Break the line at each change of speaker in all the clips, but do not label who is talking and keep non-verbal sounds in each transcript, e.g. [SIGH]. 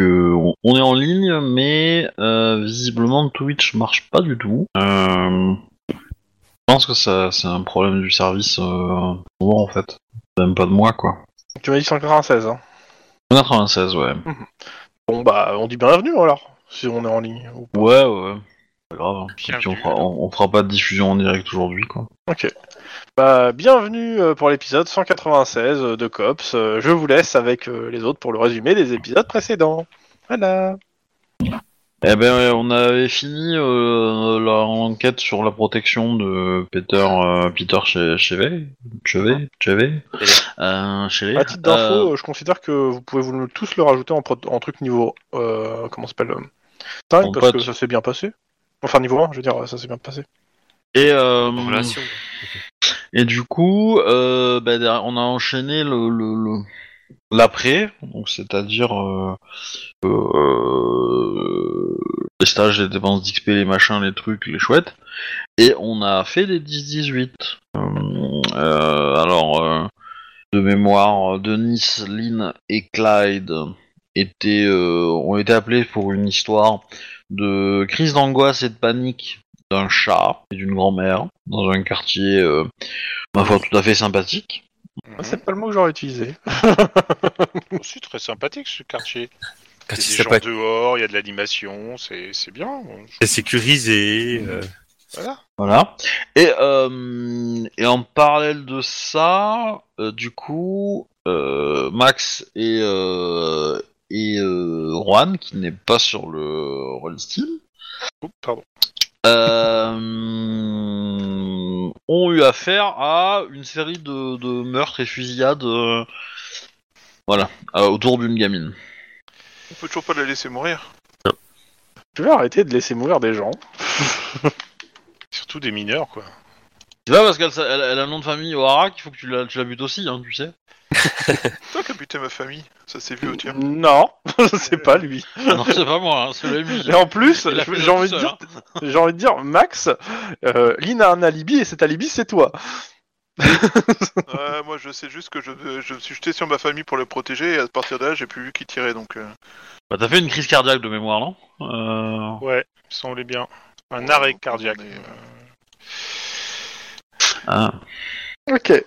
euh, on, on est en ligne, mais euh, visiblement Twitch marche pas du tout. Euh, je pense que ça, c'est un problème du service euh, pour moi, en fait. Ça Même pas de moi quoi.
Tu m'as dit 196, hein.
96 ouais.
Bon, bah, on dit bienvenue alors, si on est en ligne. ou pas.
Ouais ouais. Pas grave. hein. Et puis on
Bienvenue.
fera, on- on fera pas de diffusion en direct aujourd'hui quoi.
Bah, bienvenue euh, pour l'épisode 196 euh, de Cops. Euh, Je vous laisse avec euh, les autres pour le résumé des épisodes précédents. Voilà.
Eh ben, ouais, on avait fini euh, la- l'enquête sur la protection de Peter, euh, Peter Che- Chevet, Chevet, Chevet, euh, Chevet.
À titre
Euh,
d'info, euh, je considère que vous pouvez vous le- tous le rajouter en, pro- en truc niveau. Euh, comment ça s'appelle euh, 5
En
parce que
pote.
ça s'est bien passé. Enfin, niveau 1, je veux dire, ça s'est bien passé.
et, euh,
En relation.
et du coup, euh, ben, derrière- on a enchaîné le, le, le- l'après, donc c'est-à-dire euh, euh, les stages, les dépenses d'XP, les machins, les trucs, les chouettes, et on a fait des 10-18. Euh, euh, alors, euh, de mémoire, euh, Denis, Lynn et Clyde étaient, euh, ont été appelés pour une histoire de crise d'angoisse et de panique d'un chat et d'une grand-mère dans un quartier, euh, ma foi, tout à fait sympathique.
Ah, C'est pas le mot que j'aurais utilisé.
aussi Mhm. Oh, très sympathique ce quartier.
Quand
Il y a
il
des gens
s'appelle
dehors, il y a de l'animation, c'est c'est bien.
c'est sécurisé.
[LAUGHS]
euh,
Voilà.
Voilà. Et, euh, et en parallèle de ça, euh, du coup, euh, Max et, euh, et euh, Juan, qui n'est pas sur le Roll Steam,
Oups, pardon.
euh, ont eu affaire à une série de, de meurtres et fusillades euh, voilà, euh, autour d'une gamine.
On peut toujours pas la laisser mourir.
Je vais arrêter de laisser mourir des
[LAUGHS]
gens.
Surtout des mineurs, quoi.
C'est pas parce qu'elle s'a- elle, elle a le nom de famille O'Hara qu'il faut que tu la, tu la butes aussi, hein, tu sais. [LAUGHS]
Toi qui as buté ma famille, ça s'est vu au tir.
Non, [LAUGHS] c'est pas lui.
Non, c'est pas moi, hein, c'est le MJ.
Et en plus,
Il a fait
je- j'ai
ça
envie,
tout
de
seul,
dire-
hein.
j'ai envie de dire, Max, euh, Lynn a un alibi et cet alibi, c'est toi.
Ouais, moi je sais juste que je, euh, je me suis jeté sur ma famille pour le protéger et à partir de là j'ai plus vu qui tirait donc. euh,
Bah, t'as fait une crise cardiaque de mémoire, non Euh,
Ouais, il semblait bien. Un
Ouais,
arrêt
on
cardiaque.
est, euh,
ah.
Ok.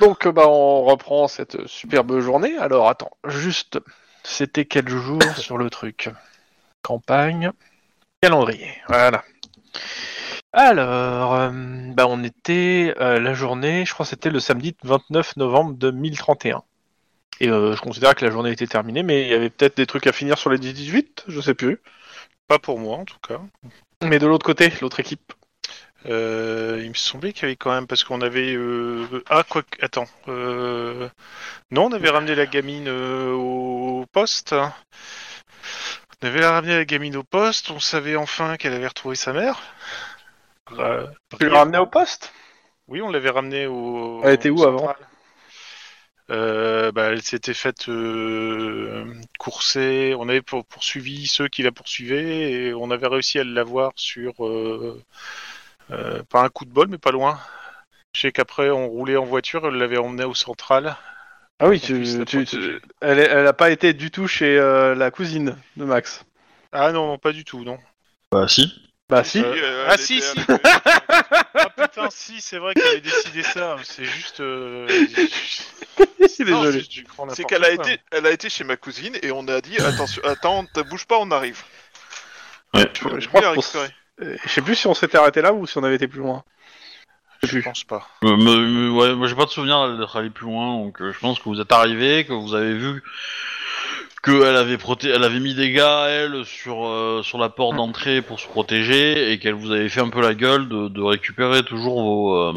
Donc, euh, bah, on reprend cette superbe journée. Alors, attends, juste, c'était quel jour sur le truc Campagne, calendrier, voilà. Alors, euh, bah, on était euh, la journée, je crois que c'était le samedi 29 novembre 2031. Et euh, je considère que la journée était terminée, mais il y avait peut-être des trucs à finir sur les 18, je sais plus.
Pas pour moi, en tout cas.
Mais de l'autre côté, l'autre équipe.
Euh, il me semblait qu'il y avait quand même, parce qu'on avait. euh, Ah, quoi que- Attends. euh, Non, on avait ramené la gamine euh, au poste. On avait ramené la gamine au poste, on savait enfin qu'elle avait retrouvé sa mère. Ra-
Tu l'as ramené au poste
Oui, on l'avait ramenée au.
Elle était où
au
avant
central. Euh, bah, Elle s'était faite euh, courser. On avait pour- poursuivi ceux qui la poursuivaient et on avait réussi à l'avoir sur. euh, euh, pas un coup de bol, mais pas loin. Je sais qu'après, on roulait en voiture, on l'avait emmenée au central.
Ah oui,
Qu'on puisse
tu,
la
tu-
protéger.
tu- elle, est- elle a pas été du tout chez euh, la cousine de Max.
Ah non, non, pas du tout, non.
Bah, si.
Bah si.
[LAUGHS]
Euh,
euh,
ah,
elle
si,
était
si.
avec-
[LAUGHS] Ah putain, si, c'est vrai qu'elle avait décidé ça. C'est
[LAUGHS]
juste. euh,
Je suis
non,
désolé.
c'est du grand
C'est
n'importe
qu'elle a
quoi.
été, elle a été chez ma cousine et on a dit
[LAUGHS]
attention, attends, t'as- bouge pas, on arrive.
Ouais.
Je,
Je crois qu'on
récupérer.
Euh, Je sais plus si on s'était arrêté là ou si on avait été plus loin. Je sais
Je
plus.
pense pas.
Euh, me- me- ouais, moi j'ai pas de souvenir d'être allé plus loin, donc euh, je pense que vous êtes arrivé, que vous avez vu qu'elle avait proté elle avait mis des gars elle sur euh, sur la
Mm.
porte d'entrée pour se protéger et qu'elle vous avait fait un peu la gueule de, de récupérer toujours vos. euh,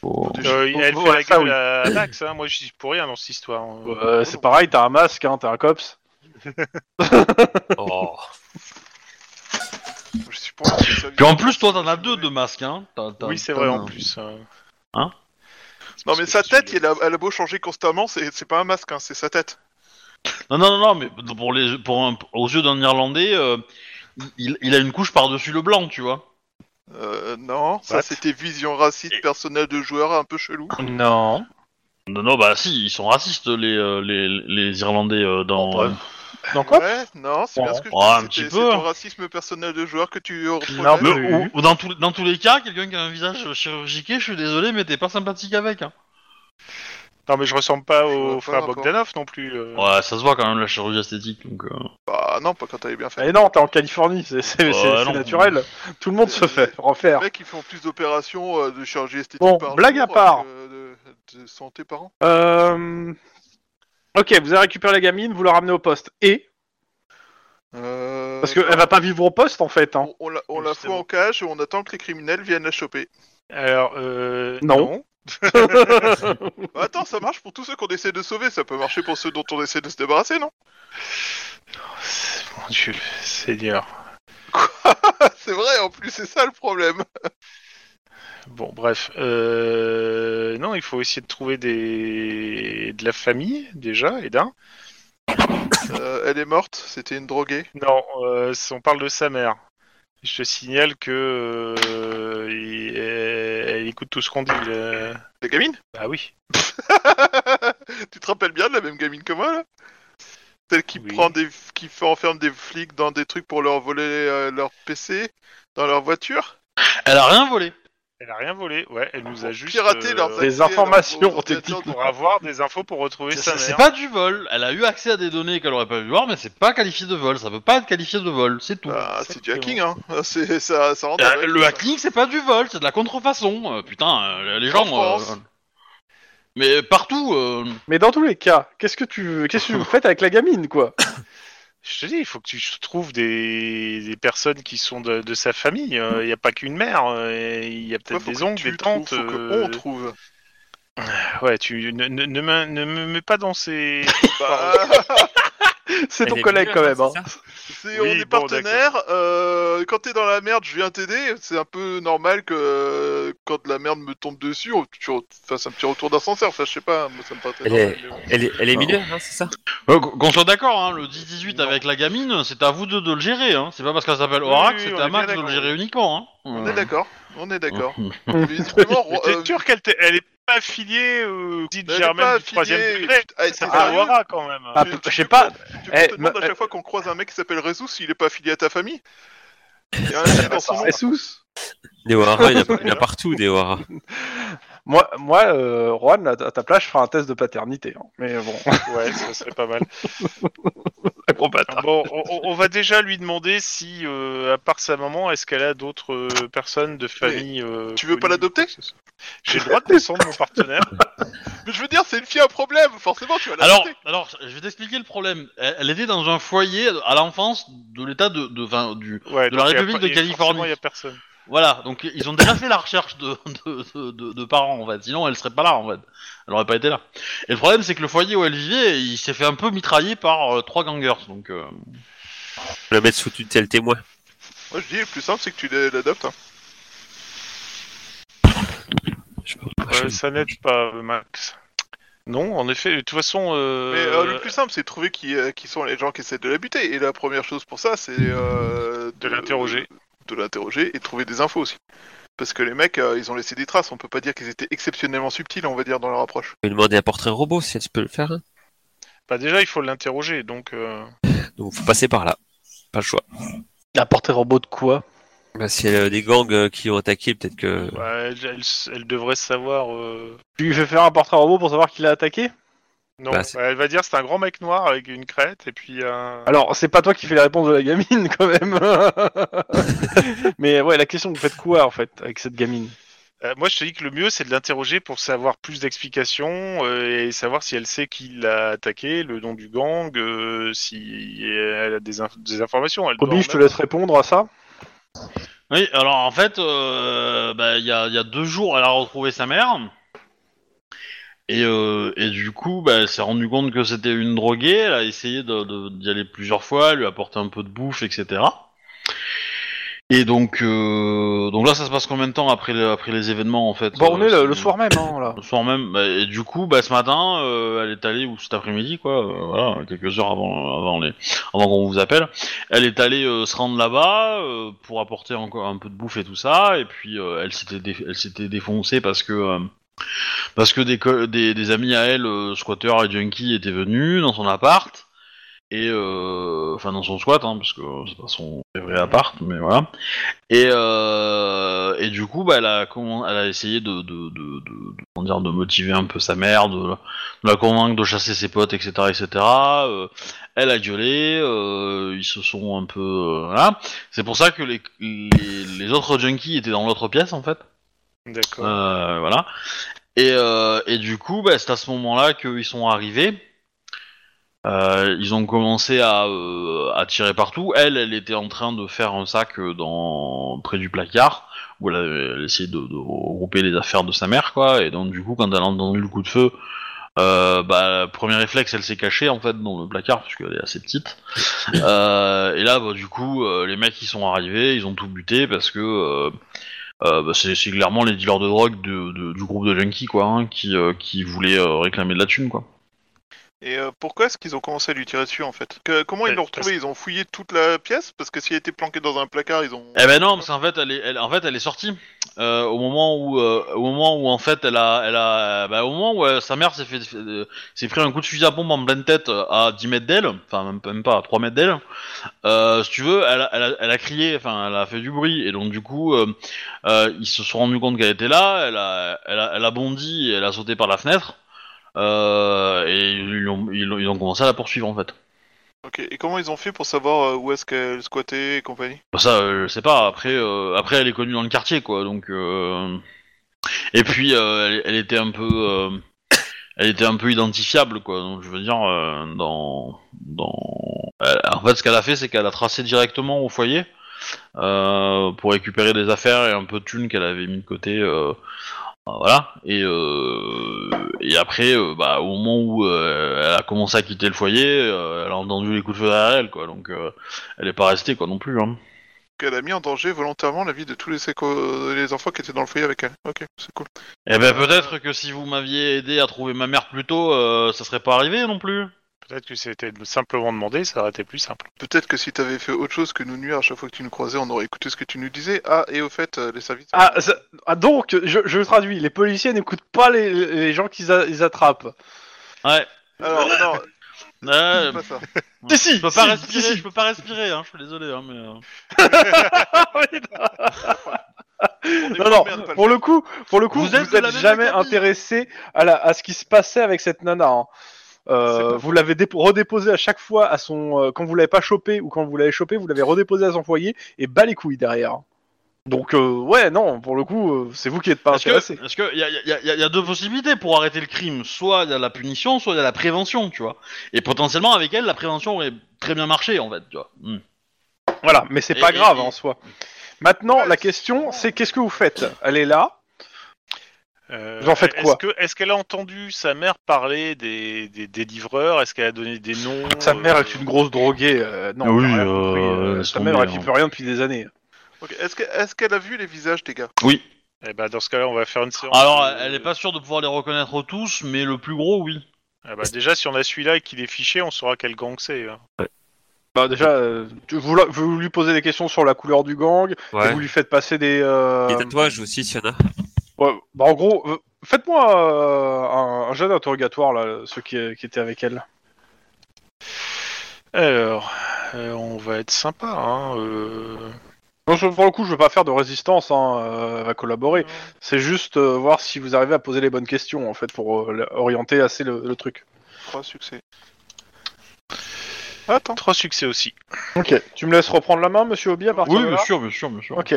vos-
Euh,
Bon,
elle
bon,
fait la
ça,
gueule
oui.
à [LAUGHS] à Max, hein. moi je suis pour rien dans cette histoire. hein.
Euh, c'est pareil, t'as un masque, hein, t'as un cops.
Oh.
Je suis pas.
Puis en plus toi t'en as deux de masques hein. T'as- t'as-
oui, c'est
t'as
vrai
un-
en plus. euh.
Hein
C'est
Non
parce
mais
que
sa
je
tête,
suis-
elle a, elle a beau changer constamment, c'est c'est pas un masque, hein, c'est sa tête.
Non non non, non, mais pour les pour un- aux yeux d'un Irlandais, euh, il, il a une couche par dessus le blanc, tu vois.
Euh, non, ça
What
c'était vision raciste personnelle de joueur un peu chelou.
Non.
Non non bah si ils sont racistes les euh, les, les Irlandais euh, dans.
Oh, Bref.
Dans quoi
Ouais, non, c'est bien ce que je
Ouais, un
dis.
petit
c'était-
peu.
C'est ton racisme personnel de joueur que tu reproches.
Non, mais-
Mais, ou- ou dans, tous- dans tous les cas, quelqu'un qui a un visage chirurgiqué, je suis désolé, mais t'es pas sympathique avec. hein.
Non, mais je ressemble pas
vois
au
pas
frère
le rapport.
Bogdanov non plus. euh.
Ouais, ça se voit quand même la chirurgie esthétique. Donc, euh.
Bah non, pas quand t'avais bien fait.
Eh non, t'es en Californie, c'est c'est-
Ouais,
c'est- c'est
non.
naturel. Tout le monde se fait refaire.
Les mecs, ils font plus d'opérations euh, de chirurgie esthétique
Bon,
par
blague
jour,
à part.
euh, que de, de santé par an.
Euh... Ok, vous avez récupéré la gamine, vous la ramenez au poste. Et
Euh,
Parce qu'elle va pas vivre au poste en fait. Hein.
On, on la, on la fout
Justement.
en cage et on attend que les criminels viennent la choper.
Alors, euh,
Non. [LAUGHS]
Bah, attends, ça marche pour tous ceux qu'on essaie de sauver, ça peut marcher pour ceux dont on essaie de se débarrasser, non [LAUGHS]
Mon Dieu, Seigneur.
C'est vrai, en plus, c'est ça le problème.
Bon, bref. Euh, non, il faut essayer de trouver des de la famille déjà et d'un.
Euh, elle est morte, c'était une droguée.
Non, euh, on parle de sa mère. Je te signale que euh, il- elle, elle écoute tout ce qu'on dit. là.
La gamine
Bah oui.
[LAUGHS] Tu te rappelles bien de la même gamine que moi, là Celle qui,
Oui.
prend des... qui fait enferme des flics dans des trucs pour leur voler euh, leur PC, dans leur voiture
Elle a rien volé.
Elle a rien volé. Ouais, elle nous a juste
Pirater
euh,
leurs
des
accès à leurs
informations
ordinateurs
[LAUGHS] pour avoir des infos pour retrouver
C'est-
sa
C'est
mère.
pas
hein.
du vol. Elle a eu accès à des données qu'elle aurait pas pu voir, mais c'est pas qualifié de vol. Ça peut pas être qualifié de vol, c'est tout.
Bah, c'est du
Exactement. Ah,
hacking, hein. Ah, c'est- Ça, ça rentre.
Euh,
avec,
le
ça.
hacking, c'est pas du vol, c'est de la contrefaçon. Euh, putain, euh, les gens.
En France.
euh, mais partout. euh,
Mais dans tous les cas, qu'est-ce que tu qu'est-ce que
[LAUGHS]
vous faites avec la gamine quoi [LAUGHS]
Je te dis, il faut que tu trouves des, des personnes qui sont de, de sa famille. hein. Il n'y a pas qu'une mère. euh, Il y a
Toi,
peut-être
faut
des
que
oncles,
tu
des
trouves,
tantes.
Faut
euh,
qu'on
[LAUGHS]
trouve.
Ouais, tu ne, ne, ne me, ne me mets pas dans ces.
[LAUGHS] Bah,
C'est ton
Elle est
collègue
mineure,
quand même. Hein.
c'est ça
c'est-
Oui,
on est
bon,
partenaires. euh, quand t'es dans la merde, je viens t'aider. C'est un peu normal que euh, quand de la merde me tombe dessus, on, tu re- fasses un petit retour d'ascenseur. Enfin, je sais pas, moi ça me paraît très
Elle
normal,
est-
mais bon.
Elle est, elle est mineure, hein, c'est ça
euh, qu'on qu'on soit d'accord, hein, le 10-18 avec la gamine, c'est à vous deux de le gérer. Hein. C'est pas parce qu'elle s'appelle
Oui,
Oracle,
oui,
c'est
on
à
est
Max
bien
de le
d'accord.
gérer uniquement. Hein.
On
[LAUGHS]
est d'accord. On est d'accord. Mais visiblement,
[LAUGHS] Mais
Ro-
t'es
euh,
sûr qu'elle t'est- elle est pas affiliée au dit
elle est
Germaine
pas
du troisième
affiliée-
degré
Ah, c'est
Ça
sérieux
t'arrivera quand même.
Ah, je sais pas.
Tu
Eh,
te demandes
ma-
à chaque fois qu'on croise un mec qui s'appelle Rezou s'il est pas affilié à ta famille Il y a un
Eh,
chien dans son nom.
Sous.
Des O'Hara, il y en a, il y en a partout, des O'Hara.
Moi moi euh, Juan à ta à ta place je ferai un test de paternité. hein. Mais bon, [LAUGHS]
Ouais, ça serait pas mal.
gros bâtard.
Ah, Bon, on, on- on va déjà lui demander si, euh, à part sa maman, est-ce qu'elle a d'autres euh, personnes de famille. euh,
tu veux pas
connues
l'adopter
ou quoi que ce soit J'ai le droit de descendre mon partenaire.
Mais je veux dire, c'est une fille à problème, forcément, tu vas la
Alors,
Bah,
noter.
[LAUGHS] alors, je vais t'expliquer le problème. Elle, elle était dans un foyer à l'enfance de l'état de, de, enfin, du, [LAUGHS]
Ouais,
De la
donc, y a
République de
pas- y a- forcément,
Californie.
y a personne.
voilà. Donc ils ont déjà fait la recherche de, de, de, de- de parents en fait. Sinon, elle serait pas là en fait. Elle aurait pas été là. Et le problème, c'est que le foyer où elle vivait, il s'est fait un peu mitrailler par euh, trois gangers. Donc euh,
Faut la mettre sous tutelle témoin.
Moi je dis, le plus simple c'est que tu l'adoptes. hein.
Je-
Ah,
Ouais, ça n'aide pas, euh, Max. Non, en effet, de toute façon. euh,
Mais euh, le plus simple c'est de trouver qui, euh, qui sont les gens qui essaient de la buter. Et la première chose pour ça, c'est euh,
De l'interroger.
De l'interroger et de trouver des infos aussi. Parce que les mecs, euh, ils ont laissé des traces. On peut pas dire qu'ils étaient exceptionnellement subtils, on va dire, dans leur approche.
Je vais demander un portrait robot si elle peut le faire. hein.
Bah, déjà, il faut l'interroger, donc. euh,
Donc faut passer par là. Pas le choix.
La portée robot de quoi
Bah, si elle a des gangs euh, qui ont attaqué, peut-être
Euh.
que.
bah, elle, elle s- elle devrait savoir. euh,
Tu lui fais faire un portrait robot pour savoir qui l'a attaqué
Non,
Bah, c'est-
elle va dire c'est un grand mec noir avec une crête et puis un.
Alors, c'est pas toi qui fais la réponse de la gamine, [LAUGHS] quand même. Mais ouais, la question, vous faites quoi, en fait, avec cette gamine
Euh, moi, je te dis que le mieux, c'est de l'interroger pour savoir plus d'explications euh, et savoir si elle sait qui l'a attaqué, le nom du gang, euh, si elle a des, inf- des informations. Elle doit
Obi, je
en
te
avoir.
laisse répondre à ça.
Oui, alors en fait, euh, bah, il y, a, il y a deux jours, elle a retrouvé sa mère. Et, euh, et du coup, bah, elle s'est rendue compte que c'était une droguée. Elle a essayé de- de- d'y aller plusieurs fois, elle lui apporter un peu de bouffe, etc. Et donc, euh, donc là, ça se passe combien de temps après, le- après les événements en fait
Bon, on
Euh,
est le, le
c'est-
soir même, hein, là. [LAUGHS]
le soir même. Bah, et du coup, bah, ce matin, euh, elle est allée, ou cet après-midi, quoi, euh, voilà, quelques heures avant, avant, les, avant qu'on vous appelle, elle est allée euh, se rendre là-bas euh, pour apporter encore un peu de bouffe et tout ça. Et puis, euh, elle s'était dé- elle s'était défoncée parce que. euh, parce que des, co- des, des amis à elle, euh, squatters et junkies, étaient venus dans son appart. et euh, enfin dans son squat, hein, parce que c'est pas son vrai appart, mais voilà. Et euh, et du coup, bah, elle a comment, elle a essayé de de, de, de- de- comment dire, de motiver un peu sa mère, de, de la convaincre de chasser ses potes, etc., etc. Euh, elle a gueulé, euh, ils se sont un peu euh, voilà. C'est pour ça que les, les les autres junkies étaient dans l'autre pièce en fait.
D'accord.
Euh, voilà. Et, euh, et du coup, bah, c'est à ce moment-là qu'ils sont arrivés. Euh, ils ont commencé à, euh, à tirer partout. Elle, elle était en train de faire un sac euh, dans près du placard où elle, avait- elle essayait de, de regrouper les affaires de sa mère, quoi. Et donc du coup, quand elle a entendu le coup de feu, euh, bah, premier réflexe, elle s'est cachée en fait dans le placard puisqu'elle est assez petite. Euh, et là, bah, du coup, euh, les mecs qui sont arrivés, ils ont tout buté parce que euh, euh, bah, c'est c'est clairement les dealers de drogue de- de- du groupe de junkies quoi, hein, qui, euh, qui voulaient euh, réclamer de la thune quoi.
Et euh, pourquoi est-ce qu'ils ont commencé à lui tirer dessus en fait Que- Comment
Euh,
ils
Ouais,
l'ont retrouvé Ils ont fouillé toute la pièce Parce que s'il était planqué dans un placard, ils
Euh.
ont.
Eh ben non, parce qu'en fait elle est, elle- en fait elle est sortie euh, au moment où, euh, au moment où en fait elle a, elle a, bah, au moment où euh, sa mère s'est fait, euh, s'est pris un coup de fusil à pompe en pleine tête euh, à 10 mètres d'elle, enfin même, même pas à 3 mètres d'elle. Euh, si tu veux, elle, a- elle, a, elle a crié, enfin elle a fait du bruit et donc du coup euh, euh, ils se sont rendus compte qu'elle était là, elle a, elle a, elle a bondi, et elle a sauté par la fenêtre euh, et ils ont, ils, ont, ils ont commencé à la poursuivre en fait.
Ok. Et comment ils ont fait pour savoir euh, où est-ce qu'elle squattait et compagnie
Bah ça, euh, je sais pas. Après, euh, après, elle est connue dans le quartier, quoi. Donc, euh, et puis, euh, elle, elle était un peu, euh, elle était un peu identifiable, quoi. Donc, je veux dire, euh, dans, dans, elle- en fait, ce qu'elle a fait, c'est qu'elle a tracé directement au foyer euh, pour récupérer des affaires et un peu de thunes qu'elle avait mis de côté. euh, euh, voilà. Et, euh, et après, euh, bah, au moment où euh, elle a commencé à quitter le foyer, euh, elle a entendu les coups de feu derrière elle, quoi. Donc, euh, elle est pas restée, quoi, non plus. Hein.
Qu'elle a mis en danger volontairement la vie de tous les, séco- les enfants qui étaient dans le foyer avec elle. Ok, c'est cool.
Eh ben peut-être que si vous m'aviez aidé à trouver ma mère plus tôt, euh, ça serait pas arrivé non plus.
Peut-être que c'était simplement demandé, ça aurait été plus simple.
Peut-être que si t'avais fait autre chose que nous nuire à chaque fois que tu nous croisais, on aurait écouté ce que tu nous disais. Ah, et au fait, euh, les services.
Ah, ça- ah, donc, je, je traduis, les policiers n'écoutent pas les, les gens qu'ils a-
[LAUGHS]
ils attrapent.
Ouais.
Alors,
[LAUGHS]
non,
Euh,
pas ça.
Ouais.
si,
je peux pas
si,
respirer,
si, si.
je peux pas respirer, hein, je suis désolé. Hein, mais, euh,
Ah
On est
non,
pas
non,
merde, pas le
pour
faire.
le coup, pour le coup,
Vous
vous
êtes de la
n'êtes
même
jamais
académie.
intéressé à, la- à ce qui se passait avec cette nana. hein. Euh,
C'est pas
vous l'avez dépo- redéposé à chaque fois à son euh, quand vous l'avez pas chopé ou quand vous l'avez chopé, vous l'avez redéposé à son foyer et bas les couilles derrière. Donc euh, ouais, non, pour le coup, euh, c'est vous qui êtes pas
Parce que,
intéressé.
parce que y, a, y, a- y a- y a deux possibilités pour arrêter le crime, soit il y a la punition, soit il y a la prévention, tu vois. Et potentiellement avec elle, la prévention aurait très bien marché en fait, tu vois. Hmm.
Voilà, mais c'est
Et-
pas
et-
grave
et-
en soi. Maintenant,
Ouais,
la
c'est-
question, c'est qu'est-ce que vous faites Elle est là.
Euh,
Vous en faites quoi
Est-ce que- est-ce qu'elle a entendu sa mère parler des, des, des livreurs Est-ce qu'elle a donné des noms
Sa mère
euh,
est une grosse droguée. euh, non,
Ah oui,
elle a rien
euh,
compris,
elle
sa
s'en
mère
met,
elle
hein.
fait rien depuis des années.
Ok, Est-ce que- est-ce qu'elle a vu les visages des gars
Eh ben, dans ce cas-là, on va faire une séance.
Alors,
euh,
elle est pas sûre de pouvoir les reconnaître tous, mais le plus gros, oui.
eh ben, déjà, si on a celui-là et qu'il est fiché, on saura quel gang c'est. hein.
Bah déjà, euh, tu- vous, la- vous lui posez des questions sur la couleur du gang, et
Ouais.
vous lui faites passer des. euh,
Les tatouages aussi, s'il y en a.
ouais, bah en gros, euh, faites-moi euh, un, un jet d'interrogatoire là, ceux qui, qui étaient avec elle.
Alors, euh, on va être sympa. Hein, euh.
Non, je- pour le coup, je veux pas faire de résistance, hein, euh, elle va collaborer. C'est juste euh, voir si vous arrivez à poser les bonnes questions en fait pour euh, la- orienter assez le, le truc.
Trois succès.
Attends. Trois succès aussi.
Ok. Tu me laisses reprendre la main, Monsieur Obi, à partir de là
sûr, bien sûr, bien sûr.
Ok.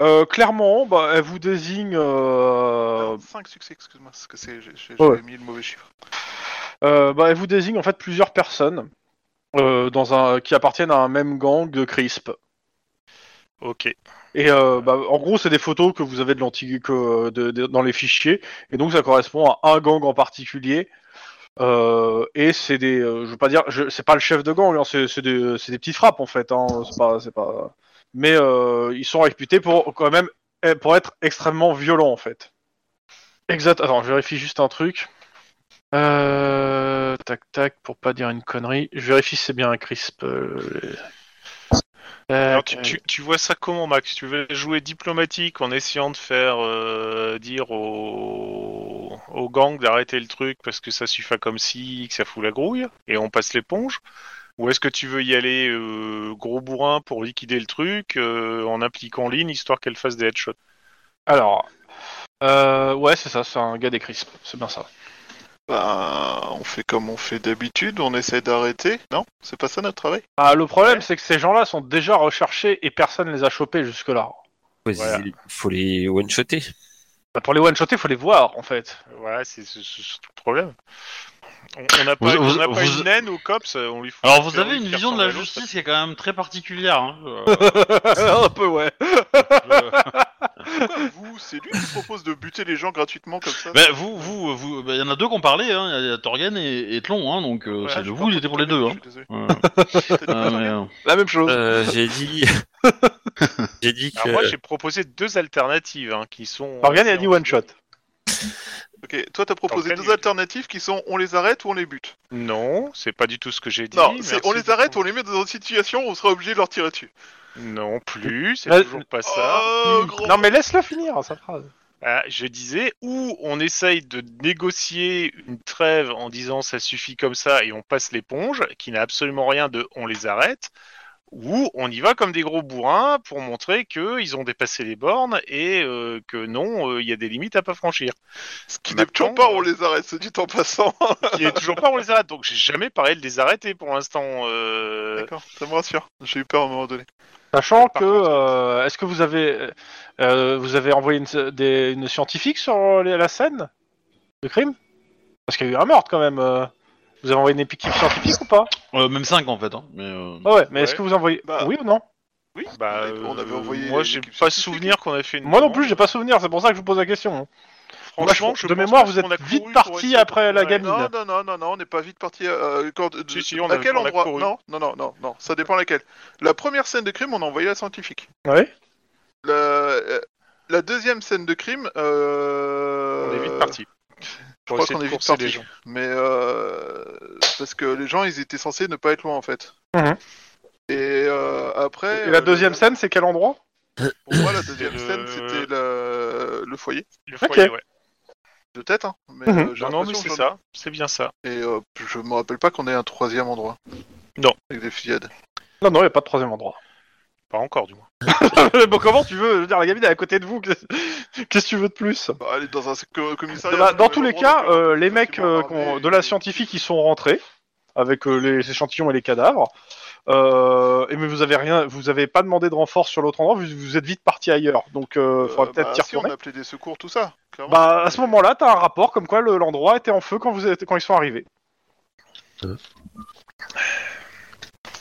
Euh, clairement, bah, elle vous désigne. euh,
5 succès, excuse-moi, parce que c'est- j'ai j'ai-
Ouais.
j'avais mis le mauvais chiffre.
Euh, bah, elle vous désigne en fait plusieurs personnes euh, dans un, qui appartiennent à un même gang de Crisp.
Ok.
Et euh, bah, en gros, c'est des photos que vous avez de l'anti- que, euh, de- de- dans les fichiers, et donc ça correspond à un gang en particulier. Euh, et c'est des, euh, je veux pas dire, je- c'est pas le chef de gang, hein, c'est c'est des, c'est des petites frappes en fait. Hein, c'est pas, c'est pas. Mais euh, ils sont réputés pour quand même eh, pour être extrêmement violents en fait. Exact. Attends, je vérifie juste un truc. Euh, tac tac, pour pas dire une connerie, je vérifie si c'est bien un crisp. euh, les-
Alors,
Tac,
tu, tu- tu vois ça comment, Max Tu veux jouer diplomatique en essayant de faire euh, dire au, au gang d'arrêter le truc parce que ça suffit comme si, que ça fout la grouille, et on passe l'éponge Ou est-ce que tu veux y aller euh, gros bourrin pour liquider le truc euh, en impliquant Lynn histoire qu'elle fasse des headshots
Alors, euh, ouais, c'est ça, c'est un gars des crisps, c'est bien ça.
Bah, on fait comme on fait d'habitude, on essaie d'arrêter. Non, c'est pas ça notre travail.
Ah, le problème, c'est que ces gens-là sont déjà recherchés et personne les a chopés jusque-là.
Ouais,
Voilà.
Il faut les one-shotter.
Bah, pour les one-shotter, faut les voir, en fait.
Voilà, c'est c'est- c'est surtout le problème. On on n'a pas,
Vous-
on n'a
vous-
pas
vous-
une naine au COPS, on lui fout
Alors vous
une
avez une
perruque qui
vision de la
ressemble à l'autre.
justice qui est quand même très particulière.
[LAUGHS]
hein.
un peu, ouais. [LAUGHS]
Pourquoi vous C'est lui qui propose de buter les gens gratuitement comme ça
Bah, vous, vous, vous, bah, il y en a deux qui ont parlé, hein. il y a Torgan et, et Tlon, hein, donc euh,
Ouais,
c'est
je
de
suis
vous,
pas
il était pour les deux.
content,
Hein.
je suis
Ouais.
désolé. T'as
Ah,
dit pas
mais,
rien
euh,
La même chose.
Euh, j'ai dit. j'ai dit que.
Alors moi j'ai proposé deux alternatives hein, qui sont.
Morgan, il a dit one-shot.
[LAUGHS]
Ok, toi t'as proposé
Dans le
deux
cas,
alternatives qui sont on les arrête ou on les bute.
Non, c'est pas du tout ce que j'ai dit.
Non, c'est
merci
on les
beaucoup.
arrête, on les met dans une situation où on sera obligé de leur tirer dessus.
Non plus, c'est
Euh,
toujours pas ça.
Oh, gros
Non, mais laisse-le finir, hein, sa phrase.
Ah, je disais, ou on essaye de négocier une trêve en disant ça suffit comme ça et on passe l'éponge, qui n'a absolument rien de on les arrête, ou on y va comme des gros bourrins pour montrer qu'ils ont dépassé les bornes et euh, que non, euh, il y a des limites à pas
[LAUGHS]
franchir.
Ce qui n'est toujours pas on les arrête, c'est dit
[LAUGHS]
en passant. [LAUGHS]
Il n'y a toujours pas on les arrête, donc j'ai jamais parlé de les arrêter pour l'instant. euh,
D'accord, ça me rassure. J'ai eu peur à un moment donné.
Sachant
Par
que,
contre-
euh, est-ce que vous avez, euh, vous avez envoyé une, des- une scientifique sur les- la scène de crime Parce qu'il y a eu un meurtre quand même. euh. Vous avez envoyé une équipe scientifique ou pas
euh, même cinq en fait. Hein. Mais, euh,
Ah Ouais, mais est-ce
Ouais.
que vous envoyez
Bah.
Oui ou non
Oui,
Bah,
on avait
euh,
envoyé.
moi, j'ai
l'équipe
pas
scientifique.
souvenir qu'on a fait une.
Moi non
demande.
plus, j'ai pas souvenir. C'est pour ça que je vous pose la question. hein.
Franchement,
Moi, je-
je
de
pense
mémoire,
que
vous êtes
on a
vite
couru
parti
pour essayer
après
de-
la gamine.
Non, non, non, non, non, on n'est pas vite parti. euh, quand- de-
Si, si, on
à
a-
quel
on a
endroit
couru.
Non, non, non, non, non, ça dépend laquelle. La première scène de crime, on a envoyé la scientifique.
Ah Oui.
La, euh, la deuxième scène de crime, euh,
On est vite parti. Pour
crois
essayer
qu'on
de
est vite
courser les
parti.
gens.
Mais euh, parce que les gens, ils étaient censés ne pas être loin en fait.
Mhm.
Et euh, après.
Et la
euh,
deuxième scène, c'est quel endroit
Pour moi, la deuxième
C'était
scène,
le-
c'était le... le foyer.
Le
Ok.
foyer, ouais.
De tête, hein. Mais,
Mhm.
euh, j'ai
Non, non, mais
l'impression
c'est
que j'en-
ça, c'est bien ça.
Et euh, je me rappelle pas qu'on ait un troisième endroit.
Non.
Avec des fusillades.
Non, non, il n'y a pas de troisième endroit. [LAUGHS]
Pas encore, du moins.
bon, comment tu veux Je veux dire, la gamine est à côté de vous. Qu'est-ce [LAUGHS] qu'est-ce que tu veux de plus
Bah, elle est dans un co- commissariat.
Bah,
c'est
Dans
le
tous
même
les
endroit,
cas,
donc,
euh, les mecs
effectivement,
euh,
armés,
qu'on- de la scientifique, ils sont rentrés avec euh, les échantillons et les cadavres. Euh, et mais vous avez rien, vous avez pas demandé de renfort sur l'autre endroit. Vous, vous êtes vite parti ailleurs, donc euh,
euh,
faudra peut-être
bah,
t'y
si, on
retourner.
a appelé des secours, tout ça. clairement.
Bah à ce moment-là, t'as un rapport comme quoi le- l'endroit était en feu quand vous êtes, quand ils sont arrivés.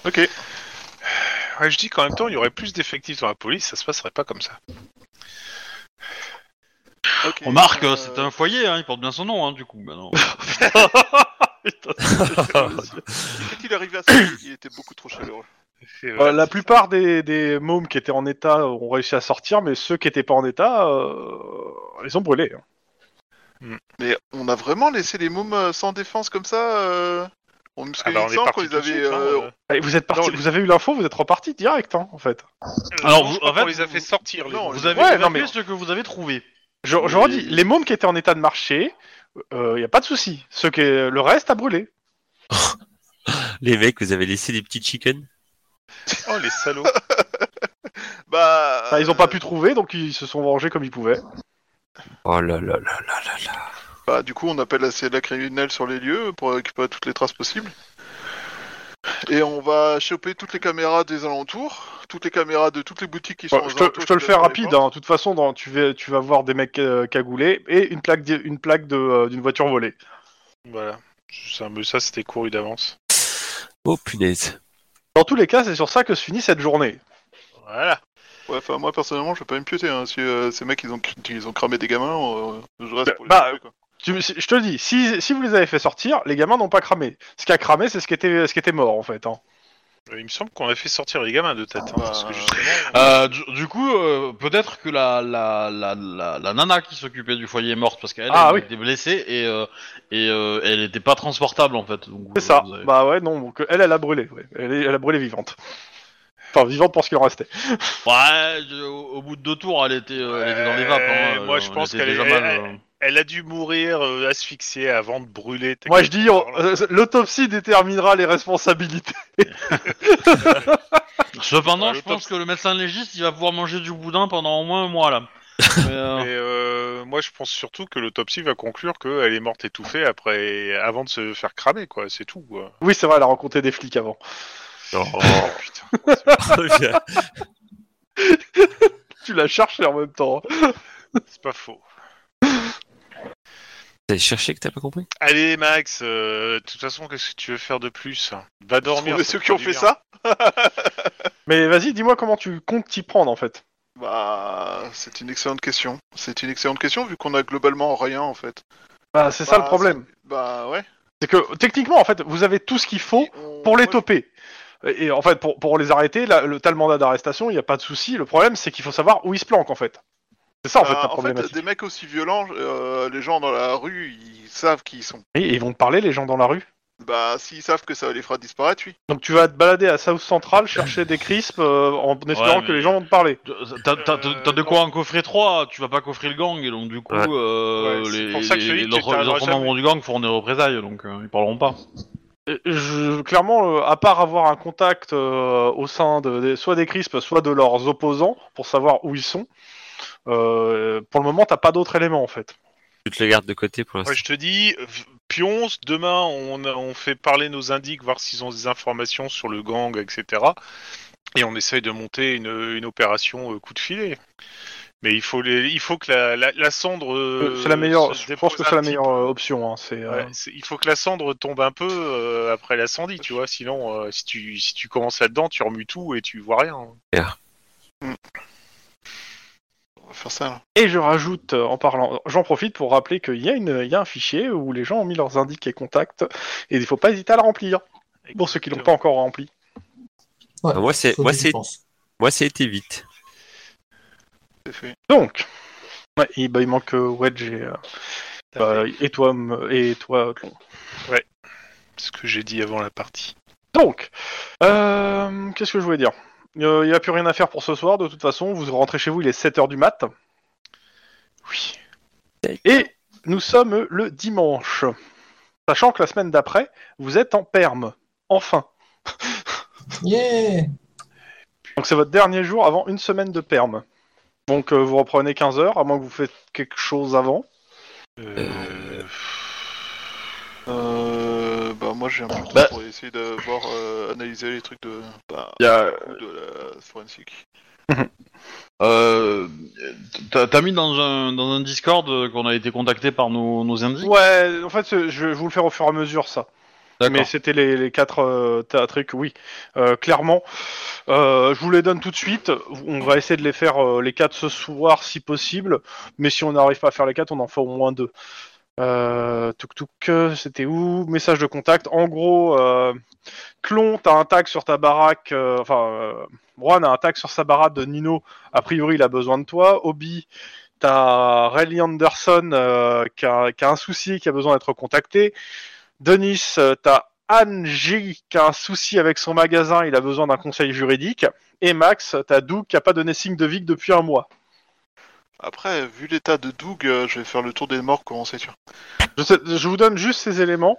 Ok.
Ouais, je dis qu'en même temps, il y aurait plus d'effectifs dans la police, ça se passerait pas comme ça.
ok.
Remarque, hein,
Euh,
c'est un foyer, hein, il porte bien son nom, hein, du coup. Bah, non.
Quand il est arrivé à ça, il était beaucoup trop chaleureux.
Euh, la plupart des, des mômes qui étaient en état ont réussi à sortir, mais ceux qui étaient pas en état, euh, ils ont brûlé. hein.
Mais on a vraiment laissé les mômes euh, sans défense comme ça euh... On me
Ah bah, on est
semble
parti
qu'on les
tout de
avait.
suite, hein,
euh,
euh.
Et vous êtes parti,
Non, les-
vous avez eu l'info, vous êtes reparti direct, hein, en fait.
Alors,
Non,
vous-
je crois
en fait,
qu'on les a fait sortir.
non,
les
on
gens.
Vous avez
Ouais,
évacué
non, mais-
ce que vous avez trouvé.
Je, je
Mais-
redis, les mômes qui étaient en état de marcher, il n'y a pas de souci. Ceux qui, le reste a brûlé.
Les mecs, vous avez laissé des petits chickens
Oh, les salauds.
Bah.
Enfin, ils n'ont pas pu trouver, donc ils se sont vengés comme ils pouvaient.
Oh là là là là là là.
Bah, du coup, on appelle la CLA criminelle sur les lieux pour récupérer toutes les traces possibles. Et on va choper toutes les caméras des alentours, toutes les caméras de toutes les boutiques qui sont.
Enfin,
Bah,
aux
je, te,
alentours,
je te le fais
dans les
rapide,
portes.
hein. de toute façon, dans- tu, vas, tu vas voir des mecs euh, cagoulés et une plaque di- une plaque de, euh, d'une voiture volée.
voilà. Ça, mais ça, c'était couru d'avance.
Oh punaise.
Dans tous les cas, c'est sur ça que se finit cette journée.
Voilà.
Ouais, enfin, moi personnellement, je vais pas me pioter. Hein. Si euh, ces mecs, ils ont, cr- ils ont cramé des gamins, euh, je reste pour les.
Bah,
tuer,
euh,
quoi.
Tu- si- je te le dis, si, si vous les avez fait sortir, les gamins n'ont pas cramé. Ce qui a cramé, c'est ce qui était, ce qui était mort, en fait. hein.
Il me semble qu'on a fait sortir les gamins de tête. hein, parce que
Bah,
justement,
Euh, du, du coup, euh, peut-être que la, la, la, la, la nana qui s'occupait du foyer est morte parce qu'elle
Ah,
elle
oui.
était blessée et, euh, et euh, elle n'était pas transportable en fait. donc,
C'est
euh,
ça.
vous avez-
Bah ouais, non, donc, elle, elle a brûlé. ouais. Elle, est- elle a brûlé vivante. Enfin, vivante pour ce qu'il en restait.
Ouais, je- au, au bout de deux tours, elle était, euh, elle était dans les vapes. hein,
Ouais, moi,
euh,
je
elle
pense
était
qu'elle
déjà
est-
mal, euh.
Elle a dû mourir euh, asphyxiée avant de brûler.
Moi je dis, on- euh, l'autopsie déterminera les responsabilités. [LAUGHS]
Cependant,
Ouais,
je
le top-
pense que le médecin légiste, il va pouvoir manger du boudin pendant au moins un mois
[LAUGHS]
là. Mais,
Ah.
euh,
Mais, euh, moi, je pense surtout que l'autopsie va conclure qu'elle est morte étouffée après, avant de se faire cramer, quoi. C'est tout. quoi.
Oui, c'est vrai, elle a rencontré des flics avant.
Oh,
[LAUGHS]
[LAUGHS] putain.
Tu la cherches en même temps. hein.
C'est pas faux.
T'as cherché que t'as pas compris
Allez, Max. euh, De toute façon, qu'est-ce que tu veux faire de plus Va dormir.
Trouver
ça
ceux
te
qui ont
du
fait
bien.
ça
Mais vas-y, dis-moi comment tu comptes t'y prendre en fait.
Bah, c'est une excellente question. C'est une excellente question vu qu'on a globalement rien en fait.
Bah, c'est ça
Bah,
le problème.
Bah ouais.
C'est que techniquement, en fait, vous avez tout ce qu'il faut
On-
pour les
moi,
toper. Et et en fait, pour, pour les arrêter, là, le, t'as le mandat d'arrestation, il n'y a pas de souci. Le problème, c'est qu'il faut savoir où ils se planquent en fait. C'est ça en fait
Bah,
la
en fait,
problématique.
des mecs aussi violents, euh, les gens dans la rue, ils savent qui ils sont.
Et ils vont te parler, les gens dans la rue.
Bah, s'ils savent que ça les fera disparaître, oui.
Donc tu vas te balader à South Central, chercher des crisps euh, en espérant
Ouais, mais-
que les gens vont te parler.
T'as t'as- t'as- t'as de quoi en coffrer trois, tu vas pas coffrer le gang, et donc du coup,
Ouais.
euh,
euh, Ouais, c'est
les,
pour ça que
les-
celui
les
qui
autres, les autres
t'arrangera
membres du gang feront des représailles, donc euh, ils parleront pas.
Euh, Je, clairement, euh, à part avoir un contact euh, au sein de, des- soit des crisps, soit de leurs opposants pour savoir où ils sont, euh, pour le moment, t'as pas d'autres éléments en fait.
Tu te le gardes de côté pour l'instant.
Ouais, je te dis, v- pionce, demain on, a- on fait parler nos indiques, voir s'ils ont des informations sur le gang, etc. Et on essaye de monter une, une opération euh, coup de filet. Mais il faut, les, il faut que la, la- la cendre. euh,
Euh, c'est la meilleure.
se
Je pense
dépose
que
un
c'est la
petit
meilleure euh, option. hein, c'est,
peu.
euh,
Ouais, c'est- il faut que la cendre tombe un peu euh, après l'incendie, tu vois. Sinon, euh, si, tu, si tu commences là-dedans, tu remues tout et tu vois rien.
On va faire ça. Là.
Et je rajoute, euh, en parlant, j'en profite pour rappeler qu'il y, a une- il y a un fichier où les gens ont mis leurs indices et contacts, et il faut pas hésiter à le remplir. Pour ceux qui l'ont pas encore rempli.
Ah, moi, c'est-
Faut
moi,
que j'y
c'est-
pense.
Moi, ça a été vite.
C'est fait.
Donc, ouais, il, bah, il manque euh, Wedge et, euh,
T'as
bah, et toi, m- et toi, Tlon.
Ce que j'ai dit avant la partie.
Donc, euh, qu'est-ce que je voulais dire Euh, Il n'y a plus rien à faire pour ce soir, de toute façon, vous rentrez chez vous, il est 7h du mat.
Oui.
Et nous sommes le dimanche. Sachant que la semaine d'après, vous êtes en perme. Enfin. [LAUGHS]
Yeah
Donc c'est votre dernier jour avant une semaine de perme. Donc euh, vous reprenez 15 heures, à moins que vous faites quelque chose avant.
Euh,
Euh, bah moi j'ai un peu de temps
Bah.
pour essayer de voir euh, analyser les trucs de bah,
Y a,
de la forensique.
euh, t'as t'as mis dans un, dans un Discord euh, qu'on a été contacté par nos, nos indices
Ouais, en fait, c'est- je vais vous le faire au fur et à mesure, ça. Mais
D'accord.
c'était les, les quatre euh, ta- trucs, oui. Euh, clairement, euh, je vous les donne tout de suite. On va essayer de les faire euh, les quatre ce soir, si possible. Mais si on n'arrive pas à faire les quatre, on en fait au moins deux. Euh, tuk c'était où Message de contact. En gros, euh, Clon, t'as un tag sur ta baraque. euh, enfin, euh, Juan a un tag sur sa baraque de Nino. A priori, il a besoin de toi. Obi, t'as Riley Anderson euh, qui, a, qui a un souci, qui a besoin d'être contacté. Denis, euh, t'as Anne J qui a un souci avec son magasin, il a besoin d'un conseil juridique. Et Max, t'as Doug qui a pas donné signe de vie depuis un mois.
Après, vu l'état de Doug, euh, je vais faire le tour des morts comment c'est sûr.
Je, sais- je vous donne juste ces éléments.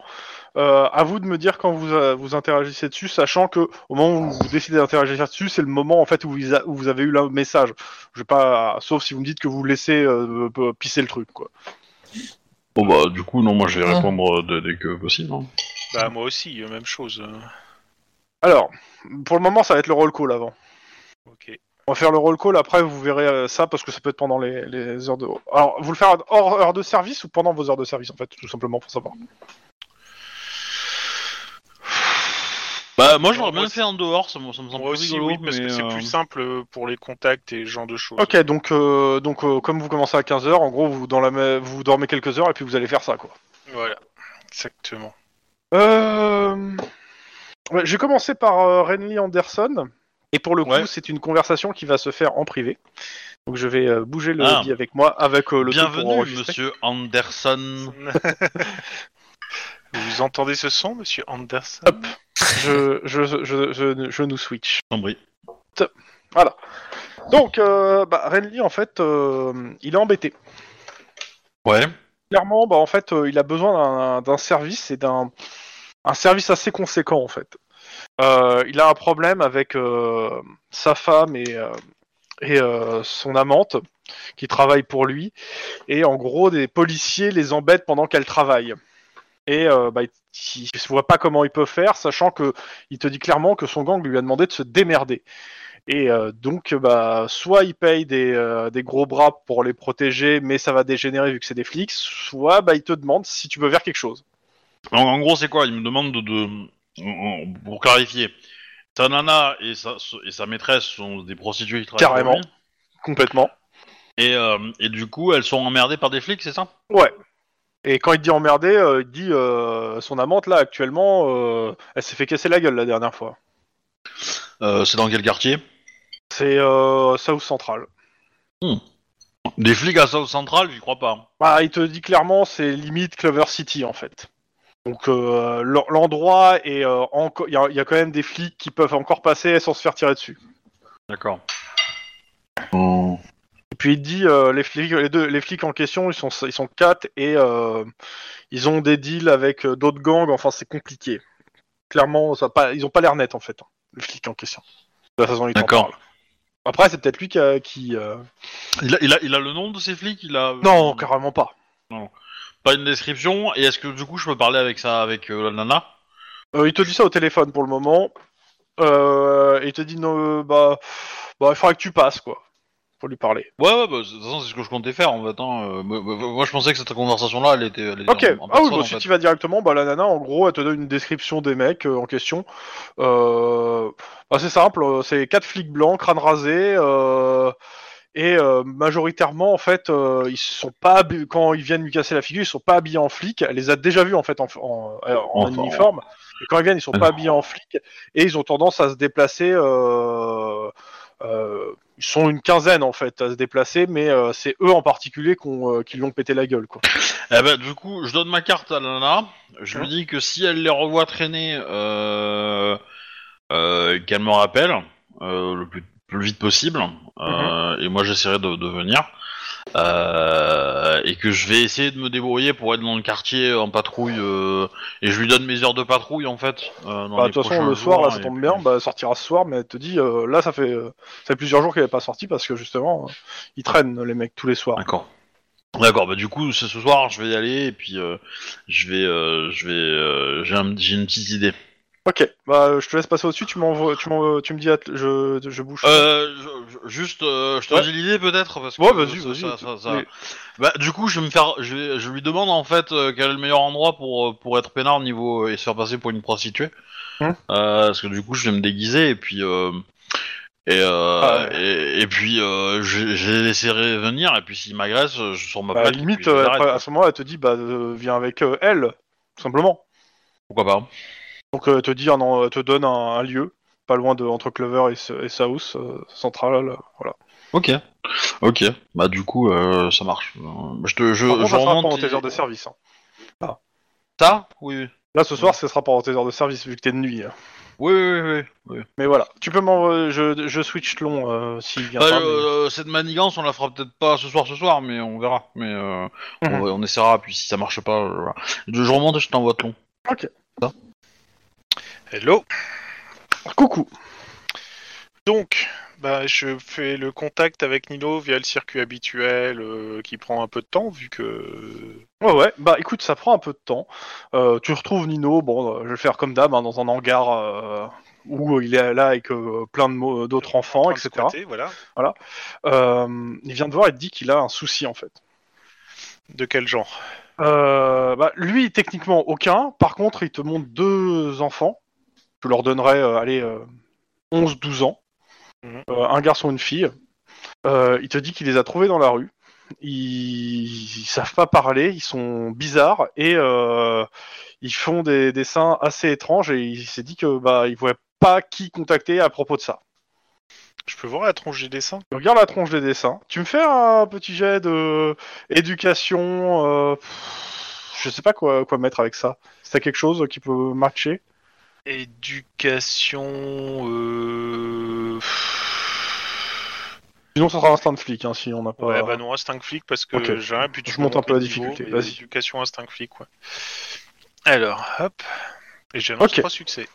Euh, à vous de me dire quand vous euh, vous interagissez dessus, sachant que au moment où vous décidez d'interagir dessus, c'est le moment en fait où, vous a- où vous avez eu le message. Je vais pas, sauf si vous me dites que vous laissez euh, euh, pisser le truc quoi.
Bon bah, du coup, non, moi je vais
Ah.
répondre euh, dès- dès que possible. hein.
bah, moi aussi, euh, même chose.
Alors, pour le moment, ça va être le roll call avant.
Ok.
On va faire le roll call après, vous verrez euh, ça parce que ça peut être pendant les, les heures de. Alors, vous le faire hors heure de service ou pendant vos heures de service en fait, tout simplement pour savoir.
Bah, moi j'aurais
Moi
bien
aussi.
fait en dehors, ça me, ça me semble
Moi aussi,
rigolo,
oui, parce
mais,
que c'est
euh,
plus simple pour les contacts et ce genre de choses.
Ok, donc, euh, donc euh, comme vous commencez à 15h, en gros, vous, dans la, ma- vous dormez quelques heures et puis vous allez faire ça quoi.
Voilà, exactement.
Euh... ouais, je vais commencer par euh, Renly Anderson. Et pour le coup,
Ouais.
c'est une conversation qui va se faire en privé. Donc je vais euh, bouger le
Ah.
hobby avec moi, avec euh, le tout pour
Bienvenue,
enregistrer.
monsieur Anderson.
Vous entendez ce son, monsieur Anderson
Je, je, je, je, je nous switch.
T'en prie.
Donc, euh, bah, Renly, en fait, euh, il est embêté.
Ouais.
Clairement, bah, en fait, euh, il a besoin d'un- d'un service et d'un un service assez conséquent, en fait. Euh, il a un problème avec euh, sa femme et, euh, et euh, son amante qui travaille pour lui. Et en gros, des policiers les embêtent pendant qu'elle travaille. Et euh, bah, il ne voit pas comment il peut faire, sachant que il te dit clairement que son gang lui a demandé de se démerder. Et euh, donc, euh, bah, soit il paye des, euh, des gros bras pour les protéger, mais ça va dégénérer vu que c'est des flics, soit bah, il te demande si tu veux faire quelque chose.
En, en gros, c'est quoi Il me demande de, de- en- en- pour clarifier. Ta nana et sa, et sa maîtresse sont des prostituées qui travaillent pour
Carrément.
lui.
Complètement.
Et, euh, et du coup, elles sont emmerdées par des flics, c'est ça
Ouais. Et quand il dit emmerder, euh, il dit euh, son amante là actuellement, euh, elle s'est fait casser la gueule la dernière fois.
Euh, C'est dans quel quartier
C'est euh, South Central.
Des flics à South Central, j'y crois pas. hein.
Bah, il te dit clairement, c'est limite Clover City en fait. Donc euh, l'en- l'endroit est euh, encore, il y, a- il y a quand même des flics qui peuvent encore passer sans se faire tirer dessus.
D'accord.
Et puis il dit euh, les flics, les deux, les flics en question, ils sont, ils sont quatre et euh, ils ont des deals avec euh, d'autres gangs. Enfin, c'est compliqué. Clairement, ça a pas, ils ont pas l'air nets en fait. hein, les flics en question. De la façon dont ils t'en
D'accord.
parlent. Après, c'est peut-être lui qui. a- qui, euh,
Il a, il, a, il a le nom de ces flics Il a euh,
Non, carrément pas.
pas une description Et est-ce que du coup, je peux parler avec ça, avec euh, la nana
Euh, il te dit ça au téléphone pour le moment. Euh, et il te dit non, euh, bah, bah, il faudra que tu passes quoi, pour lui parler.
Ouais, ouais, bah, de toute façon, c'est ce que je comptais faire en fait. hein. Euh, moi, moi- moi, je pensais que cette conversation-là, elle était, elle était
Ok,
en, en
ah oui,
personne,
bah,
en
si
fait.
tu vas directement, bah, la nana, en gros, elle te donne une description des mecs euh, en question. Euh, bah, c'est simple, euh, c'est quatre flics blancs, crâne rasé, euh, et euh, majoritairement, en fait, euh, ils sont pas habi- quand ils viennent lui casser la figure, ils sont pas habillés en flic. Elle les a déjà vus en fait en, en- euh, en
Enfin,
uniforme. Et quand ils viennent, ils sont pas
Alors.
habillés en flic et ils ont tendance à se déplacer. euh, euh, ils sont une quinzaine en fait à se déplacer, mais euh, c'est eux en particulier qu'on, euh, qui l'ont pété la gueule quoi.
Eh ben, du coup, je donne ma carte à la nana. Je lui dis que si elle les revoit traîner, euh, euh, qu'elle me rappelle euh, le plus, plus vite possible.
Mhm.
Euh, Et moi, j'essaierai de, de venir. Euh, et que je vais essayer de me débrouiller pour être dans le quartier en patrouille. euh, et je lui donne mes heures de patrouille, en fait. euh, dans
Bah,
les
de toute façon,
prochains
le soir,
jours,
là, ça
et
tombe
puis-
bien, bah, elle sortira ce soir, mais elle te dit, euh, là, ça fait, euh, ça fait plusieurs jours qu'elle n'est pas sortie parce que justement, euh, ils traînent les mecs tous les soirs.
D'accord. D'accord, bah du coup, c'est ce soir, je vais y aller, et puis euh, je vais... euh, je vais euh, j'ai un- j'ai une petite idée.
Ok, bah, euh, je te laisse passer au-dessus, tu, m'envoies- tu, m'envoies- tu me dis, à t- je, je bouge.
Euh, je- je- juste, euh, je te
Ouais.
dis l'idée peut-être parce que
Ouais, vas-y,
ça-
vas-y.
ça- ça- ça-
Oui.
Bah, du coup, je vais me faire, je, vais- je lui demande en fait euh, quel est le meilleur endroit pour euh, pour être peinard niveau euh, et se faire passer pour une prostituée.
Hein
Euh, parce que du coup, je vais me déguiser et puis euh, et, euh,
Ah ouais.
et et puis euh, je, je les laisserai venir et puis s'ils m'agressent, euh, je sors ma
Bah,
plaque et
limite,
puis je les
euh,
arrête,
après,
quoi.
à ce moment, elle te dit, bah, euh, viens avec euh, elle, tout simplement.
pourquoi pas
Donc, euh, elle te dit, un en- elle te donne un, un lieu, pas loin de entre Clover et, ce- et South euh, Central, euh, voilà.
Ok, ok. Bah du coup, euh, ça marche. Euh, Je te, je,
Par contre,
je
ça sera pas
remonte
en tes
les-
heures de service. hein.
ça. Oui, oui,
Là, ce soir, ce sera pas en tes heures de service vu que t'es de nuit. hein.
oui, oui. oui, oui.
Mais voilà, tu peux m'envoyer, je, je switch long euh, s'il vient
Bah,
pas. mais-
euh, Cette manigance, on la fera peut-être pas ce soir, ce soir, mais on verra. Mais euh, on-
Mhm.
on, essaiera. Puis si ça marche pas, euh, voilà. je, je remonte, et je t'envoie ton.
Hello
Coucou.
Donc, bah, je fais le contact avec Nino via le circuit habituel euh, qui prend un peu de temps vu que.
Ouais ouais, bah écoute, ça prend un peu de temps. Euh, tu retrouves Nino, bon, euh, je vais le faire comme d'hab, hein, dans un hangar euh, où il est là avec euh, plein de mo- d'autres enfants,
en train de
etc.
squatter, voilà.
Euh, il vient de voir et te dit qu'il a un souci en fait.
De quel genre
Euh, bah, lui, techniquement, aucun. Par contre, il te montre deux enfants. Tu leur donnerais, euh, allez, euh, 11-12 ans.
Mhm.
Euh, un garçon, une fille. Euh, il te dit qu'il les a trouvés dans la rue. Ils... ils savent pas parler, ils sont bizarres et euh, ils font des dessins assez étranges et il s'est dit que bah il voyait pas qui contacter à propos de ça.
Je peux voir la tronche des dessins
Tu regardes la tronche des dessins. Tu me fais un petit jet de éducation. euh, pff, Je sais pas quoi, quoi mettre avec ça. Si t'as quelque chose qui peut matcher.
Éducation. euh,
Sinon, ça sera un stand de flic, hein, si on n'a pas...
Ouais, bah non, instinct flic parce que
Ok.
j'ai rien, puis tu
Je monte un peu la
montes le niveau,
difficulté,
mais
vas-y.
Éducation instinct flic, ouais. Alors, hop. Et j'annonce
Ok.
trois succès.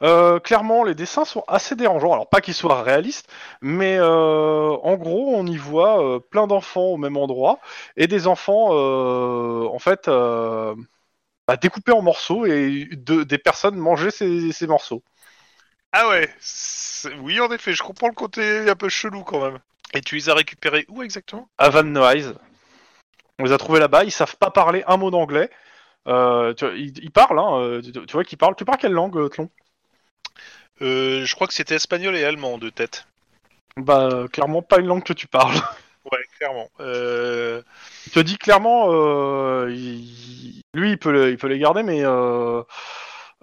Euh, clairement, les dessins sont assez dérangeants. Alors, pas qu'ils soient réalistes, mais euh, en gros, on y voit euh, plein d'enfants au même endroit et des enfants, euh, en fait, euh, bah, découpés en morceaux et de- des personnes manger ces, ces morceaux.
Ah ouais c'est- Oui, en effet, je comprends le côté un peu chelou quand même. Et tu les as récupérés où exactement
À Van Nuys. On les a trouvés là-bas, ils savent pas parler un mot d'anglais. Euh, tu vois, ils, ils parlent, hein, euh, tu, tu vois qu'ils parlent. Tu parles quelle langue, euh, Tlon
euh, Je crois que c'était espagnol et allemand de tête.
Bah, euh, clairement, pas une langue que tu parles. [LAUGHS]
Ouais, clairement. Euh...
Il te dit clairement, euh, il- lui, il peut, le- il peut les garder, mais euh,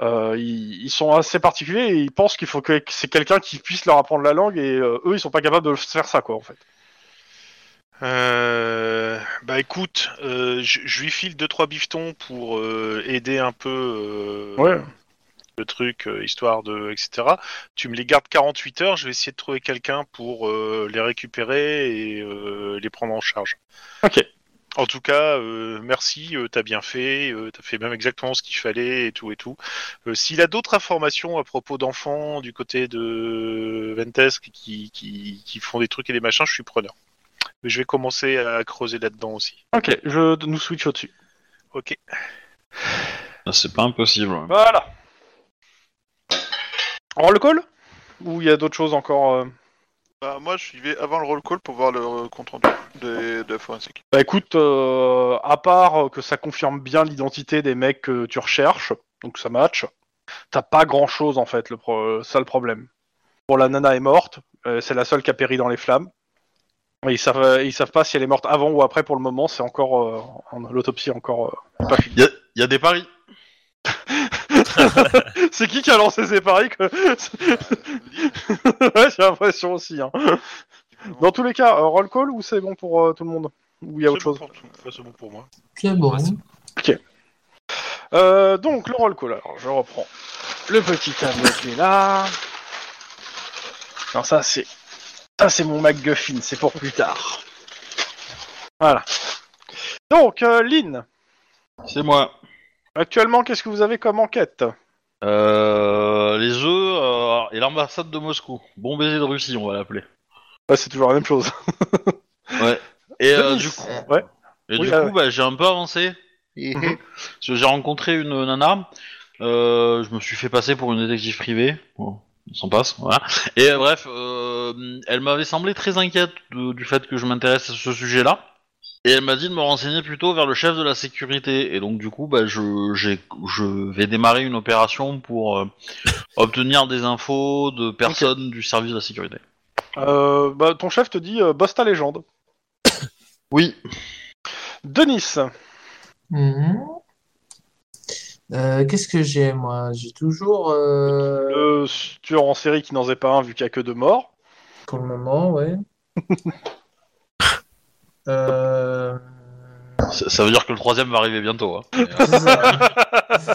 euh, ils, ils sont assez particuliers et ils pensent qu'il faut que que c'est quelqu'un qui puisse leur apprendre la langue et euh, eux, ils sont pas capables de faire ça, quoi, en fait.
Euh, bah écoute, euh, je je lui file deux trois bifetons pour euh, aider un peu euh, le truc, euh, histoire de, etc. Tu me les gardes 48 heures, je vais essayer de trouver quelqu'un pour euh, les récupérer et euh, les prendre en charge.
Ok.
En tout cas, euh, merci, euh, t'as bien fait, euh, t'as fait même exactement ce qu'il fallait et tout et tout. Euh, S'il a d'autres informations à propos d'enfants du côté de Ventes qui, qui, qui, qui font des trucs et des machins, je suis preneur. Mais je vais commencer à creuser là-dedans aussi.
Ok, je nous switch au-dessus.
Ok.
Ah, C'est pas impossible. ouais.
Voilà. On le call Ou il y a d'autres choses encore euh
Bah, moi, je vais avant le roll call pour voir le euh, compte rendu des- de la forensique.
Bah écoute, euh, à part que ça confirme bien l'identité des mecs que tu recherches, donc ça match, t'as pas grand chose en fait, le pro- euh, ça le problème. Bon, la nana est morte, euh, c'est la seule qui a péri dans les flammes. Et Ils savent, euh, ils savent pas si elle est morte avant ou après pour le moment, c'est encore. euh, en- L'autopsie est encore.
Y a- y a des paris.
euh. c'est qui qui a lancé ces paris que... [LAUGHS] Ouais, j'ai l'impression aussi. hein. Dans tous les cas, euh, roll call ou c'est bon pour euh, tout le monde Ou il y a autre
C'est
chose
bon pour tout. Ouais, C'est bon pour moi.
C'est bon.
Ouais, c'est-
Euh, donc le roll call, alors je reprends le petit tableau qui est là. Non, ça c'est. Ça c'est mon MacGuffin, c'est pour plus tard. Voilà. Donc, euh, Lynn,
C'est moi.
actuellement qu'est-ce que vous avez comme enquête
Euh, les œufs euh, et l'ambassade de Moscou. Bon baiser de Russie, on va l'appeler.
Bah, C'est toujours la même chose.
Et euh,
Denis.
du coup,
Ouais.
et
Oui,
du
ah
coup,
ouais.
bah, j'ai un peu avancé.
[LAUGHS] Mhm.
Parce que j'ai rencontré une nana. euh, je me suis fait passer pour une détective privée. Bon, on s'en passe, voilà. Et euh, bref, euh, elle m'avait semblé très inquiète de- du fait que je m'intéresse à ce sujet-là. Et elle m'a dit de me renseigner plutôt vers le chef de la sécurité. Et donc du coup, bah, je, j'ai- je vais démarrer une opération pour euh, obtenir des infos de personnes du service de la sécurité.
Euh, bah, ton chef te dit euh, bosse ta légende.
Oui.
Denis,
Mhm. Euh, Qu'est-ce que j'ai moi J'ai toujours
le
euh,
tueur en série qui n'en faisait pas un vu qu'il n'y a que deux morts.
pour le moment, ouais. [LAUGHS] Euh, [LAUGHS]
Ça, ça veut dire que le troisième va arriver bientôt. hein. Mais, euh,
c'est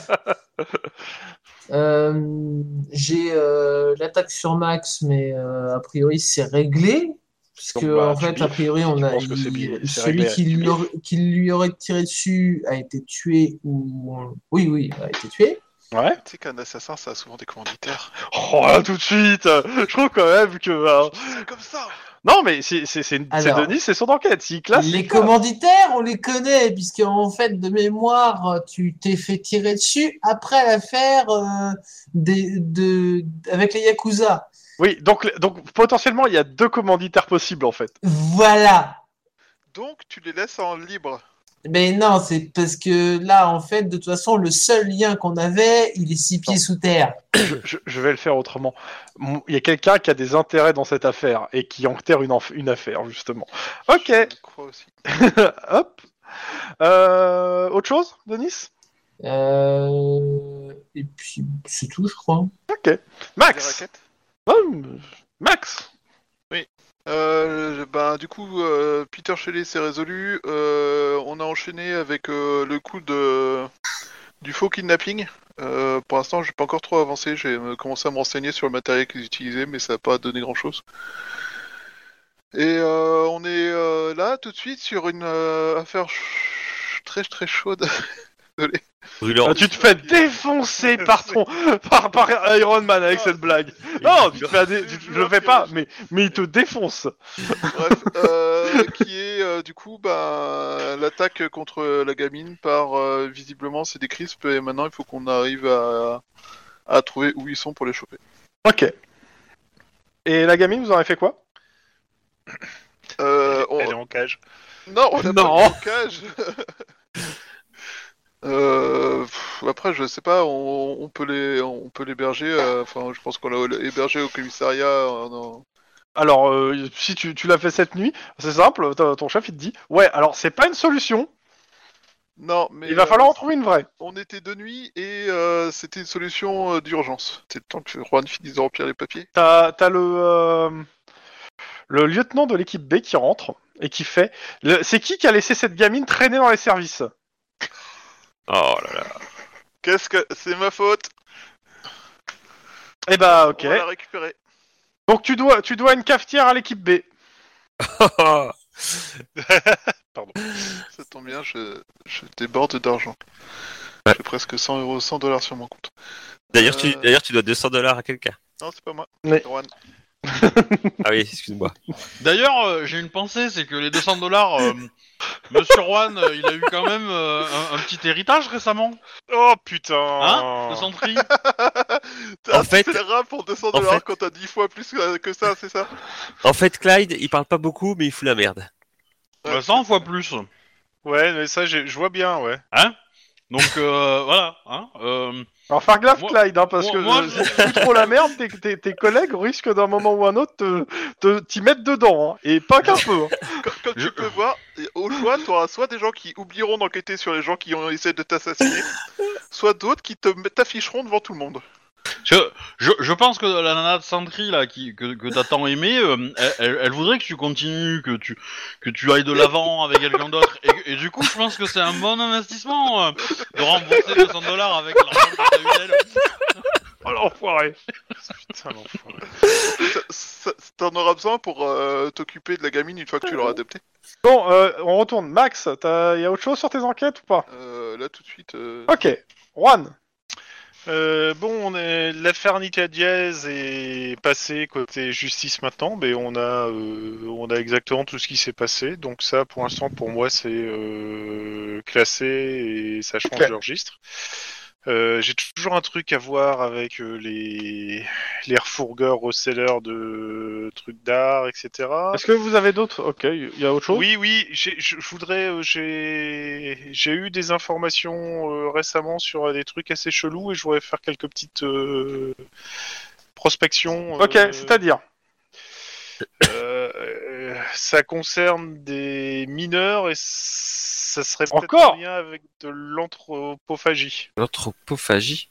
ça. Euh, j'ai euh, l'attaque sur Max, mais euh, a priori c'est réglé. Parce
Donc,
que,
bah,
en
tu
fait,
biffes,
a priori,
si
on
tu
a
penses que c'est bi-
il-
c'est
celui
réglé,
qui
tu
lui,
biffes.
aurait, qui lui aurait tiré dessus a été tué ou. Oui, oui, a été tué.
Ouais.
Tu sais qu'un assassin, ça a souvent des commanditaires.
Oh là tout de suite euh, Je trouve quand même que. euh,
C'est [LAUGHS] comme ça
Non, mais c'est c'est- c'est- c'est
Alors.
Denis, c'est son enquête. S'il classe,
les
il classe.
commanditaires, on les connaît, puisque en fait, de mémoire, tu t'es fait tirer dessus après l'affaire euh, des- de, avec les Yakuza.
Oui, donc, donc potentiellement, il y a deux commanditaires possibles en fait.
Voilà.
Donc, tu les laisses en libre.
Mais non, c'est parce que là, en fait, de toute façon, le seul lien qu'on avait, il est six pieds sous terre.
Je, je vais le faire autrement. Mon- Il y a quelqu'un qui a des intérêts dans cette affaire et qui enterre une, enf- une affaire, justement.
[LAUGHS]
Ok,
Je crois aussi.
hop. Euh, autre chose, Denis
Euh, Et puis, c'est tout, je crois.
Des
Max
raquettes
Hum, Max
Euh, je- ben, du coup, euh, Peter Shelley s'est résolu. Euh, on a enchaîné avec euh, le coup de du faux kidnapping. Euh, pour l'instant, j'ai pas encore trop avancé. J'ai euh, commencé à me renseigner sur le matériel qu'ils utilisaient, mais ça n'a pas donné grand-chose. Et euh, on est euh, là tout de suite sur une euh, affaire ch- très très chaude.
Brûlant.
Ah, tu te fais
[LAUGHS]
défoncer par ton par, par Iron Man
Ah,
avec cette blague. Non, tu te fais dé- tu- je le fais pas, mais mais il te défonce.
Bref, euh, qui est euh, du coup bah, l'attaque contre la gamine par euh, visiblement c'est des crisps et maintenant il faut qu'on arrive à, à trouver où ils sont pour les choper.
Ok. Et la gamine, vous en avez fait quoi
Euh, on-
Elle est en cage.
Non, on a
Non.
pas de blocage. [LAUGHS] Euh, pff, après, je sais pas, on, on peut les, on peut l'héberger. euh, Enfin, je pense qu'on l'a hébergé au commissariat. euh, non.
Alors, euh, si tu, tu l'as fait cette nuit, c'est simple. ton- Ton chef il te dit, ouais, alors c'est pas une solution.
Non, mais
il va
euh,
falloir en trouver une vraie.
On était de nuit et euh, c'était une solution euh, d'urgence. C'est le temps que Juan finisse de remplir les papiers.
T'as t'as le euh, le lieutenant de l'équipe B qui rentre et qui fait, le- c'est qui qui a laissé cette gamine traîner dans les services
Oh là là.
Qu'est-ce que c'est ma faute
Eh bah, ok.
On l'a récupéré.
Donc tu dois tu dois une cafetière à l'équipe B.
Ça tombe bien, je, je déborde d'argent.
Ouais.
J'ai presque 100 euros, 100 dollars sur mon compte.
[LAUGHS] D'ailleurs, tu,
Euh.
d'ailleurs, tu dois 200 dollars à quelqu'un.
Non, c'est pas moi.
Mais-
Juan.
Ah oui, excuse-moi.
D'ailleurs, euh, j'ai une pensée, c'est que les 200 dollars, euh, [LAUGHS] Monsieur Juan, euh, il a eu quand même euh, un, un petit héritage récemment,
Oh putain
hein, de son prix.
T'as
En fait-
fait Ah, le rap pour 200
en
dollars
fait-
quand t'as 10 fois plus que, que ça, c'est ça
En fait, Clyde, il parle pas beaucoup, mais il fout la merde.
[LAUGHS] Bah, 100 fois plus.
Ouais, mais ça, j'ai- je vois bien, ouais.
Hein Donc euh, voilà. Hein, euh,
Alors faire gaffe,
Moi-
Clyde, hein, parce
moi-
que
moi,
euh,
je-
si tu fous trop la merde, tes, tes- tes collègues risquent d'un moment ou un autre te- te- t'y mettre dedans, hein, et pas qu'un peu. hein.
Co- Comme
Je-
tu peux voir, au choix, t'auras soit des gens qui oublieront d'enquêter sur les gens qui ont essayé de t'assassiner, soit d'autres qui te t'afficheront devant tout le monde.
Je, je, je pense que la nana de Sentry là, qui, que, que t'as tant aimé, euh, elle- elle, elle voudrait que tu continues, que tu, que tu ailles de l'avant avec quelqu'un d'autre. Et, et du coup, je pense que c'est un bon investissement euh, de rembourser 200 dollars avec l'argent que t'as eu d'elle.
Oh l'enfoiré.
Putain, l'enfoiré.
Ça- ça- T'en auras besoin pour euh, t'occuper de la gamine une fois que tu
Ah.
l'auras adoptée.
Bon, euh, on retourne. Max, t'as- y a autre chose sur tes enquêtes ou pas
Euh, là, tout de suite. euh,
Ok. Juan,
Euh, bon, on est... l'affaire Nika Diaz est passée côté justice maintenant, mais on a, euh, on a exactement tout ce qui s'est passé. Donc ça, pour l'instant, pour moi, c'est euh, classé et ça change
Ok.
de registre. Euh, J'ai toujours un truc à voir avec euh, les, les refourgueurs, receleurs de trucs d'art, etc.
est-ce que vous avez d'autres Ok, y a autre chose
Oui, oui, j'ai- je je voudrais. euh, J'ai j'ai eu des informations euh, récemment sur euh, des trucs assez chelous et je voudrais faire quelques petites euh, prospections. euh,
Ok, c'est-à-dire
euh, euh, ça concerne des mineurs et ça serait peut-être
Encore
en lien avec de l'anthropophagie.
L'anthropophagie.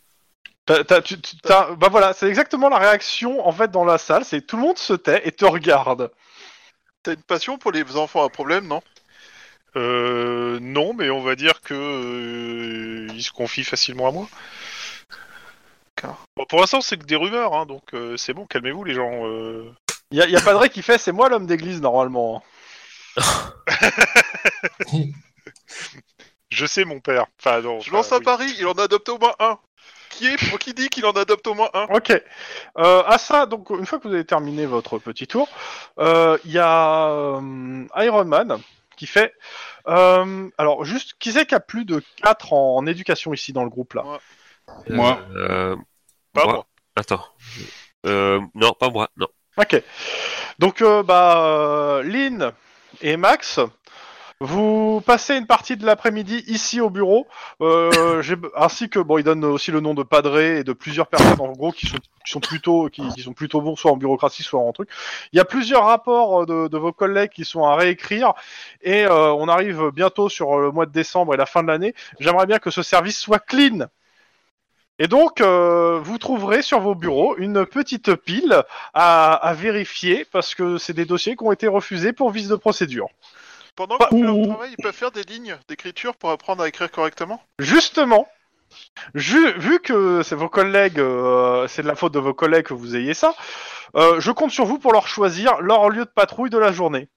T'as- t'as- tu- tu- t'as- Bah voilà, c'est exactement la réaction en fait dans la salle, c'est tout le monde se tait et te regarde.
T'as une passion pour les enfants à problème, non
Euh, non, mais on va dire que euh, il se confie facilement à moi.
D'accord.
Bon, pour l'instant, c'est que des rumeurs, hein, donc euh, c'est bon. Calmez-vous, les gens. euh.
Y a, y a pas de vrai qui fait, c'est moi l'homme d'église normalement.
Je sais mon père. Enfin, non, enfin,
Je
bah,
lance un
oui.
pari, il en adopte au moins un. Qui, est, qui dit qu'il en adopte au moins un
Ok. Euh, à ça, donc une fois que vous avez terminé votre petit tour, euh, il y a euh, Iron Man qui fait. euh, alors juste, qui c'est qui a plus de 4 en, en éducation ici dans le groupe là
Moi.
Euh,
Pas
moi.
moi.
Attends. Euh, non, pas moi, non.
Ok. Donc euh, bah euh, Lynn et Max. Vous passez une partie de l'après-midi ici au bureau, euh, [LAUGHS] j'ai- ainsi que bon, il donne aussi le nom de Padré et de plusieurs personnes en gros qui sont, qui sont plutôt qui, qui sont plutôt bons soit en bureaucratie soit en truc. Il y a plusieurs rapports euh, de, de vos collègues qui sont à réécrire et euh, on arrive bientôt sur le mois de décembre et la fin de l'année. J'aimerais bien que ce service soit clean. Et donc, euh, vous trouverez sur vos bureaux une petite pile à, à vérifier parce que c'est des dossiers qui ont été refusés pour vice de procédure.
Pendant
Pas-
qu'on fait leur travail, ils peuvent faire des lignes d'écriture pour apprendre à écrire correctement
Justement, Ju- vu que c'est vos collègues, euh, c'est de la faute de vos collègues que vous ayez ça, euh, je compte sur vous pour leur choisir leur lieu de patrouille de la journée.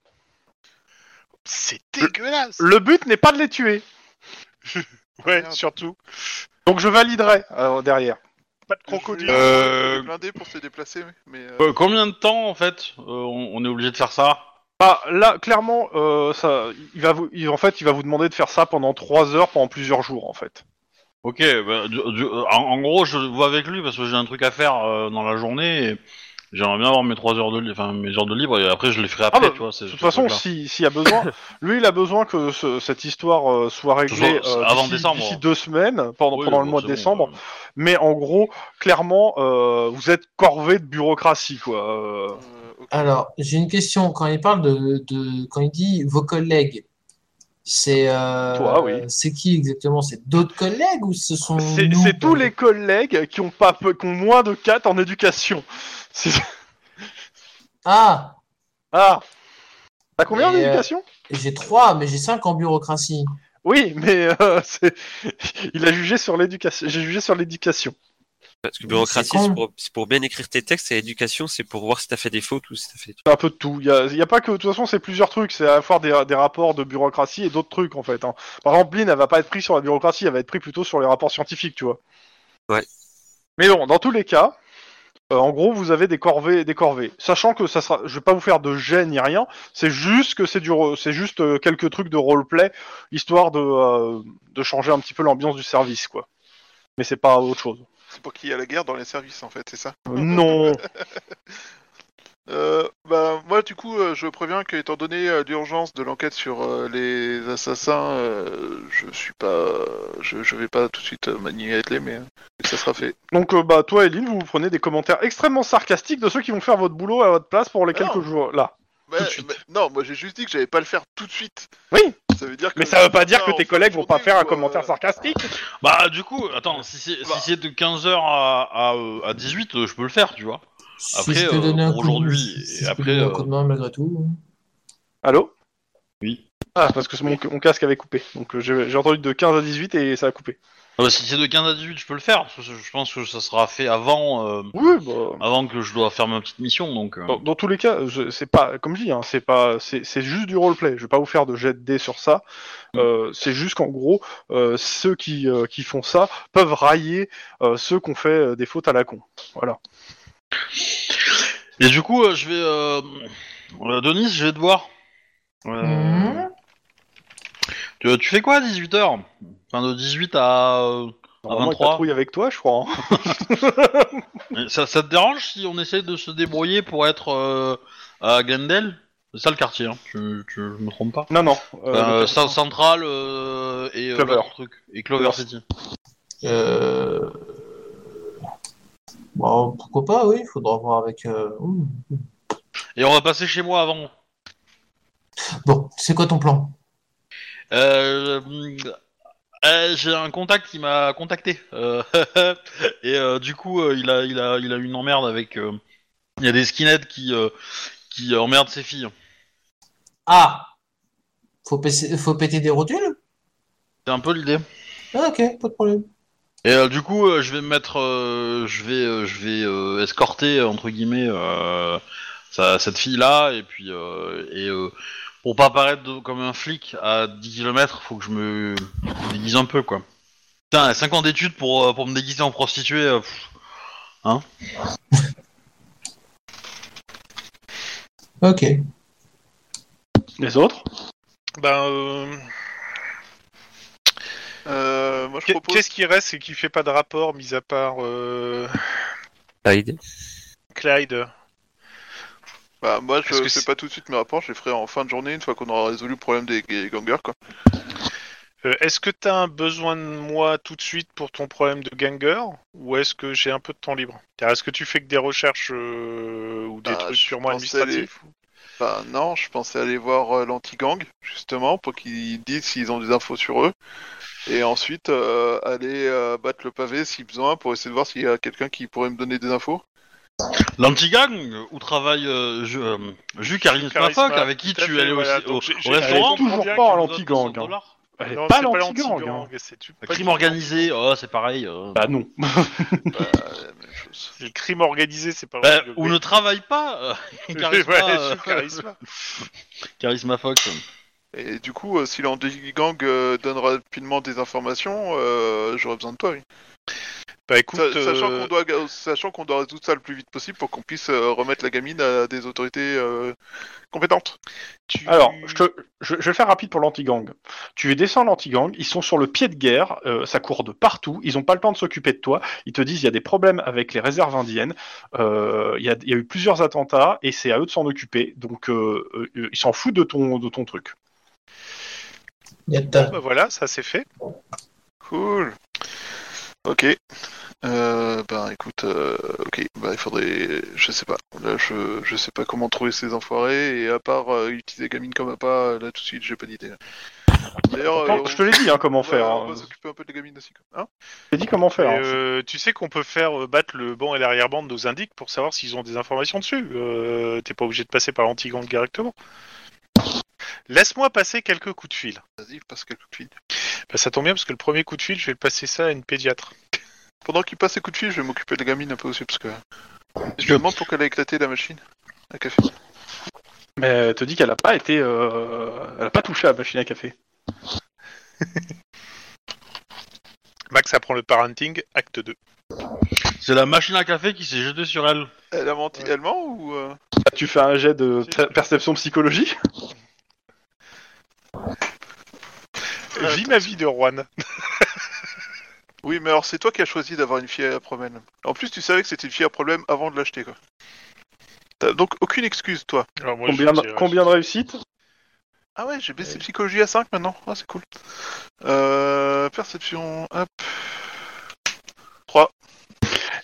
C'est dégueulasse.
Le but n'est pas de les tuer,
Ouais,
Merde.
surtout.
donc je validerai euh, derrière.
Pas de crocodile.
Euh...
Euh,
Blindé pour se déplacer, oui, mais. euh,
Euh, combien de temps en fait euh, on, on est obligé de faire ça
Bah, là, clairement, euh, ça, il va vous, il- en fait, il va vous demander de faire ça pendant trois heures, pendant plusieurs jours, en fait.
Ok, bah, du- du- en, en gros, je vois avec lui parce que j'ai un truc à faire euh, dans la journée. Et j'aimerais bien avoir mes trois heures de, li- enfin mes heures de libre et après je les ferai après,
bah,
tu vois.
De toute façon, si- s'il y
[LAUGHS]
a besoin, lui, il a besoin que ce- cette histoire euh, soit réglée
Toujours,
euh,
avant
d'ici-
décembre. hein.
d'ici deux semaines, pendant, pendant le mois de décembre.
Bah,
Mais en gros, clairement, euh, vous êtes corvée de bureaucratie, quoi. Euh,
euh, ok.
Alors, j'ai une question. Quand il parle de, de- quand il dit vos collègues, c'est euh,
Toi, oui.
c'est qui exactement? C'est d'autres collègues ou ce sont
C'est
nous
c'est tous les collègues qui ont, pas, peu- qui ont moins de 4 en éducation. [LAUGHS] C'est-
Ah,
Ah T'as combien
Et, euh,
d'éducation
j'ai trois, mais j'ai cinq en bureaucratie.
Oui, mais euh, [LAUGHS] c'est- il a jugé sur l'éducation. J'ai jugé sur l'éducation.
Parce que bureaucratie,
C'est con.
c'est pour, c'est pour bien écrire tes textes et éducation, c'est pour voir si t'as fait des fautes ou si t'as fait des trucs.
C'est un peu de tout. Il y a, il y a pas que. De toute façon, c'est plusieurs trucs. C'est à la fois des, des rapports de bureaucratie et d'autres trucs en fait. hein. Par exemple, Lynn, elle va pas être prise sur la bureaucratie, elle va être prise plutôt sur les rapports scientifiques, tu vois.
Ouais.
Mais bon, dans tous les cas, euh, en gros, vous avez des corvées, des corvées. Sachant que ça sera, je vais pas vous faire de jet ni rien. C'est juste que c'est du, ro- c'est juste euh, quelques trucs de roleplay, histoire de, euh, de changer un petit peu l'ambiance du service, quoi. Mais c'est pas autre chose.
C'est pour qu'il y a la guerre dans les services, en fait, c'est ça
Euh, non.
Euh, bah, moi, du coup, euh, je préviens que, étant donné euh, l'urgence de l'enquête sur euh, les assassins, euh, je suis pas, je, je vais pas tout de suite euh, manier à être les, mais euh, ça sera fait.
Donc euh, bah toi et Lynn, vous, vous prenez des commentaires extrêmement sarcastiques de ceux qui vont faire votre boulot à votre place pour les
Ah
quelques
non.
jours là.
Bah,
Tout de suite.
bah, non, moi j'ai juste dit que j'allais pas le faire tout de suite.
Oui.
Ça veut dire que.
Mais ça veut pas dire que
Ah, en
tes
fin
collègues
de
vont pas
journée
faire un
ou, euh,
commentaire sarcastique.
Bah, du coup, attends, si c'est
Bah.
si c'est de 15h à, à, euh, à 18, euh, je peux le faire, tu vois.
Si
Après,
je peux
euh,
donner un
pour
coup de-
aujourd'hui,
si- si
et
je peux
après,
donner un
euh,
coup de main malgré tout. hein.
Allô
Oui.
Ah parce que c'est mon, mon casque avait coupé. Donc euh, j'ai j'ai entendu de 15 à 18 et ça a coupé.
Ah bah, si c'est de 15 à 18, je peux le faire parce que je pense que ça sera fait avant euh,
Oui bah.
avant que je dois faire ma petite mission donc. euh.
Dans, dans tous les cas, je- c'est pas comme je dis, hein, c'est pas, c'est c'est juste du roleplay. Je vais pas vous faire de jet de dés sur ça. Euh, c'est juste qu'en gros, euh, ceux qui, euh, qui font ça peuvent railler euh, ceux qui ont fait euh, des fautes à la con. Voilà.
Et du coup, euh, je vais euh, euh, Denis, je vais te voir. Euh,
Mhm.
tu, tu fais quoi à 18h Enfin de 18 à euh,
Normalement, ils
23.
patrouillent avec toi, je crois. hein.
ça, ça te dérange si on essaie de se débrouiller pour être euh, à Glendale C'est ça le quartier, hein. tu, tu- je me trompe pas.
Non non. euh,
Euh,
le-
South Central euh, et euh,
Clover.
l'autre truc et Clover City.
Euh... Bon, pourquoi pas, oui, il faudra voir avec. euh, ouh.
Et on va passer chez moi avant.
Bon, c'est quoi ton plan?
Euh, hum, euh, j'ai un contact qui m'a contacté. Euh, [LAUGHS] et euh, du coup, euh, il, a, il, a, il a une emmerde avec. euh, il y a des skinheads qui, euh, qui emmerdent ses filles.
Ah! Faut péter, faut péter des rotules?
C'est un peu l'idée.
Ah, ok, pas de problème.
Et euh, du coup, euh, je vais me mettre. euh, je vais, euh, je vais euh, escorter, entre guillemets, euh, sa- cette fille-là. Et puis. euh, et euh, pour pas paraître de- comme un flic à 10 km, faut que je me déguise un peu, quoi. Putain, 5 ans d'études pour, euh, pour me déguiser en prostituée. euh, pff.
Ok.
Les autres
Ben, euh,
Euh, moi je
qu'est-
propose.
qu'est-ce qui reste et qui fait pas de rapport, mis à part euh,
Pas idée.
Clyde
Bah, moi je
Parce que
fais
c'est-
pas tout de suite mes rapports, je les ferai en fin de journée une fois qu'on aura résolu le problème des ga- gangers quoi.
Euh, Est-ce que t'as un besoin de moi tout de suite pour ton problème de ganger ou est-ce que j'ai un peu de temps libre C'est-à-dire, Est-ce que tu fais que des recherches euh, ou des
Bah,
trucs
je
purement
pensais aller-
administratifs ou-
Bah non, je pensais aller voir euh, l'anti-gang, justement, pour qu'ils disent s'ils ont des infos sur eux. Et ensuite, euh, aller euh, battre le pavé si besoin, pour essayer de voir s'il y a quelqu'un qui pourrait me donner des infos.
L'anti-gang euh, où travaille euh, Ju- euh, Ju Charisma
Charisma,
Fuck, avec qui
tout à
tu
fait,
allais
voilà.
aussi
Donc,
au,
j'ai-
au
j'ai-
restaurant
toujours
qui
pas à
nous donne
l'anti-gang,
200
hein.
dollars.
Elle est
Non,
pas
c'est pas
l'anti-gang. hein.
l'anti-gang, c'est tu- pas
Crime
du-
organisé, oh, c'est pareil. euh.
Bah non.
Bah, la même chose.
c'est le crime organisé, c'est pas
Bah,
l'anti-gang.
ou ne travaille pas euh,
[LAUGHS] Ouais,
Charisma,
je
euh,
suis charisme.
[LAUGHS] Charisma Fox.
Et du coup, euh, si l'anti-gang euh, donne rapidement des informations, euh, j'aurais besoin de toi, oui.
Bah écoute,
Sa- Sachant
euh,
qu'on doit, ga- sachant qu'on doit résoudre ça le plus vite possible pour qu'on puisse euh, remettre la gamine à des autorités euh, compétentes.
tu-
Alors, je, te- je- je vais le faire rapide pour l'anti-gang. Tu descends l'anti-gang, ils sont sur le pied de guerre, euh, ça court de partout, ils n'ont pas le temps de s'occuper de toi, ils te disent il y a des problèmes avec les réserves indiennes, euh, il y, a- il y a eu plusieurs attentats et c'est à eux de s'en occuper, donc euh, euh, ils s'en foutent de ton, de ton truc.
Y a ta-
bah, voilà, ça c'est fait.
Cool. Ok. Euh, ben écoute, euh, ok. Bah il faudrait, je sais pas. Là, je, je sais pas comment trouver ces enfoirés et à part euh, utiliser gamine comme appât, là tout de suite, j'ai pas d'idée. D'ailleurs,
Pourtant,
euh,
je te l'ai dit hein, comment
on,
faire.
va,
hein.
on va s'occuper un peu de la gamine aussi. quoi. Hein
Je t'ai dit comment faire.
Et,
hein.
euh, tu sais qu'on peut faire euh, battre le banc et l'arrière-ban de nos indiques pour savoir s'ils ont des informations dessus. Euh, T'es pas obligé de passer par l'anti-gang directement. Laisse-moi passer quelques coups de fil.
Vas-y, passe quelques coups de fil.
Bah, ça tombe bien parce que le premier coup de fil, je vais passer ça à une pédiatre.
Pendant qu'il passe les coups de fil, je vais m'occuper de la gamine un peu aussi parce que je me demande pourquoi elle a éclaté la machine à café.
Mais elle te dit qu'elle n'a pas été, euh, elle a pas touché à la machine à café.
Max apprend le parenting, acte 2.
C'est la machine à café qui s'est jetée sur elle.
Elle a menti allemand ou euh,
Tu fais un jet de
Si.
per- perception psychologie
Ah,
Vis ma vie de Juan.
Euh, Oui, mais alors c'est toi qui as choisi d'avoir une fille à problème. En plus, tu savais que c'était une fille à problème avant de l'acheter, quoi. T'as donc aucune excuse, toi.
Alors, moi, je
Combien,
dirais-
de- combien de réussites
Ah ouais, j'ai baissé psychologie à 5 maintenant. Ah, c'est cool. Euh, perception, hop.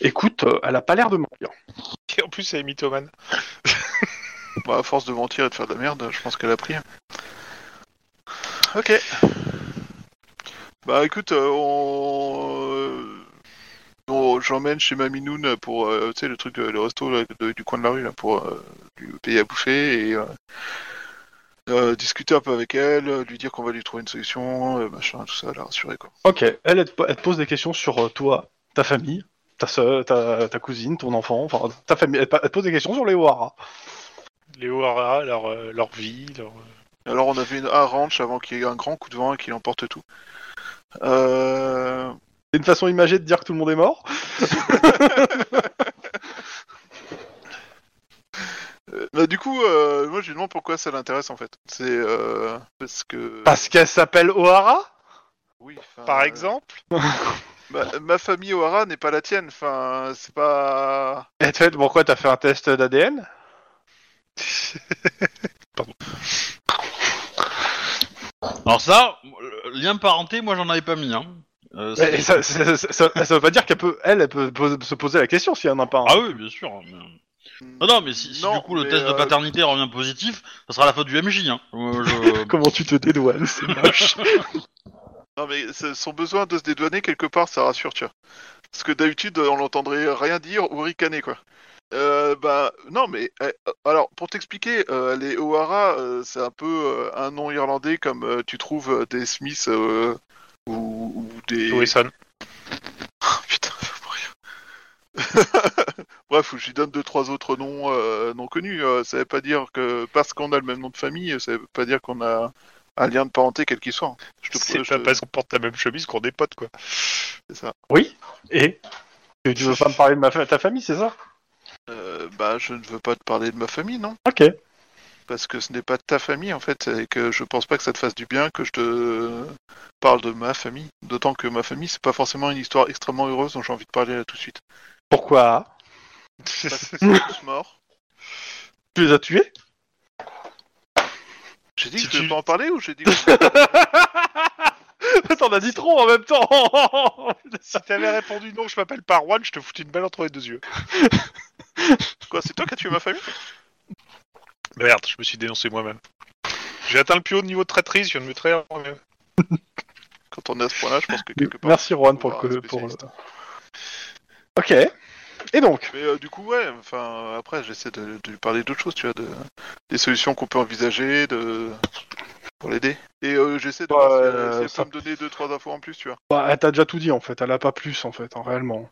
Écoute, euh, elle a pas l'air de mentir.
[LAUGHS] Et en plus, elle est mythomane.
Bah, à force de mentir et de faire de la merde, je pense qu'elle a pris. Ok. Bah, écoute, euh, on... euh, on- J'emmène chez Maminoun pour, euh, tu sais, le truc, euh, le resto là, de- du coin de la rue, là, pour euh, lui payer à bouffer et... euh, euh, discuter un peu avec elle, euh, lui dire qu'on va lui trouver une solution, euh, machin, tout ça, la rassurer, quoi.
Ok, elle, elle te, elle te pose des questions sur euh, toi, ta famille, ta soeur, ta, ta cousine, ton enfant, enfin ta famille. Elle, pa- elle te pose des questions sur les Wara.
Les O'Hara, leur, euh, leur vie, leur...
Alors on avait une A ranch avant qu'il y ait un grand coup de vent et qu'il emporte tout. Euh...
C'est une façon imagée de dire que tout le monde est mort.
euh, bah, du coup, euh, moi je lui demande pourquoi ça l'intéresse en fait. C'est euh, parce que euh,
Parce qu'elle s'appelle O'Hara
oui, enfin,
Par exemple
ma, ma famille O'Hara n'est pas la tienne. Enfin, c'est pas.
Et tu sais pourquoi t'as fait un test d'ADN
Alors ça, euh, lien de parenté, moi j'en avais pas mis. Hein. Euh, c'est-
Et ça, ça, ça- ça- ça veut pas dire qu'elle peut, elle, elle peut pose- se poser la question s'il y en a pas un.
Ah oui, bien sûr. mais- Non, non, mais si, si
Non,
du coup le
mais,
test de
euh,
paternité revient positif, ça sera la faute du MJ. Hein. Euh,
[LAUGHS]
je-
Comment tu te dédouanes C'est moche.
Non mais c'est- son besoin de se dédouaner quelque part, ça rassure, tu vois. Parce que d'habitude, on l'entendrait rien dire ou ricaner, quoi. Euh, bah non mais euh, alors pour t'expliquer, euh, les O'Hara, euh, c'est un peu euh, un nom irlandais comme euh, tu trouves euh, des Smiths euh, ou, ou des.
Wilson.
Putain, pour rien. Bref, je lui donne deux trois autres noms euh, non connus. Euh, ça veut pas dire que parce qu'on a le même nom de famille, ça veut pas dire qu'on a un lien de parenté quel qu'il soit. Je te
C'est
je
pas
te-
parce qu'on porte la même chemise qu'on est potes, quoi.
c'est ça.
Oui Et Tu tu veux pas me parler de ma fa- ta famille, c'est ça
Euh, bah, je ne veux pas te parler de ma famille, non
Ok.
Parce que ce n'est pas ta famille, en fait, et que je pense pas que ça te fasse du bien que je te parle de ma famille. D'autant que ma famille, c'est pas forcément une histoire extrêmement heureuse dont j'ai envie de parler là tout de suite.
Pourquoi
Bah,
Parce
[LAUGHS]
[LAUGHS] que c'est tous morts.
Tu les as tués
J'ai dit
Si
que je ne
tu-
pas en parler ou
[LAUGHS]
j'ai dit que...
[LAUGHS] T'en as dit trop en même temps [LAUGHS]
si t'avais répondu non, je m'appelle pas Juan, je te foutais une balle entre les deux yeux.
Quoi, c'est toi qui as tué ma famille
Merde, je me suis dénoncé moi-même. J'ai atteint le plus haut niveau de traîtrise, je viens de me trahir. moi-même.
Quand on est à ce point-là, je pense que quelque part...
Merci Juan pour,
Voir un
Ah, le- pour le...
spécialiste.
Ok. Et donc
Mais euh, du coup, ouais, enfin, après, j'essaie de, de lui parler d'autres choses, tu vois, de... des solutions qu'on peut envisager, de... pour l'aider. Et euh, j'essaie de
Ouais,
voir si elle- si elle,
Bah, ça-
peut me donner deux trois infos en plus, tu vois.
Bah, elle t'a déjà tout dit en fait, elle a pas plus en fait, hein, réellement.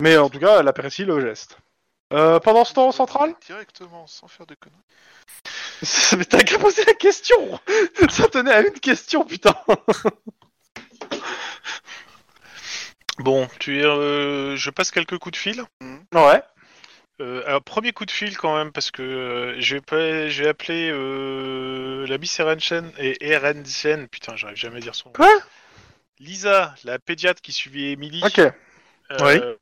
Mais en tout cas, elle apprécie le geste. Euh, pendant ce temps, en centrale
Directement, sans faire de conneries.
[LAUGHS] Mais t'as qu'à poser la question [LAUGHS] Ça tenait à une question, putain
Bon, tu es, euh, je passe quelques coups de fil.
Ouais.
Euh, alors, premier coup de fil quand même, parce que euh, j'ai pas- j'ai appelé euh, la Miss Erenchen et Erenchen, putain, j'arrive jamais à dire son nom.
Quoi
Lisa, la pédiatre qui suivait Emily,
Ok.
euh,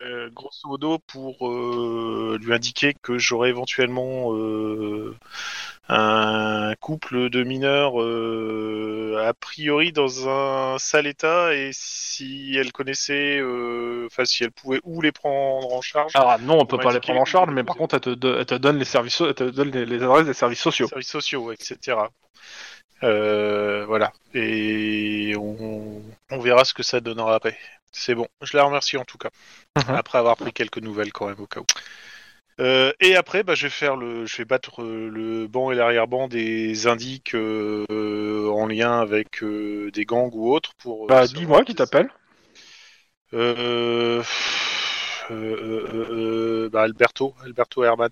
euh, grosso modo pour euh, lui indiquer que j'aurais éventuellement euh, un couple de mineurs euh, a priori dans un sale état et si elle connaissait, euh, enfin si elle pouvait ou les prendre en charge.
Alors non, on peut
Ouais,
pas les
indiquer
prendre en
les
charge,
codes
mais
de
par
pose.
contre, elle te, do- elle te donne les services, so- elle te donne les, les adresses des services sociaux.
services sociaux, etc. Euh, voilà. Et on, on verra ce que ça donnera après. C'est bon. Je la remercie en tout cas.
Mhm.
Après avoir pris quelques nouvelles quand même au cas où. Euh, et après, bah, je vais faire le, je vais battre euh, le banc et l'arrière-banc des indiques euh, euh, en lien avec euh, des gangs ou autres pour. euh,
Bah,
savoir
dis-moi qui
si-
t'appelle.
Euh, pff, euh, euh, euh, bah, Alberto, Alberto Herman.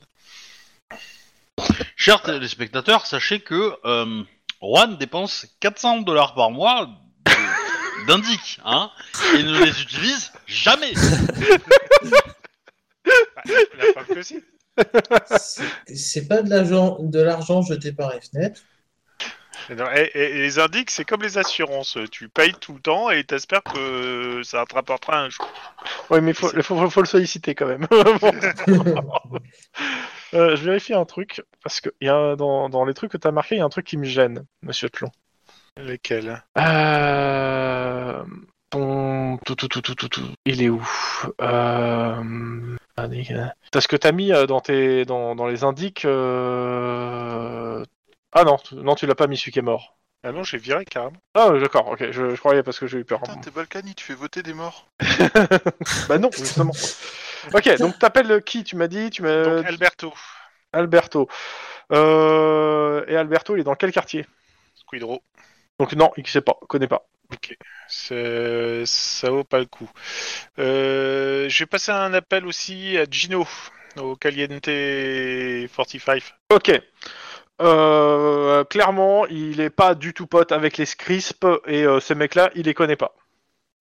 Chers téléspectateurs, sachez que euh, Juan dépense 400 dollars par mois de- [LAUGHS] d'indic, hein, et ne les utilise jamais.
La femme que si.
C'est- C'est pas de l'argent, de l'argent jeté par
[LAUGHS]
les fenêtres.
Non, et, et- et les indices, c'est comme les assurances. Tu payes tout le temps et t'espères que ça te rapportera un jour.
Oui, mais faut, faut, faut- faut le solliciter quand même. [LAUGHS] Euh, je vérifie un truc, parce que il y a, dans, dans les trucs que t'as marqué, il y a un truc qui me gêne, monsieur Tlon.
Lequel
Euh... Ton... Tout, tout, tout, tout, tout, tout. Il est où euh... attendez, euh, T'as ce que t'as mis euh, dans, tes... dans, dans les indiques... euh, Ah non, tu- non tu l'as pas mis celui qui est mort.
Ah non, j'ai viré carrément.
Ah oui, d'accord, ok, je, je croyais parce que j'ai eu peur.
Putain, t'es Balkany, tu fais voter des morts.
bah non, justement. ok, donc t'appelles euh, qui Tu m'as dit tu m'as...
Donc Alberto,
Alberto. Euh... Et Alberto, il est dans quel quartier
Squidro,
Donc non, il sait pas, connaît pas.
c'est- ça vaut pas le coup. Euh, j'ai passé un appel aussi à Gino au Caliente 45.
Ok. Euh, clairement, il est pas du tout pote avec les Scrisp et euh, ces mecs-là, il les connaît pas.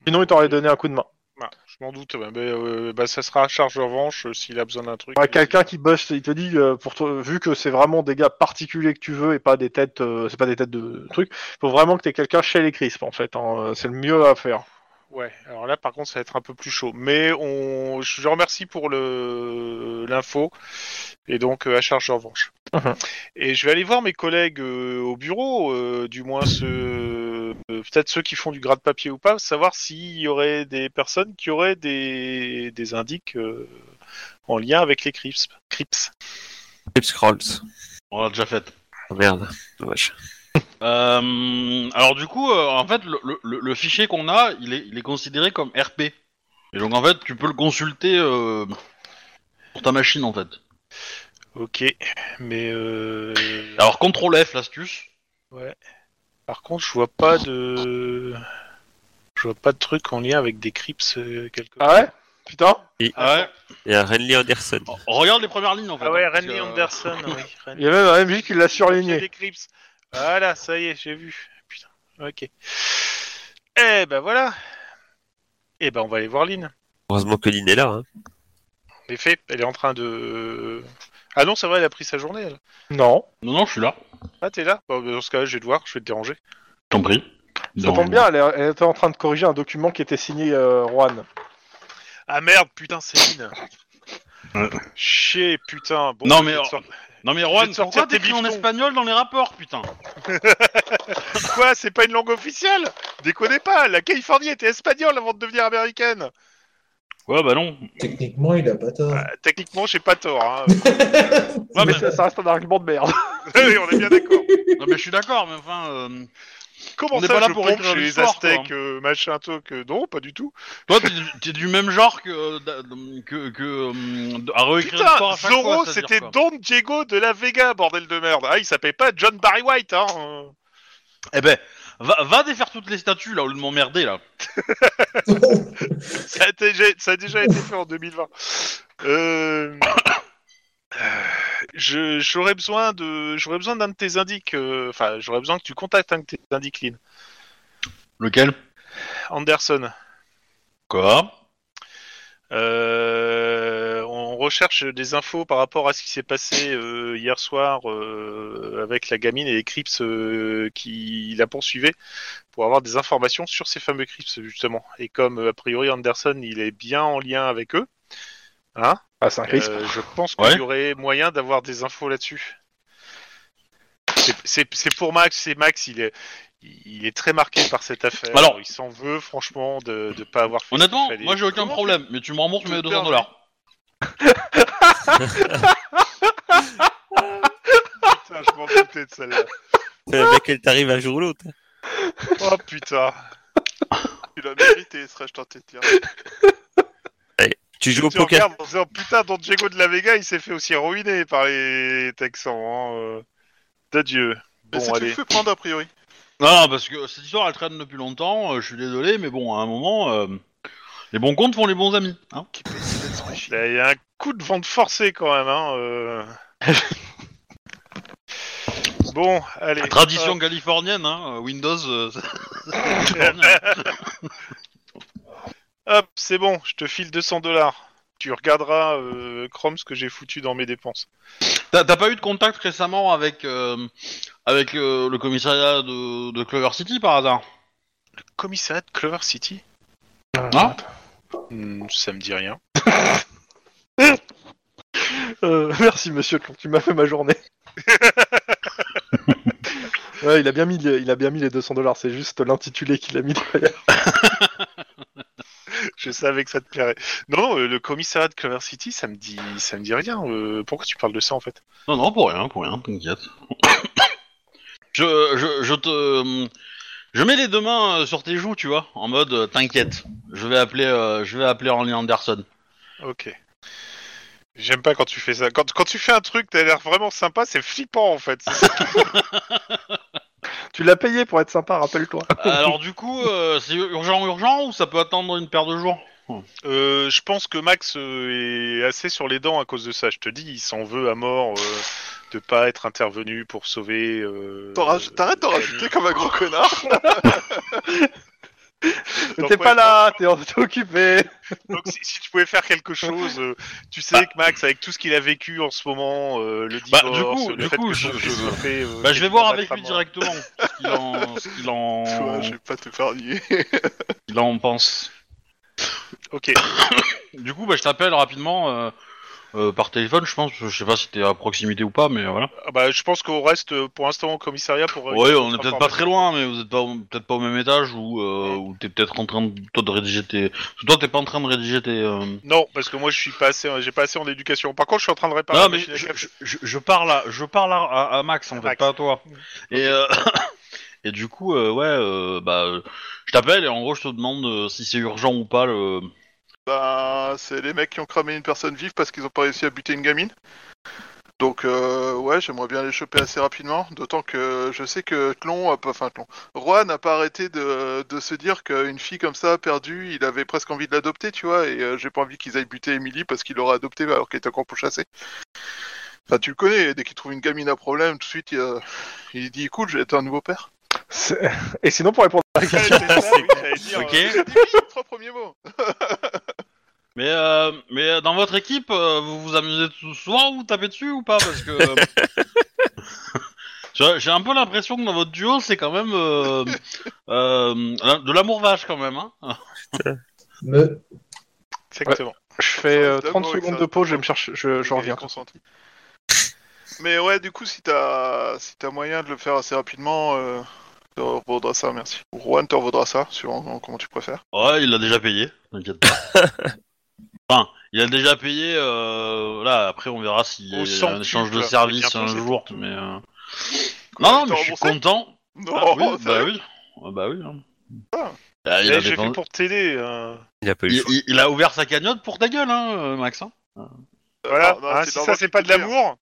Sinon, il t'aurait donné un coup de main.
Ah, je m'en doute, mais euh, bah, ça sera à charge revanche euh, s'il a besoin d'un truc.
Ouais, Quelqu'un qui bosse, il te dit, euh, pour toi, vu que c'est vraiment des gars particuliers que tu veux et pas des têtes, euh, c'est pas des têtes de trucs, faut vraiment que t'aies quelqu'un chez les Crisp en fait. hein, euh, c'est le mieux à faire.
Ouais, alors là par contre ça va être un peu plus chaud. Mais on... je je remercie pour le l'info et donc euh, à charge de revanche.
Mhm.
Et je vais aller voir mes collègues euh, au bureau, euh, du moins ceux, euh, peut-être ceux qui font du grade papier ou pas, savoir s'il y aurait des personnes qui auraient des, des indices euh, en lien avec les CRIPS. CRIPS.
Clip Scrolls.
On l'a déjà fait.
Oh merde, dommage.
Euh, alors du coup, euh, en fait, le, le- le- le fichier qu'on a, il est, il est considéré comme RP. Et donc en fait, tu peux le consulter euh, pour ta machine en fait.
Ok, mais euh,
Alors contrôle F l'astuce.
par contre je vois pas de... Je vois pas de truc en lien avec des CRIPS euh, quelque
Ah ouais Putain
Ah ouais.
Il y a Renly Anderson.
Oh, Regarde les premières lignes en fait.
Ah ouais,
hein, parce
Renly
que, euh,
Anderson,
[LAUGHS]
oui. Renly.
Il y a même un MJ qui l'a
J'ai
surligné.
des clips. Voilà, ça y est, j'ai vu. Putain, ok. Eh ben voilà. Eh ben on va aller voir Lynn.
Heureusement que Lynn est là. Hein.
En effet, elle est en train de... Ah non, c'est vrai, elle a pris sa journée, elle.
Non.
Non, non, je suis là.
Ah, t'es là Bon, Dans ce cas-là, je vais te voir, je vais te déranger.
T'en prie.
Ça
Non.
tombe bien, elle, est- elle était en train de corriger un document qui était signé euh, Juan.
Ah merde, putain, c'est Lynn. Chier, putain. Bon,
Non,
je
mais
vais te
en-
sortir-
Non mais
Je
Juan,
vais te sortir
pourquoi
tes
t'écris en
bifetons.
espagnol dans les rapports, putain
Quoi, c'est pas une langue officielle Déconnez pas, la Californie était espagnole avant de devenir américaine.
Ouais, bah non.
Techniquement, il a pas tort.
Ah, techniquement, j'ai pas tort.
[LAUGHS]
Hein.
Ouais,
mais
mais,
ça, ça reste un argument de merde.
Oui, on est bien d'accord.
[LAUGHS] non, mais je suis d'accord, mais enfin... euh,
Comment
On est
ça,
pas là
je
pour
pompe
écrire
chez les
l'histoire, quoi.
Aztèques, euh, machin, toc, euh, non, pas du tout.
Toi, t'es du- t'es du même genre que... euh, d'a- que, que euh, à reécrire l'histoire
Putain,
à chaque
Zorro,
fois, c'est-à-dire,
c'était
quoi.
Don Diego de la Vega, bordel de merde. Ah, il s'appelait pas John Barry White, hein. [LAUGHS] euh.
Eh ben, va, va défaire toutes les statues là, au lieu de m'emmerder là.
Ça a, déjà, ça a déjà été fait en 2020. Euh, [COUGHS] je- J'aurais besoin de, j'aurais besoin d'un de tes indiques. euh, Enfin, j'aurais besoin que tu contactes un de tes indiques, Lynn.
Lequel
Anderson.
Quoi
Euh, on recherche des infos par rapport à ce qui s'est passé euh, hier soir euh, avec la gamine et les Crips euh, qui la poursuivaient pour avoir des informations sur ces fameux Crips justement. Et comme euh, a priori Anderson il est bien en lien avec eux, hein,
Ah, c'est un crisp.
euh, je pense qu'il
Ouais.
y aurait moyen d'avoir des infos là-dessus. C'est- C'est c'est pour Max, c'est Max, il est, il est très marqué par cette affaire.
Alors-
il s'en veut franchement de ne pas avoir fait. ce qu'il
Honnêtement,
fallait.
moi j'ai aucun
Comment
problème, mais tu me rembourses
Tout
mes
est
200
en
dollars.
Putain, je m'en doutais de celle-là.
Avec elle t'arrive un jour ou l'autre.
Oh putain.
Tu l'as mérité, serais-je tenté de dire.
Tu joues au
Tu
poker.
regardes en disant putain, Don Diego de la Vega, il s'est fait aussi ruiner par les Texans. Hein. euh. D'adieu. Bon,
Mais c'est tu
allez.
fais prendre a priori.
Non, non, parce que cette histoire elle traîne depuis longtemps, euh, je suis désolé, mais bon, à un moment, euh, les bons comptes font les bons amis. Hein
Qui paye ses dettes riches.
Là, Il y a un coup de vente forcé quand même. Hein. euh.
[LAUGHS]
bon, allez.
La tradition californienne, hein, euh, Windows. euh, c'est [LAUGHS]
[LAUGHS]
californien.
Hop, hop, c'est bon, je te file 200 dollars. Tu regarderas, euh, Chrome, ce que j'ai foutu dans mes dépenses.
T'as t'as pas eu de contact récemment avec, euh, avec euh, le commissariat de, de Clover City par hasard
Commissariat de Clover City
Euh, Non
Hmm, Ça me dit rien. [LAUGHS]
Euh, [LAUGHS] merci monsieur, Tlon, tu m'as fait ma
[LAUGHS]
journée. Ouais, il a bien mis, les- il a bien mis les 200 dollars. C'est juste l'intitulé qu'il a mis derrière.
Je savais que ça te plairait. Non, non, euh, le commissariat de Clover City, ça me dit, ça me dit rien. euh, pourquoi tu parles de ça en fait
Non, non, pour rien, pour rien, t'inquiète. [COUGHS] je, je, je te. Je mets les deux mains euh, sur tes joues, tu vois, en mode euh, t'inquiète. Je vais appeler, euh, je vais appeler Orly Anderson.
Ok. J'aime pas quand tu fais ça. Quand, quand tu fais un truc, t'as l'air vraiment sympa, c'est flippant en fait.
[LAUGHS]
Tu l'as payé pour être sympa,
[LAUGHS]
rappelle-toi.
Alors du coup, euh, c'est urgent, urgent ou ça peut attendre une paire de jours
Euh, je pense que Max euh, est assez sur les dents à cause de ça. Je te dis, il s'en veut à mort euh, de pas être intervenu pour sauver. euh,
T'en raj- T'arrêtes d'en
la
rajouter comme un gros connard.
[LAUGHS]
[LAUGHS]
Mais T'es pas là, t'es en- t'es occupé.
Donc, si, si tu pouvais faire
[LAUGHS]
quelque chose, euh, tu
Bah.
sais que Max, avec tout ce qu'il a vécu en ce moment, euh, le
Bah,
divorce,
du coup-
le
du
fait
coup,
que
je-
son
je-
fils soit fait, euh,
Bah je vais voir avec
combattre à
lui
mort.
directement ce qu'il en, ce qu'il en,
[LAUGHS] Tu vois, je vais pas te farnier.
ce qu'il en pense.
Ok.
Du coup, bah je t'appelle rapidement euh, euh, par téléphone, je pense. Je sais pas si t'es à proximité ou pas, mais voilà.
Ah bah, je pense qu'on reste euh, pour l'instant au commissariat pour. euh,
Ouais, on est peut-être pas très loin, mais vous êtes pas peut-être pas au même étage ou euh, ou t'es peut-être en train de, toi de rédiger tes. Toi t'es pas en train de rédiger tes. euh,
Non, parce que moi je suis pas assez, j'ai pas assez en éducation. Par contre, je suis en train de réparer.
Non
la
mais
machine à
je,
café.
je- je- je parle à je parle à, à- à Max en fait,
Max.
pas à toi. Et euh, [COUGHS] et du coup euh, ouais euh, bah euh, je t'appelle et en gros je te demande euh, si c'est urgent ou pas le.
Bah, c'est les mecs qui ont cramé une personne vive parce qu'ils ont pas réussi à buter une gamine. Donc, euh, ouais, j'aimerais bien les choper assez rapidement. D'autant que je sais que Tlon, a pas, enfin Tlon, Roi n'a pas arrêté de, de se dire qu'une fille comme ça, perdue, il avait presque envie de l'adopter, tu vois. Et euh, j'ai pas envie qu'ils aillent buter Emily parce qu'il l'aurait adoptée alors qu'elle était encore pourchassée. Enfin, tu le connais, dès qu'il trouve une gamine à problème, tout de suite, il, euh, il dit Écoute, j'ai été un nouveau père.
C'est- Et sinon, pour répondre à la
Ouais,
question,
c'est ça, oui, [LAUGHS] j'allais dire,
Ok.
euh,
Il dit les trois premiers mots.
Mais euh, mais euh, dans votre équipe euh, vous vous amusez tous souvent vous tapez dessus ou pas parce que.
[LAUGHS]
euh, j'ai- J'ai un peu l'impression que dans votre duo, c'est quand même euh, euh, de l'amour vache quand même. Hein
[LAUGHS]
[LAUGHS]
Me-
Exactement.
je fais euh,
D'abord,
30
avec
secondes
ça.
de pause, je vais me chercher, je, je
Ok,
Euh, reviens.
consenti. Mais ouais, du coup, si t'as si t'as moyen de le faire assez rapidement, euh, te revaudra ça, merci. Ou Juan te revaudra ça, suivant comment tu préfères.
Ouais, il l'a déjà payé, t'inquiète pas.
[LAUGHS]
enfin, il a déjà payé, euh, là, après on verra s'il
Au
y a
sans
un échange
pub,
de
là.
service
Bientôt,
un
c'est
jour, mais... euh, Non, non, mais je suis
remboursé
content.
Oh,
Non,
Ah oui,
[LAUGHS] ça
bah
va.
oui. Ah bah oui. hein. Ah, il,
Eh,
a
j'ai
dépensé-
fait pour t'aider. euh.
Il a pas eu le
il,
choix.
il- il a ouvert sa cagnotte pour ta gueule, hein, euh, Max. hein. [LAUGHS]
Voilà.
Non, non,
hein,
Ah,
c'est
si
normal
ça
que
c'est pas
tu
de
te
l'amour.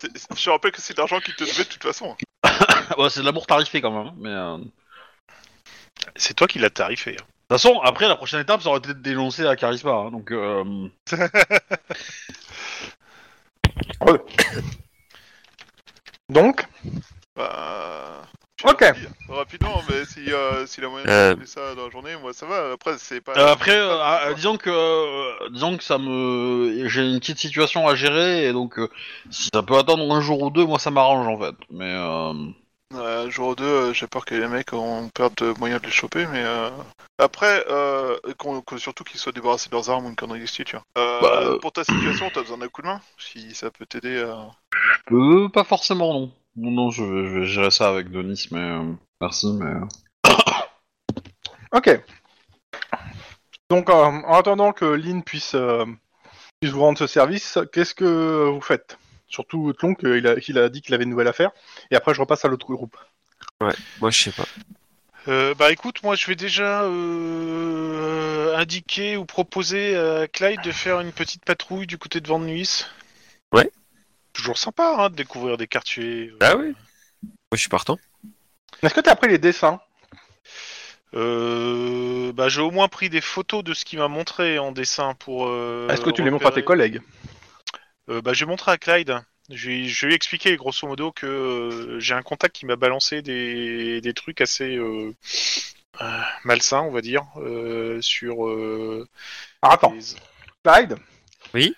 C'est- Je te rappelle que c'est de l'argent qu'il te devait de toute façon.
Ouais, c'est de l'amour tarifé quand même. Mais, euh, De
C'est toi qui l'as tarifé. hein.
toute façon, après, la prochaine étape, ça aurait été de dénoncer à Charisma. hein, donc, euh,
Donc,
Bah,
Ok.
rapi- euh, Rapidement, mais si, euh, s'il a moyen
Euh.
de faire ça dans la journée, moi ça va. Après, c'est pas.
Euh, après,
c'est
euh,
pas-
ah, euh, disons que, euh, disons que ça me, j'ai une petite situation à gérer et donc euh, si ça peut attendre un jour ou deux, moi ça m'arrange en fait. Mais euh,
Euh, jour 2, j'ai peur que les mecs on perde de moyen de les choper, mais euh, après, euh, qu'on- que- surtout qu'ils soient débarrassés de leurs armes ou une connerie du style, tu vois. Euh,
Bah, euh.
Pour ta situation, t'as besoin d'un coup de main, si ça peut t'aider. à...
euh, pas forcément non. Non, non, je, vais- je vais gérer ça avec Denis, mais euh, merci, mais. euh.
ok. Donc, euh, en attendant que Lynn puisse, euh, puisse vous rendre ce service, qu'est-ce que vous faites Surtout Tlon, qu'il a, qu'il a dit qu'il avait une nouvelle affaire. Et après, je repasse à l'autre groupe.
Moi, je sais pas.
Euh, bah écoute, moi je vais déjà euh, indiquer ou proposer à Clyde de faire une petite patrouille du côté de Van Nuys.
Ouais.
Toujours sympa hein, de découvrir des quartiers.
Ah oui Moi, je suis partant.
Est-ce que tu as pris les dessins
Euh, bah j'ai au moins pris des photos de ce qu'il m'a montré en dessin pour. euh,
Est-ce que tu les montres à tes
repérer.
collègues
Euh, bah, j'ai montré à Clyde. Je lui, je lui ai expliqué grosso modo que euh, j'ai un contact qui m'a balancé des, des trucs assez euh, euh, malsains, on va dire, euh, sur. euh,
Alors, Ah, attends.
les-
Clyde
Oui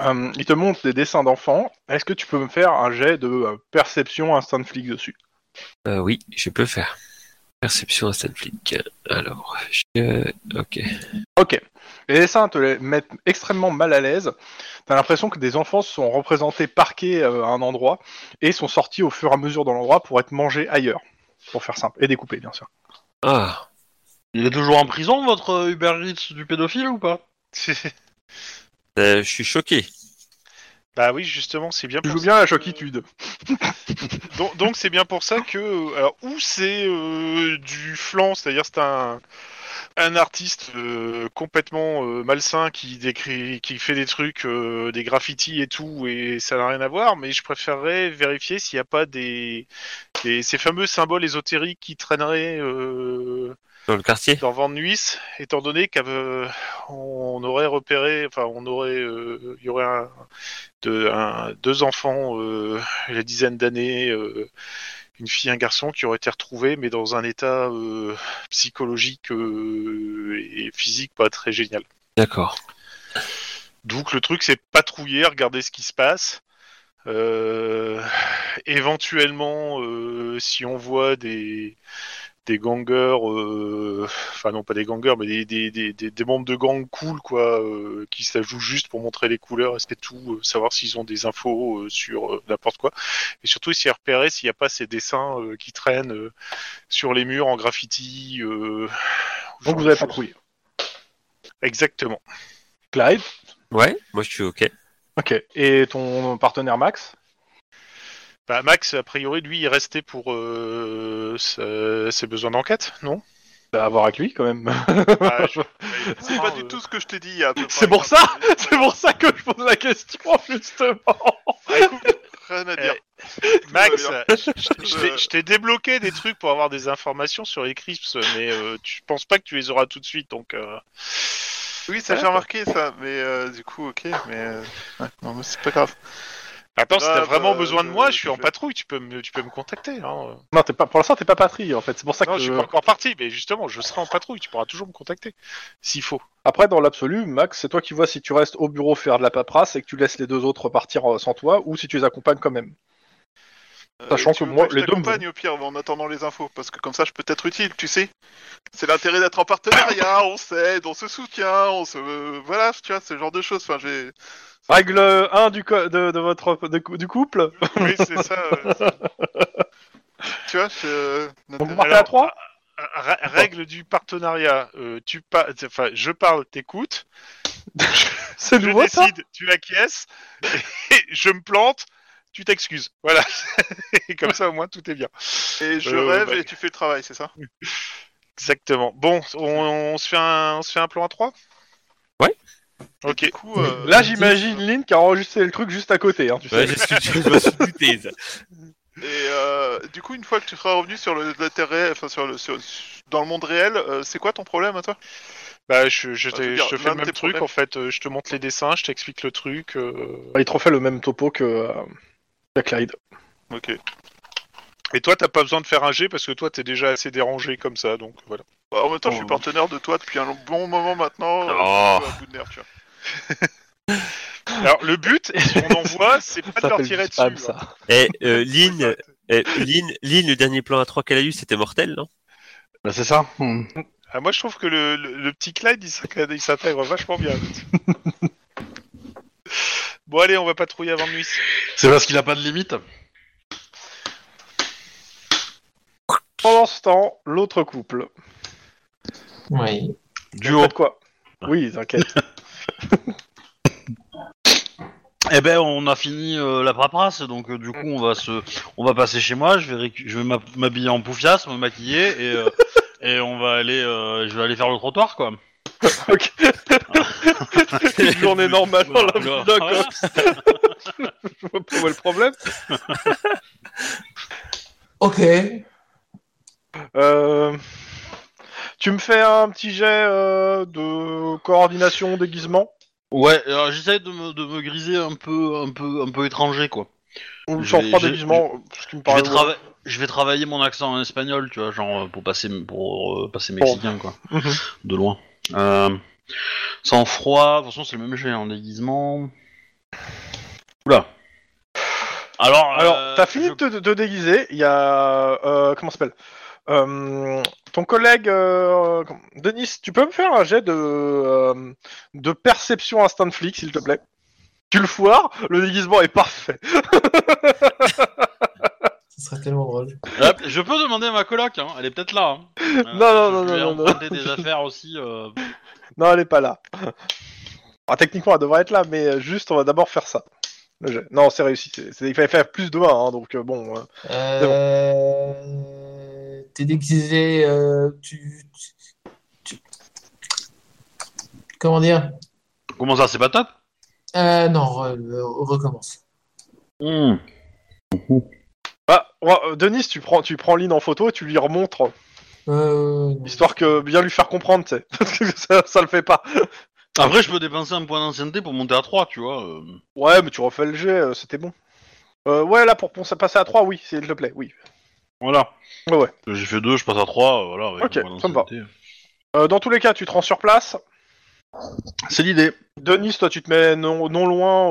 Euh, Il te montre des dessins d'enfants. Est-ce que tu peux me faire un jet de euh, perception instant flic dessus
Euh, oui, je peux faire. Perception instant flic. Alors, je... ok.
Ok. Les dessins te les mettent extrêmement mal à l'aise. T'as l'impression que des enfants sont représentés parqués euh, à un endroit et sont sortis au fur et à mesure dans l'endroit pour être mangés ailleurs. Pour faire simple. Et découpés, bien sûr.
Ah,
Il est toujours en prison votre euh, Uber Eats du pédophile ou pas
euh, je suis choqué.
[LAUGHS] bah oui, justement, c'est bien.
Tu
pour
joues
ça
bien à la
que-
choquitude.
Donc, donc c'est bien pour ça que. euh, Alors, ou c'est euh, du flan, c'est-à-dire c'est un, un artiste euh, complètement euh, malsain qui décrit, qui fait des trucs, euh, des graffitis et tout, et ça n'a rien à voir, mais je préférerais vérifier s'il n'y a pas des, des- ces fameux symboles ésotériques qui traîneraient euh,
Dans le quartier
dans Van Nuys, étant donné qu'on aurait repéré, enfin, on aurait, euh, il y aurait un, de, un- deux enfants, euh, la dizaine d'années, euh, une fille, et un garçon, qui auraient été retrouvés, mais dans un état euh, psychologique euh, et physique pas très génial.
D'accord.
Donc le truc, c'est patrouiller, regarder ce qui se passe. Euh, éventuellement, euh, si on voit des des gangers, euh, enfin non pas des gangers, mais des, des, des, des, des membres de gang cool quoi, euh, qui s'ajoutent juste pour montrer les couleurs, et c'est tout, euh, savoir s'ils ont des infos euh, sur euh, n'importe quoi, et surtout essayer de repérer s'il n'y a pas ces dessins euh, qui traînent euh, sur les murs en graffiti. euh, genre
Donc
de
vous avez
choses.
patrouillé.
Exactement.
Clyde.
Ouais, moi, je suis ok.
Ok. Et ton partenaire Max
Bah, Max, a priori, lui, il est resté pour euh, sa- ses besoins d'enquête, [LAUGHS] non
T'as à voir avec lui quand même.
Bah, je-
[LAUGHS] C'est pas du tout ce que je t'ai
euh,
dit. hein, il y a à peu près
C'est pour
15
ça
minutes.
[LAUGHS] C'est pour ça que je pose la question justement.
Ah, écoute,
[LAUGHS]
Rien à
Eh,
dire.
Max,
Tout va
je je t'ai- je t'ai débloqué des trucs pour avoir des informations sur les crisps, mais euh, tu penses pas que tu les auras tout de suite, donc. euh,
Oui, ça j'ai remarqué ça, mais euh, du coup, ok, mais. euh, ouais, non, mais c'est pas grave.
Attends, si
Ah,
t'as vraiment
bah,
besoin de
je-
moi, je suis en
je-
patrouille, tu peux me, tu peux me contacter. Hein.
Non, t'es pas, pour l'instant, t'es pas patrie en fait. C'est pour ça
Non,
que.
je suis pas encore parti, mais justement, je serai en patrouille, tu pourras toujours me contacter, s'il faut.
Après, dans l'absolu, Max, c'est toi qui vois si tu restes au bureau faire de la paperasse et que tu laisses les deux autres partir euh, sans toi ou si tu les accompagnes quand même.
Euh,
Sachant
tu
que
veux
moi,
pas
les
je
deux me
t'accompagne au pire en attendant les infos, parce que comme ça je peux être utile, tu sais. C'est l'intérêt d'être
[LAUGHS]
en partenariat, on s'aide, on se soutient, on se. euh, voilà, tu vois, ce genre de choses. Enfin,
[LAUGHS]
j'ai.
Règle 1 du, co- de, de votre, de cou- du couple.
Oui, c'est ça. euh, tu vois, je.
Donc vous
l'intérêt-
partez à
Alors,
3
Euh, Ra- Règle du partenariat, euh, tu pa- enfin, je parle, t'écoutes.
C'est
je
nouveau ça
décide, tu acquiesces, et [LAUGHS] je me plante, tu t'excuses. Voilà. [LAUGHS] et comme ça, au moins, tout est bien.
Et je
Euh,
rêve
bah-
et tu fais le travail, c'est ça
Exactement. Bon, on, on se fait un, on se fait un plan à 3
Ouais.
Ok.
Du coup, euh,
Là, j'imagine Lynn qui a enregistré le truc juste à côté, hein, tu sais.
Ouais, je, suis, je me suis douté. ça.
Et euh, du coup, une fois que tu seras revenu sur le, la terre réelle, enfin, sur le, sur- dans le monde réel, euh, c'est quoi ton problème à toi
Bah, je, je,
Ah,
t'ai-
je veux
je
dire,
te fais
l'un
le
de
même
tes
truc
problèmes.
en fait. Euh, Je te montre les dessins, je t'explique le truc. euh.
Il te refait le même topo que euh, Jack Hyde.
Ok.
Et toi, t'as pas besoin de faire un G parce que toi, t'es déjà assez dérangé comme ça, donc voilà.
Bah, en même temps, je suis
Oh.
partenaire de toi depuis un long- bon moment maintenant. euh,
Oh.
je suis un bout de nerf, tu vois.
Alors, le but, et ce qu'on envoie, c'est pas de leur
du
tirer dessus.
spam,
hein.
ça.
[LAUGHS] Eh, euh, Lynn, eh, Lynn, Lynn, le dernier plan à 3 qu'elle a eu, c'était mortel, non
Bah, c'est ça.
Ah, moi, je trouve que le, le- le petit Clyde, il s'inc- il s'intègre vachement
[LAUGHS]
bien. bon, allez, on va patrouiller avant nuit.
C'est parce qu'il a pas de limite.
Pendant ce temps, l'autre couple.
Oui.
Du haut. quoi Oui,
[LAUGHS]
t'inquiète.
Eh ben, on a fini euh, la paperasse, donc euh, du coup, on va se, on va passer chez moi. Je vais, récu- je vais m'hab- m'habiller en poufias, me maquiller et euh, et on va aller, euh, je vais aller faire le trottoir, quoi.
Ok. [LAUGHS] Une journée normale dans la vie
Voilà.
d'un [LAUGHS] gosse. Je vois pas où est le problème.
Ok.
Euh, Tu me fais un petit jet euh, de coordination, déguisement
Ouais. Alors, j'essaie de me, de me griser un peu, un peu, un peu étranger, quoi.
Ou
Je
sans
vais-
froid
je-
déguisement Ce qui me
Je
paraît.
vais, trava- je vais travailler mon accent en espagnol, tu vois, genre euh, pour passer pour euh, passer mexicain, quoi,
Mhm.
de loin. Euh, sans froid, de toute façon, c'est le même jet en déguisement. Oula. Alors,
Alors,
euh,
t'as fini
je-
de te de déguiser. Il y a. euh, comment ça s'appelle Euh, Ton collègue. euh, com- Denis, tu peux me faire un jet de. euh, de perception instant flic, s'il te plaît Tu le foires, le déguisement est parfait.
Ce serait tellement drôle.
Hop, je peux demander à ma coloc, hein, elle est peut-être là. [LAUGHS] hein. Euh,
non, non,
je lui ai
non, non,
emprunté des affaires aussi. euh,
Non, elle est pas là. Ah, techniquement, elle devrait être là, mais euh, juste, on va d'abord faire ça. Le jet. Non, c'est réussi. c'est- c'est- il fallait faire plus de 1, donc euh, bon. euh,
Euh... T'es déguisé. euh, tu... tu- tu- Comment dire
Comment ça, c'est pas top
euh, Non, re- re- recommence.
Hmm.
bah, on va- euh, Denis, tu prends, tu prends Lynn en photo et tu lui remontres,
Euh...
histoire que bien lui faire comprendre, tu sais. [LAUGHS] Parce que ça, ça le fait pas.
Après, je peux dépenser un point d'ancienneté pour monter à 3, tu vois. euh.
Ouais, mais tu refais le jet, euh, c'était bon. Euh, ouais, là, pour, pour ça passer à 3, oui, s'il te plaît, oui.
voilà.
Ouais, Ah ouais.
Euh, J'ai fait 2, je passe à 3, voilà. Avec
Ok,
un point
ça me va.
d'ancienneté.
Euh, dans tous les cas, tu te rends sur place.
C'est l'idée.
Denis, toi, tu te mets non, non loin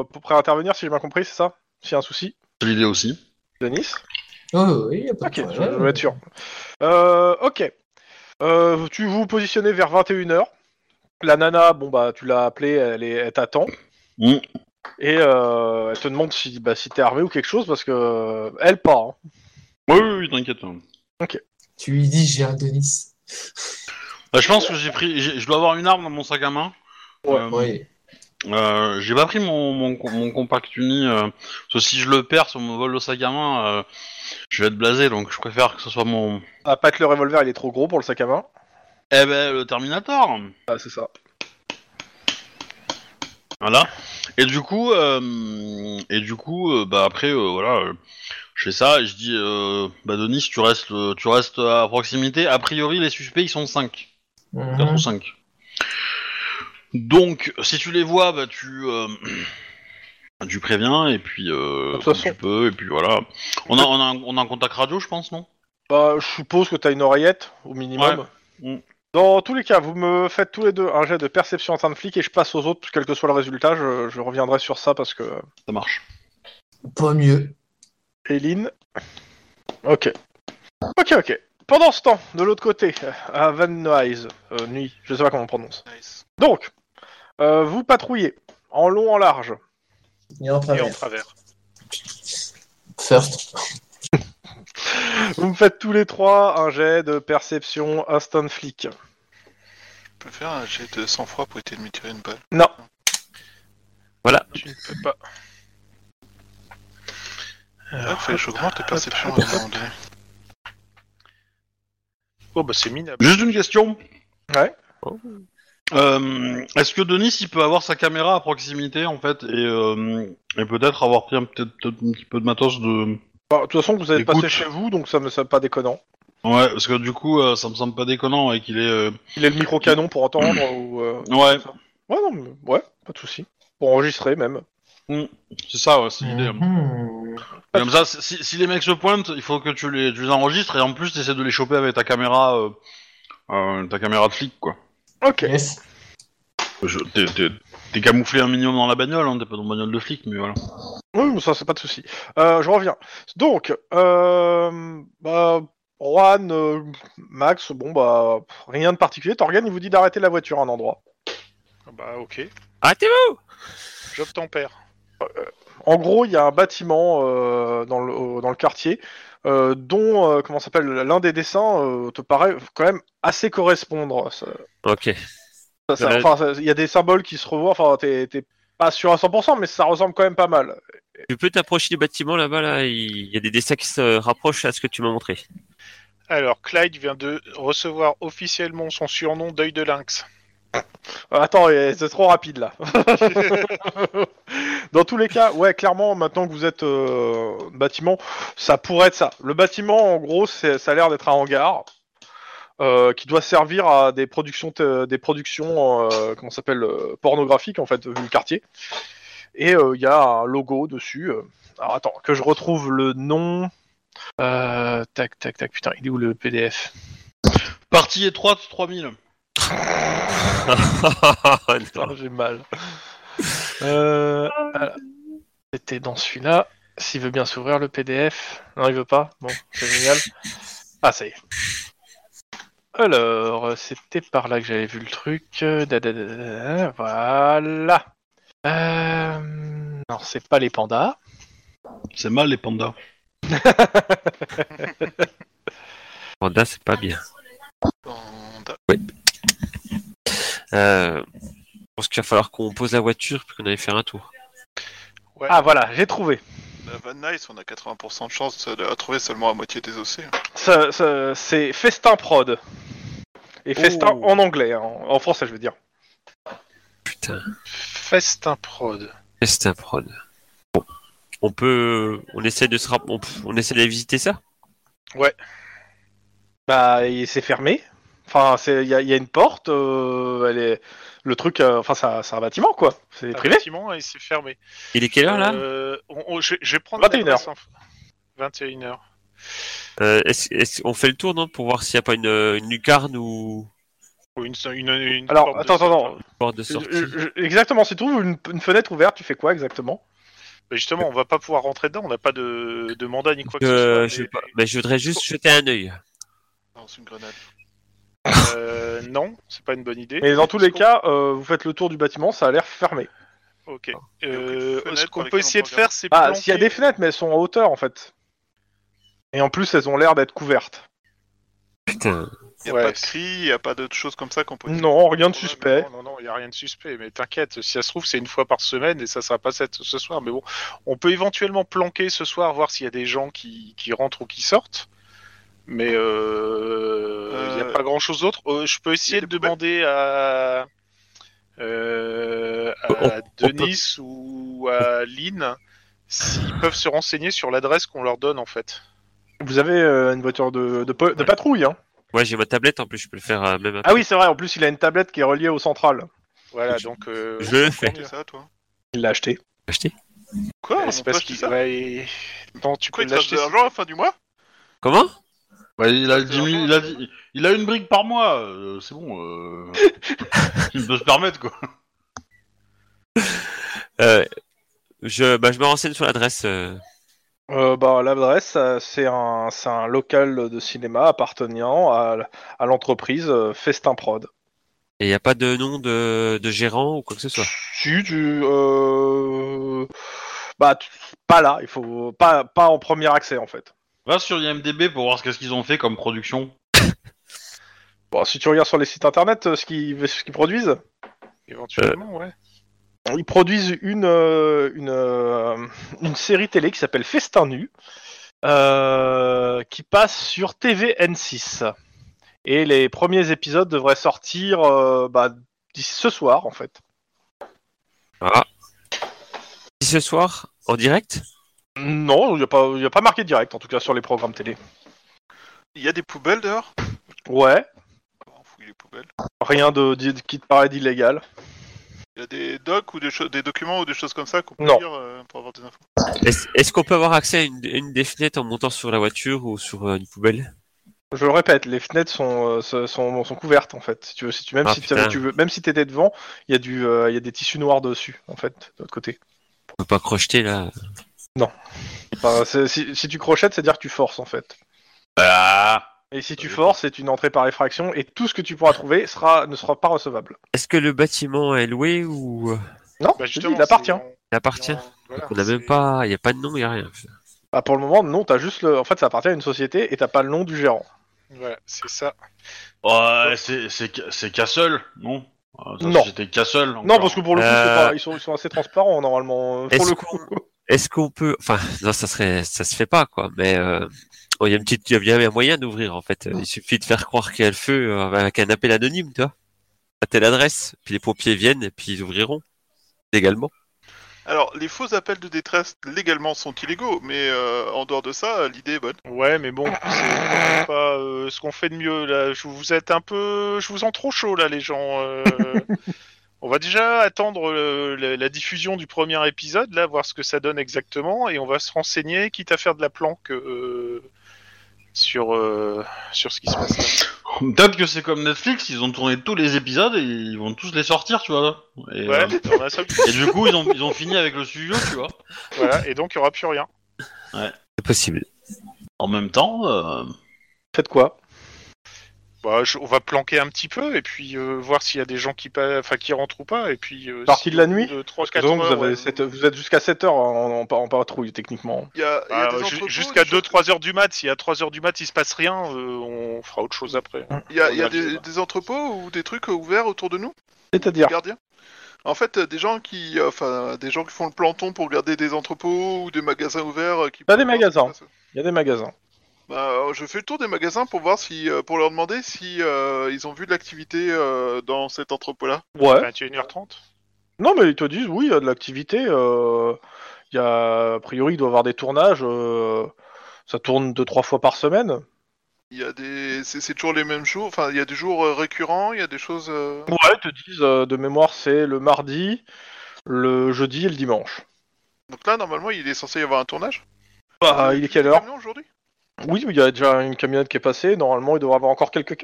euh, pour pré-intervenir, si j'ai bien compris, c'est ça S'il y a un souci
C'est l'idée aussi.
Denis
Oh, oui, y a pas
Ok,
de
je, je
problème.
vais être sûr. Euh, ok. Euh, tu vous positionnez vers 21h. La nana, bon, bah, tu l'as appelée, elle, est- elle t'attend.
Hmm.
Et euh, elle te demande si, bah, si t'es armé ou quelque chose, parce que euh, elle part. hein.
Oui, oui, oui, t'inquiète. hein.
Tu lui dis j'ai un Denis.
Bah, je pense que j'ai pris. j'ai- Je dois avoir une arme dans mon sac à main.
Ouais.
Euh,
Oui.
euh, j'ai pas pris mon, mon, mon compact uni. euh, parce que si je le perds, si on me vole le sac à main, euh, je vais être blasé. Donc, je préfère que ce soit mon.
Ah, pas que le revolver, il est trop gros pour le sac à main.
Eh ben, le Terminator
Ah, c'est ça.
Voilà. Et du coup, euh, et du coup, euh, bah après, euh, voilà, euh, je fais ça et je dis, euh, bah Denis, tu restes, euh, tu restes à proximité. A priori, les suspects, ils sont 5.
Mhm.
4 ou 5. Donc, si tu les vois, bah tu, euh, tu préviens et puis euh,
De toute façon-
tu peux et puis voilà. On a, on a, un- on a un contact radio, je pense, non
Bah, je suppose que t'as une oreillette, au minimum.
Ouais. Mm.
Dans tous les cas, vous me faites tous les deux un jet de perception en train de flic et je passe aux autres, quel que soit le résultat, je, je reviendrai sur ça parce que.
Ça marche.
Pas mieux.
Eline. Ok. Ok, ok. Pendant ce temps, de l'autre côté, euh, à Van Nuys, euh, nuit, je sais pas comment on prononce.
Nice.
Donc, euh, vous patrouillez, en long, en large.
Et en
Et en
travers.
travers.
First.
Vous me faites tous les trois un jet de perception instant flic.
Je peux faire un jet de sang-froid pour essayer de me tirer une balle.
Voilà.
Je ne peux pas. Ah, fallait que j'augmente la perception à un moment donné.
Oh, bah, c'est minable.
Juste une question.
Ouais.
Euh, Est-ce que Denis il peut avoir sa caméra à proximité en fait et, euh, et peut-être avoir pris un, peut-être, peut-être un petit peu de matos de
Bah, de toute façon, vous avez
Écoute.
passé chez vous, donc ça me semble pas déconnant.
Ouais, parce que du coup, euh, ça me semble pas déconnant et qu'il est. euh,
Il est le micro-canon pour entendre ou. euh,
Ouais,
Ouais, non, mais- ouais, pas de souci. Pour enregistrer même.
c'est ça, ouais, c'est
hein.
l'idée.
Mhm.
Et Comme ça, si, si les mecs se pointent, il faut que tu les, tu les enregistres et en plus, t'essaies de les choper avec ta caméra, euh, euh, ta caméra de flic, quoi.
Ok.
Yes.
Je- t'es- T'es t'es camouflé un minimum dans la bagnole, hein, t'es pas dans une bagnole de flic, mais voilà.
Oui, mais ça, c'est pas de souci. Euh, je reviens. Donc, euh, bah, Juan, euh, Max, bon, bah, pff, rien de particulier. Torgan, il vous dit d'arrêter la voiture à un endroit.
Ah Bah ok,
Arrêtez-vous
j'obtempère.
En gros, il y a un bâtiment euh, dans, le, au- dans le quartier euh, dont, euh, comment ça s'appelle, l'un des dessins euh, te paraît quand même assez correspondre. Ça-
Ok.
ça- ça-
Ouais.
enfin, ça- il y a des symboles qui se revoient. Enfin, t'es t'es pas sûr à 100%, mais ça ressemble quand même pas mal.
Tu peux t'approcher du bâtiment là-bas, là. Il y a des dessins qui se rapprochent à ce que tu m'as montré.
Alors Clyde vient de recevoir officiellement son surnom d'œil de lynx.
Euh, Attends, euh, c'est trop rapide là. Dans tous les cas, ouais, clairement, maintenant que vous êtes euh, bâtiment, ça pourrait être ça. Le bâtiment, en gros, c'est- ça a l'air d'être un hangar euh, qui doit servir à des productions, te- des productions, euh, comment ça s'appelle, euh, pornographiques en fait, vu le quartier. Et euh, il y a un logo dessus. euh. Alors attends, que je retrouve le nom. Euh, tac, tac, tac. Putain, il est où le PDF
Partie étroite 3000.
Putain, j'ai mal. Euh, voilà. C'était dans celui-là. S'il veut bien s'ouvrir le PDF. Non, il veut pas. Bon, c'est génial. Ah, ça y est. Alors, euh, c'était par là que j'avais vu le truc. Euh, da, da, da, da, da, Voilà. Euh, Non, c'est pas les pandas.
C'est mal, les pandas.
Panda, c'est pas bien.
Panda.
Euh, je pense qu'il va falloir qu'on pose la voiture puis qu'on aille faire un tour.
Ah, voilà, j'ai trouvé.
La Van Nice, on a 80% de chance de la trouver seulement à moitié hein, des OC.
Ça- ça- C'est Festin Prod. Et Festin
Oh.
en anglais, hein, en en français, je veux dire.
Putain,
Festin prod.
c'est un prod. Bon. On peut, on essaie de se rapp- on, on essaie d'aller visiter ça.
Bah, il s'est fermé. Enfin, c'est il y, a- il y a une porte. euh, elle est le truc. euh, Enfin, c'est un- c'est un bâtiment quoi.
Ah.
C'est privé.
Effectivement, il s'est fermé.
Il est quelle heure là
Euh, on- on- je, je vais prendre
21
l'adresse, hein. 21h.
Euh, est-ce- est-ce- On fait le tour non pour voir s'il n'y a pas une, une lucarne ou
Ou une, une- une
Alors,
porte de
attends, attends,
sortie.
attends.
porte de sortie.
Je- je- Exactement. Si tu trouves une, une fenêtre ouverte, tu fais quoi exactement
Bah, justement, on va pas pouvoir rentrer dedans, on n'a pas de, de mandat ni quoi que ce
Euh, je,
soit.
sais pas. Mais je voudrais juste jeter un œil.
Non, c'est une grenade.
mais, euh, non, c'est pas une bonne idée.
Mais dans tous
Est-ce
les
qu'on-
cas, euh, vous faites le tour du bâtiment. Ça a l'air fermé.
Ok.
aucune
Euh,
fenêtre
ce
par
qu'on
laquelle
peut
on
essayer
peut
de faire, c'est
Ah,
planquer-
s'il y a des fenêtres, mais elles sont en hauteur en fait. Et en plus, elles ont l'air d'être couvertes.
Putain.
Y a
Ouais.
pas de cri, y a pas de choses comme ça qu'on peut.
Non, rien de suspect.
Non, non, non, il n'y a rien de suspect, mais t'inquiète, si ça se trouve, c'est une fois par semaine et ça sera pas cette, ce soir. Mais bon, on peut éventuellement planquer ce soir, voir s'il y a des gens qui, qui rentrent ou qui sortent. Mais il euh,
Euh,
n'y a pas grand chose d'autre. Euh, je peux
y
essayer
a
de
des
demander à, euh,
On-
à Denis ou à Lynn s'ils peuvent se renseigner sur l'adresse qu'on leur donne en fait.
Vous avez euh, une voiture de, de, po- de patrouille. Hein.
Moi j'ai ma tablette en plus, je peux le faire euh, même. après.
Ah oui, c'est vrai. En plus, il a une tablette qui est reliée au central.
Voilà,
Je-
donc. euh,
je le fais.
C'est ça, toi
Il l'a acheté.
Acheter.
Quoi
C'est parce
qu'il
qu'il. ouais, et- Non, tu
Quoi,
peux
il te reste
l'acheter.
de l'argent à la fin du mois
Comment
Bah,
Ouais, il a 10 000 il a, dix- il a une brique par mois, euh, c'est bon. Euh...
[LAUGHS]
il peut se permettre, quoi.
Euh, je, bah, je me renseigne sur l'adresse. euh.
Euh, bah, L'adresse, euh, c'est un, c'est un local de cinéma appartenant à, l- à l'entreprise euh, Festin Prod.
Et il n'y a pas de nom de, de gérant ou quoi que ce soit.
Si tu. euh, Bah, tu- pas là, il faut. Pas, pas en premier accès en fait.
Va sur IMDB pour voir ce qu'est-ce qu'ils ont fait comme production.
Bon, si tu regardes sur les sites internet euh, ce qu'ils ce qu'ils produisent,
Euh,
Éventuellement, ouais.
ils produisent une, euh, une, euh, une série télé qui s'appelle Festin Nu, euh, qui passe sur TVN6. Et les premiers épisodes devraient sortir euh, bah, d'ici ce soir en fait.
Ah. Si ce soir, en direct
Non, il n'y a, pas- y a pas marqué direct, en tout cas sur les programmes télé.
Il y a des poubelles dehors
Ouais,
On fouille les poubelles.
rien de, d'i- qui te paraît d'illégal.
Il y a des docs ou des, cho- des documents ou des choses comme ça qu'on peut
Non.
lire euh, pour avoir des infos.
Est-ce est-ce qu'on peut avoir accès à une, une des fenêtres en montant sur la voiture ou sur euh, une poubelle
Je le répète, les fenêtres sont, euh, se- sont, sont couvertes en fait. Si tu veux, si tu, même,
Ah,
si t'avais-
putain.
tu veux, même si t'étais devant, il y, a du, euh, il y a des tissus noirs dessus en fait, de l'autre côté.
On peut pas crocheter là.
Enfin, c'est- si, si tu crochettes, c'est dire que tu forces en fait.
Ah.
Et si tu forces, c'est une entrée par effraction et tout ce que tu pourras trouver sera, ne sera pas recevable.
Est-ce que le bâtiment est loué ou euh,
Non,
Bah,
je te dis,
justement,
il appartient.
c'est-
il appartient
voilà,
On n'a même
c'est-
pas, il n'y a pas de nom, il n'y a rien.
Bah, pour le moment, non, t'as juste le. En fait, ça appartient à une société et t'as pas le nom du gérant.
Voilà, c'est ça.
Ouais, c'est- c'est c'est Castle, non Euh, ça,
Non.
C'était Castle.
Non,
encore.
parce que pour le coup,
Euh,
c'est pas- ils, sont, ils sont assez transparents normalement. euh, Pour
Est-ce
le coup,
Est-ce qu'on peut, enfin, non, ça serait, ça se fait pas quoi, mais euh, oh, il y a une petite, il y a un moyen d'ouvrir en fait. Il suffit de faire croire qu'il y a le feu euh, avec un appel anonyme, tu vois, à telle adresse, puis les pompiers viennent et puis ils ouvriront légalement.
Alors, les faux appels de détresse légalement sont illégaux, mais euh, en dehors de ça, l'idée est bonne.
Ouais, mais bon, c'est quand même pas euh, ce qu'on fait de mieux là. Je vous êtes un peu, je vous sens trop chaud là, les gens.
[LAUGHS]
euh. On va déjà attendre euh, la, la diffusion du premier épisode, là, voir ce que ça donne exactement, et on va se renseigner, quitte à faire de la planque euh, sur euh, sur ce qui se passe. Là.
Peut-être que c'est comme Netflix, ils ont tourné tous les épisodes et ils vont tous les sortir, tu vois. Et, euh,
Ouais, on a ça.
et du coup, ils ont, ils ont fini avec le studio, tu vois.
Voilà, et donc il y aura plus rien.
C'est possible.
En même temps, euh,
faites quoi
Bah, je- on va planquer un petit peu et puis euh, voir s'il y a des gens qui, pa- enfin, qui rentrent ou pas. Et puis euh,
Partie
si
de la
au bout
nuit
de 3,
Parce que
4
donc, vous,
heures,
avez
ouais.
sept- vous êtes jusqu'à 7 heures en, en, en patrouille, techniquement.
Il y a, il y a
Bah,
des
ju-
entrepôts,
Jusqu'à
des choses-
2-3 heures du mat. S'il y a 3 heures du mat, il se passe rien, euh, on fera autre chose après.
Il y a, il y a
Ouais, je sais
des,
pas.
des entrepôts ou des trucs ouverts autour de nous,
C'est-à-dire
gardiens. En fait, euh, des gens qui, euh, enfin, des gens qui font le planton pour garder des entrepôts ou des magasins ouverts. euh, Qui
Pas des magasins. Il y a des magasins.
Bah, euh, je fais le tour des magasins pour voir si, euh, pour leur demander si euh, ils ont vu de l'activité euh, dans cet entrepôt-là.
Ouais.
21h30
[LAUGHS] Non, mais ils te disent, oui, il y a de l'activité. euh, Il y a, a priori, il doit y avoir des tournages. euh, Ça tourne deux, trois fois par semaine.
Il y a des, c'est c'est toujours les mêmes jours. Enfin, il y a des jours euh, récurrents, il y a des choses. euh,
Ouais, ils te disent, euh, de mémoire, c'est le mardi, le jeudi et le dimanche.
Donc là, normalement, il est censé y avoir un tournage.
Bah, il est quelle heure
Camion aujourd'hui
Oui, mais il y a déjà une camionnette qui est passée. Normalement, il doit y avoir encore quelques.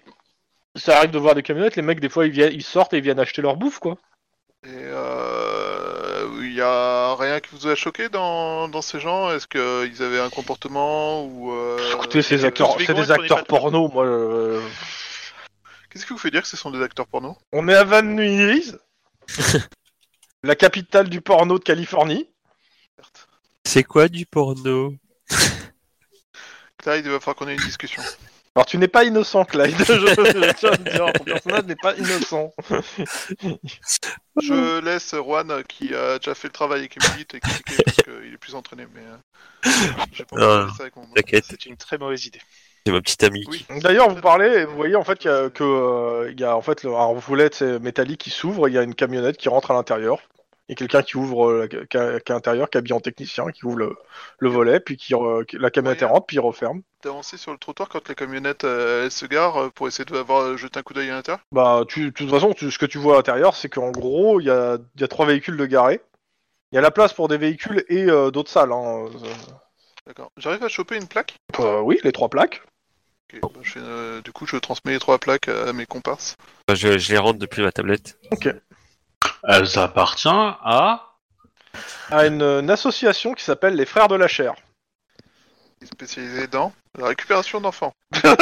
Ça arrive de voir des camionnettes. Les mecs, des fois, ils, viennent, ils sortent et ils viennent acheter leur bouffe, quoi.
Et euh, il y a rien qui vous a choqué dans, dans ces gens Est-ce qu'ils avaient un comportement ou euh,
Écoutez, c'est des acteurs,
tous les
c'est
gros,
des
ils prenaient
acteurs
pas de
porno, moi. euh,
Qu'est-ce qui vous fait dire que ce sont des acteurs porno
On est à Van [LAUGHS] Nuys, la capitale du porno de Californie.
C'est quoi du porno
Clyde, il va falloir qu'on ait une discussion.
Alors tu n'es pas innocent, Clyde. [LAUGHS] je, je tiens à
[LAUGHS]
le dire, ton personnage n'est pas innocent.
Je laisse Juan qui a déjà fait le travail et qui me dit t'expliquer parce qu'il est plus entraîné, mais euh, j'ai pas envie de
Non,
faire ça avec mon nom.
T'inquiète,
C'est une très mauvaise idée.
c'est ma petite amie.
Oui.
D'ailleurs, vous parlez, et vous voyez en fait qu'il y a, que, euh, il y a en fait le- un volet tu sais, métallique qui s'ouvre, et il y a une camionnette qui rentre à l'intérieur. Et quelqu'un qui ouvre euh, la- qui a- qui est à l'intérieur, qui est habillé en technicien, qui ouvre le, le volet, puis qui, re- qui- la camionnette elle rentre, puis il referme.
d'avancer sur le trottoir quand la camionnette euh, elle se gare euh, pour essayer de avoir jeter un coup d'œil à l'intérieur.
Bah, tu, de toute façon, tu- ce que tu vois à l'intérieur, c'est qu'en gros, il y a, il y a trois véhicules de garés. Il y a la place pour des véhicules et euh, d'autres salles. hein.
D'accord. J'arrive à choper une plaque.
Euh, oui, les trois plaques.
Ok, bah, je fais, euh, du coup, je transmets les trois plaques à mes comparses.
Enfin, je, je les rentre depuis ma tablette.
Euh,
elles appartiennent à.
à une, une association qui s'appelle les Frères de la Chair.
Spécialisé dans la récupération d'enfants.
Une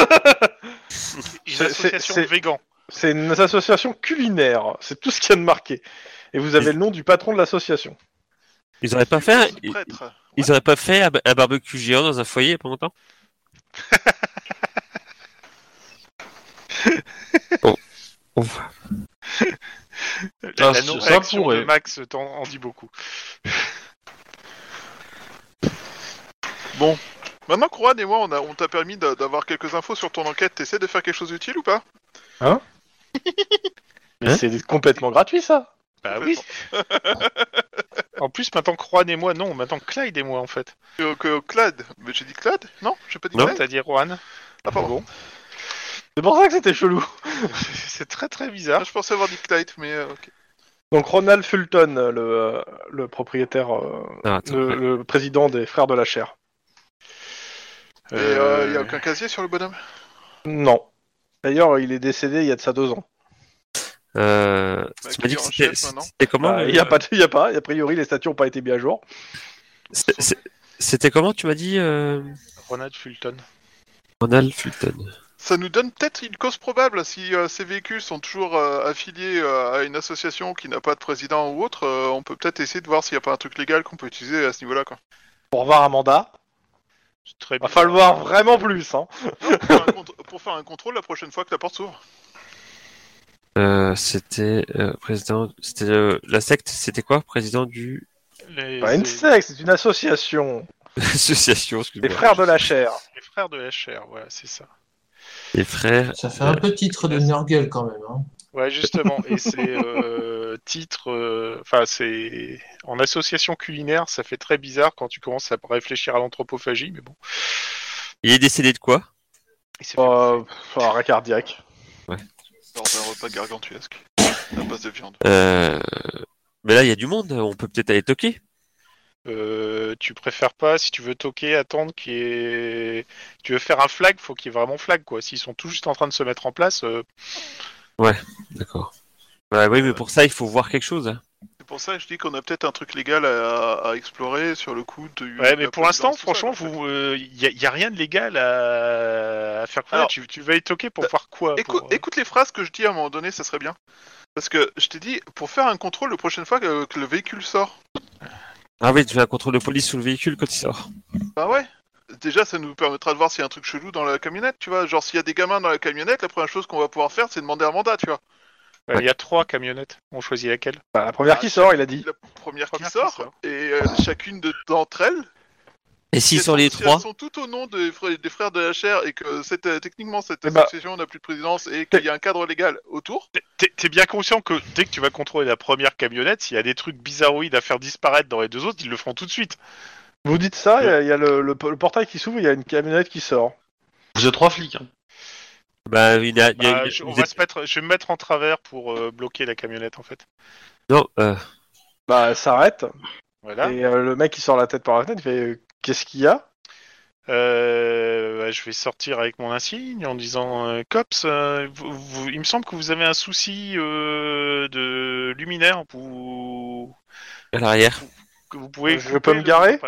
C'est-
association
c'est-
de végans.
C'est une association culinaire, c'est tout ce qu'il y a de marqué. Et vous avez le nom du patron de l'association.
Ils auraient pas fait,
Ce
ils,
Prêtre.
ils auraient pas fait un, un barbecue géant dans un foyer il y a pas longtemps
Ah,
La,
ça
non-réaction
pourrait.
de Max t'en- en dit beaucoup.
Maintenant que Juan et moi, on a- on t'a permis d'a- d'avoir quelques infos sur ton enquête, t'essaies de faire quelque chose d'utile ou pas
Mais c'est complètement gratuit ça
Bah oui.
[LAUGHS]
en plus, maintenant que Juan et moi, non, maintenant que Clyde et moi, en fait.
Que, que Clad. Mais j'ai dit Clad Non, j'ai pas dit
Non,
Clad.
t'as dit
[LAUGHS]
Juan.
Ah, pardon.
C'est pour ça que c'était chelou.
C'est très très
Ah,
bizarre.
je pensais avoir dit Clyde, mais euh, ok.
Donc Ronald Fulton, le, euh, le propriétaire, euh,
Ah, attends,
le,
ouais.
le président des Frères de la Chair.
Et il
Euh,
a aucun casier sur le bonhomme
Non. D'ailleurs, il est décédé il y a de ça deux ans.
Euh,
Bah,
tu m'as
qui
dit que
est en
c'était
chef, maintenant
c'était comment euh,
Bah,
le-
Il n'y a pas, de- il y a pas. A priori, les statuts n'ont pas été mis à jour.
c'est- c'est- C'était comment tu m'as dit euh...
Ronald Fulton.
Ronald Fulton.
Ça nous donne peut-être une cause probable si euh, ces véhicules sont toujours euh, affiliés euh, à une association qui n'a pas de président ou autre. euh, on peut peut-être essayer de voir s'il n'y a pas un truc légal qu'on peut utiliser à ce niveau-là. Quoi.
Pour avoir un mandat,
C'est Très
va
bizarre.
falloir vraiment plus. Hein.
pour, faire un contr- pour faire un contrôle la prochaine fois que la porte s'ouvre.
Euh, c'était euh, président. C'était euh, la secte. C'était quoi Président du [LAUGHS]
Les,
Pas une
c'est-
secte, c'est une association.
association.
Les
Excuse-moi.
Frères de la Chair.
les frères de HR, voilà, c'est ça.
Les frères.
Ça fait un peu titre de Nurgle quand même. Hein.
Ouais, justement. Et c'est euh, titre. euh, Enfin, c'est. En association culinaire, ça fait très bizarre quand tu commences à réfléchir à l'anthropophagie, mais bon.
Il est décédé de quoi
Il s'est fait-
Euh, pff, arrêt cardiaque.
Lors d'un repas [LAUGHS] gargantuesque. La base de viande.
euh... Mais là, il y a du monde. On peut peut-être aller toquer.
Euh, tu préfères pas, si tu veux toquer, attendre qu'il y ait. Tu veux faire un flag, faut qu'il y ait vraiment flag, quoi. S'ils sont tout juste en train de se mettre en place, euh,
D'accord. Bah,
Euh.
oui, mais pour ça, il faut voir quelque chose. hein.
C'est pour ça que je dis qu'on a peut-être un truc légal à, à explorer sur le coup de.
Ouais,
de
mais
la
pour l'instant,
présidence, tout
franchement,
ça, quoi, en fait.
vous, il y, a rien de légal à, à faire quoi
Alors,
tu, tu vas y toquer pour voir quoi
Écou-
pour, euh,
Écoute les phrases que je dis à un moment donné, ça serait bien. Parce que je t'ai dit, pour faire un contrôle la prochaine fois que, que le véhicule sort.
Ah oui, tu fais un contrôle de police sous le véhicule quand il sort.
Bah ouais. Déjà, ça nous permettra de voir s'il y a un truc chelou dans la camionnette, tu vois. Genre, s'il y a des gamins dans la camionnette, la première chose qu'on va pouvoir faire, c'est demander un mandat, tu vois.
Il y a trois camionnettes. On choisit laquelle
Bah, la première qui sort, il a dit.
La première,
Première
qui, sort,
qui sort.
et euh, chacune de- d'entre elles
Et s'ils
Si
sont
elles
les
si
trois
Elles sont toutes au nom des frères, des frères de la chair et que cette, euh, techniquement cette
ben,
Eh bah-
association n'a plus de présidence et qu'il y a un cadre légal autour.
T'es t'es bien conscient que dès que tu vas contrôler la première camionnette, s'il y a des trucs bizarroïdes à faire disparaître dans les deux autres, ils le feront tout de suite.
Vous dites ça, il y a, il y a le, le po- le portail qui s'ouvre, il y a une camionnette qui sort.
Vous êtes trois flics. hein.
Bah, il y a, il y a-
Bah,
il y a-
je, on va se mettre, je vais me mettre en travers pour euh, bloquer la camionnette, en fait.
Non, euh,
Bah, elle s'arrête.
Voilà.
Et euh, le mec qui sort la tête par la fenêtre, il fait euh, Qu'est-ce qu'il y a
Euh, bah, je vais sortir avec mon insigne en disant euh, Cops, euh, vous- vous- il me semble que vous avez un souci euh, de luminaire. Vous,
à l'arrière.
que vous pouvez.
Euh, je
couper
peux me
le-
garer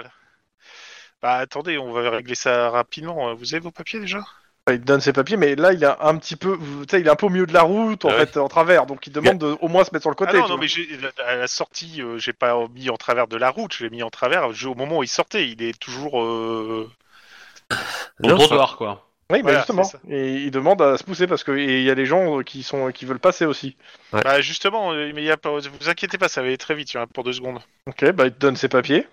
Bah attendez, on va régler ça rapidement. Vous avez vos papiers déjà
Enfin, Il donne ses papiers, mais là, il a un petit peu. vous- Tu sais, il est un peu au milieu de la route, en
Ah
fait, en travers. Donc, il demande de au moins se mettre sur le côté.
Ah non,
tu
non,
vois.
mais j'ai- à la sortie, euh, j'ai pas mis en travers de la route, je l'ai mis en travers je- au moment où il sortait. Il est toujours. euh,
Au
Non,
trottoir, quoi.
Oui, mais
Voilà,
justement.
c'est ça.
Et il demande à se pousser parce que et il y a des gens euh, qui, sont, qui veulent passer aussi.
Bah justement, euh, mais il y a pas- vous inquiétez pas, ça va aller très vite, il y en a pour deux secondes.
Ok, bah, il te donne ses papiers,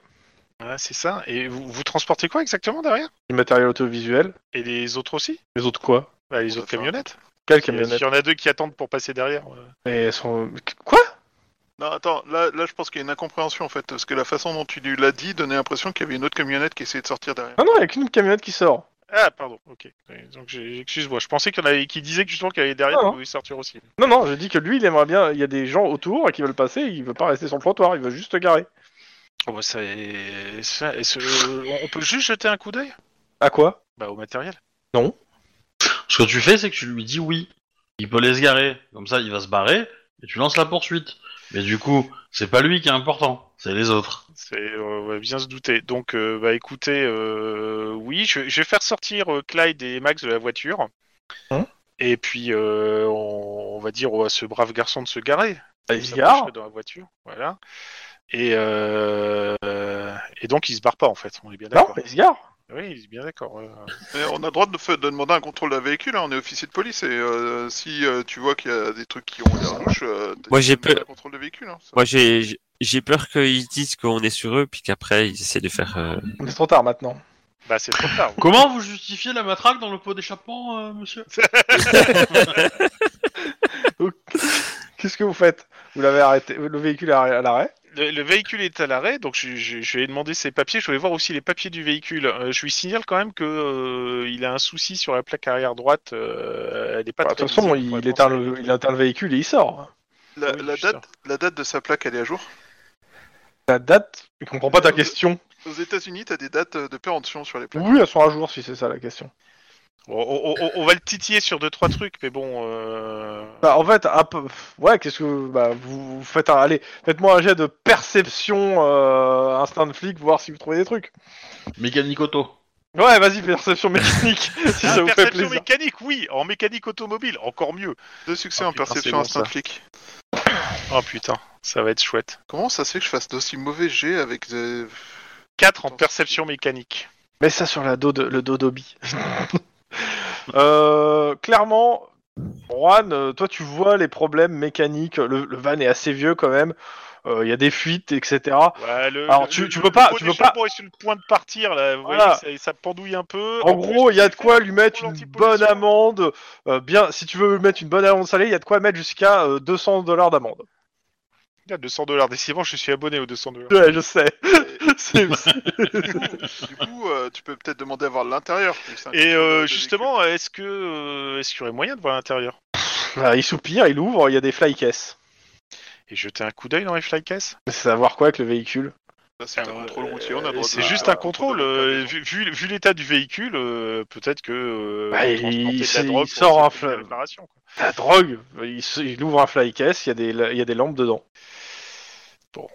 Voilà, c'est ça. Et vous, vous transportez quoi exactement derrière
du matériel audiovisuel.
Et les autres aussi
Les autres, quoi
Bah,
On
les
va
autres
faire un
camionnettes.
Quelle
Il
camionnette
y en a deux qui attendent pour passer derrière. euh.
Mais elles sont. Quoi
Non, attends, là, là je pense qu'il y a une incompréhension en fait, parce que la façon dont tu l'as dit donnait l'impression qu'il y avait une autre camionnette qui essayait de sortir derrière.
Ah non, il n'y a qu'une camionnette qui sort.
Ah, pardon, ok. Ouais, Donc, j'ai- excuse-moi, je pensais qu'il y en avait qui disaient que justement qu'il y avait derrière,
Ah,
qui
non.
voulaient sortir aussi.
Non, non, je dis que lui, il aimerait bien. Il y a des gens autour qui veulent passer, il veut pas rester sur le trottoir, il veut juste se garer.
Oh, bah, ça, est- ça est- ce- euh, on peut juste jeter un coup d'œil
À quoi
Bah, au matériel.
Ce que tu fais, c'est que tu lui dis oui. Il peut les se garer. Comme ça, il va se barrer et tu lances la poursuite. Mais du coup, c'est pas lui qui est important, c'est les autres.
C'est, euh, on va bien se douter. Donc, euh, bah, écoutez, euh, oui, je, je vais faire sortir euh, Clyde et Max de la voiture.
Hein
et puis, euh, on, on va dire à ce brave garçon de se garer.
Bah, Il
Il
se gare.
s'approcherait dans la voiture, voilà. Et, euh, et donc, il se barre pas, en fait. On est bien
Non,
d'accord.
il se gare.
Oui, il est bien d'accord. euh.
Mais on a le droit de, fa- de demander un contrôle d'un véhicule, hein, on est officier de police, et euh, si euh, tu vois qu'il y a des trucs qui ont l'air louches, euh, t-
Moi, j'ai
demande
peur-
un contrôle de véhicule. hein, ça.
Moi, j'ai j'ai- j'ai peur qu'ils disent qu'on est sur eux, puis qu'après, ils essaient de faire. euh,
Mais c'est trop tard maintenant.
Bah, c'est trop tard.
Comment vous justifiez la matraque dans le pot d'échappement, euh, monsieur
Qu'est-ce que vous faites Vous l'avez arrêté, le véhicule est à l'arrêt.
Le, le véhicule est à l'arrêt, donc je, je- je lui ai demandé ses papiers. Je voulais voir aussi les papiers du véhicule. Euh, je lui signale quand même que euh, il a un souci sur la plaque arrière droite. euh, elle est pas
Bah, de
très
toute façon,
visible,
il,
on pourrait
éteint
penser.
le, il éteint le véhicule et il sort.
La,
Oui,
la
je suis
date, la date de sa plaque, elle est à jour.
La date, je comprends pas ta question.
Aux États-Unis, t'as des dates euh, de péremption sur les plaques.
Oui, elles sont à jour si c'est ça la question.
Bon, on, on- on va le titiller sur deux trois trucs, mais bon. euh,
Bah, en fait, un peu... ouais, qu'est-ce que bah, vous vous faites un... Allez, faites-moi un jet de perception euh, instinct de flic, voir si vous trouvez des trucs.
Mécanique auto.
Ouais, vas-y, perception mécanique, [LAUGHS] si [LAUGHS]
Ah,
ça vous fait
perception
plaisir.
mécanique, oui, en mécanique automobile, encore mieux.
Deux succès
Ah,
en
putain, c'est
perception
bon,
instinct
ça.
flic.
Oh putain, ça va être chouette.
Comment ça se fait que je fasse d'aussi mauvais jets avec des...
4 en perception mécanique.
Mets ça sur la dos de, le dos d'Obi. [LAUGHS] Euh, clairement, Juan, euh, toi tu vois les problèmes mécaniques. Le, le van est assez vieux quand même. Euh, Il y a des fuites, etc.
Ouais, le-
Alors,
le-
tu-
le-
tu peux pas-
le pot
tu peux
des
pas-
chapeaux est sur le point de partir là. Vous
Voilà.
voyez, ça, ça pendouille un peu.
En
plus,
gros, il y a de quoi lui mettre
pour
une bonne
l'antipollution.
amende. euh, bien, si tu veux lui mettre une bonne amende salée, il y a de quoi mettre jusqu'à euh, 200 dollars d'amende. [LAUGHS]
Il y a 200 dollars. Décidément, je suis abonné aux 200 dollars.
Ouais, je sais. [LAUGHS] C'est-
Du coup, du coup, euh, tu peux peut-être demander à voir l'intérieur. vu que c'est un
Et
contrôle de
euh,
véhicule.
justement, est-ce que euh, est-ce qu'il y aurait moyen de voir l'intérieur
Voilà, Bah, il soupire, il ouvre, il y a des fly caisses.
et jeter un coup d'œil dans les flycases
Mais c'est à voir quoi avec le véhicule
Ça, c'est un contrôle routier, on a le droit de-
C'est juste
euh,
un contrôle. euh, vu vu, vu l'état du véhicule, euh, peut-être que euh,
Bah, il-
transporter de la
il- il
drogue pour
sort un
essayer de faire des
fl-
réparations, quoi.
La drogue. Il, s- il ouvre un fly case, il y a des, il y a des lampes dedans.
Bon,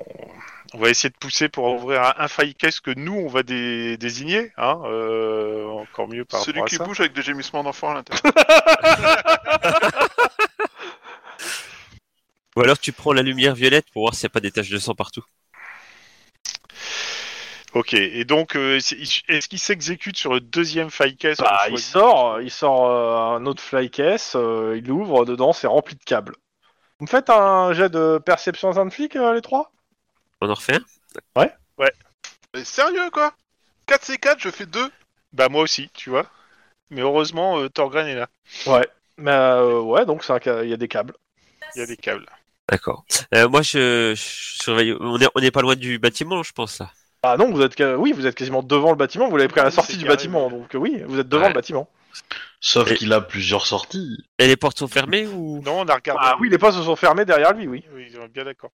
on va essayer de pousser pour ouvrir un, un faillicase que nous on va dé- désigner, hein, euh, encore mieux par
Celui
rapport à
qui
ça.
bouge avec des gémissements d'enfants à l'intérieur. [LAUGHS]
Ou alors tu prends la lumière violette pour voir s'il n'y a pas des taches de sang partout.
Ok, et donc euh, c'est- est-ce qu'il s'exécute sur le deuxième faillicase qu'on
Bah, il
choisit
sort, il sort euh, un autre fly case, euh, il l'ouvre, dedans c'est rempli de câbles. Vous me faites un jet de perception instinct de flic, euh, les trois
On en refait un
Mais sérieux, quoi 4C4, je fais 2
Bah moi aussi, tu vois. Mais heureusement, euh, Thorgren est là.
Ouais. Bah euh, ouais, donc c'est un ca- il y a des câbles.
Il y a des câbles.
D'accord. Euh, moi, je, je surveille. On est, on est pas loin du bâtiment, je pense là.
Ah non, vous êtes, ca- oui, vous êtes quasiment devant le bâtiment, vous l'avez pris à la
Oui,
sortie
c'est
du
carré,
bâtiment,
ouais.
donc euh, oui, vous êtes devant
Ouais.
le bâtiment.
Sauf
Et-
qu'il a plusieurs sorties.
Et les portes sont fermées ou
Non, on a regardé.
Ah oui, les portes se sont fermées derrière lui, oui.
Oui, on est bien d'accord.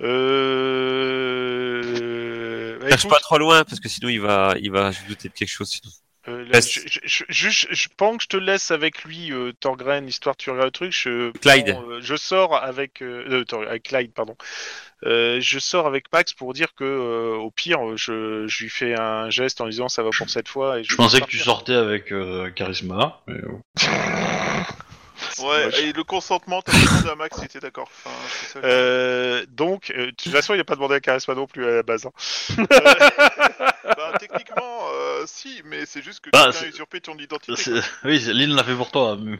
Euh... bah,
Cherche
écoute,
pas trop loin parce que sinon il va, il va se douter de quelque chose. Sinon.
euh, là,
Parce-
je, je, je, je- je pense que je te laisse avec lui, euh, Thorgren, histoire que tu regardes le truc. Je prends,
Clyde.
euh, je sors avec, euh, euh, Thor- avec Clyde, pardon. Euh, je sors avec Max pour dire que, euh, au pire, je, je lui fais un geste en disant ça va pour cette fois. Et
Je pensais que tu sortais avec euh, Charisma. mais, euh,
Ouais,
moche.
et le consentement, t'as demandé à Max si t'es d'accord. Enfin, c'est ça.
Euh, donc, euh, de toute façon, il n'a pas demandé à Charisma non plus à la base. hein. [LAUGHS]
Bah, techniquement, euh, si, mais c'est juste que
Bah,
quelqu'un
c'est-
a usurpé ton identité.
c'est- oui, c'est- Lynn l'a fait pour toi. mais-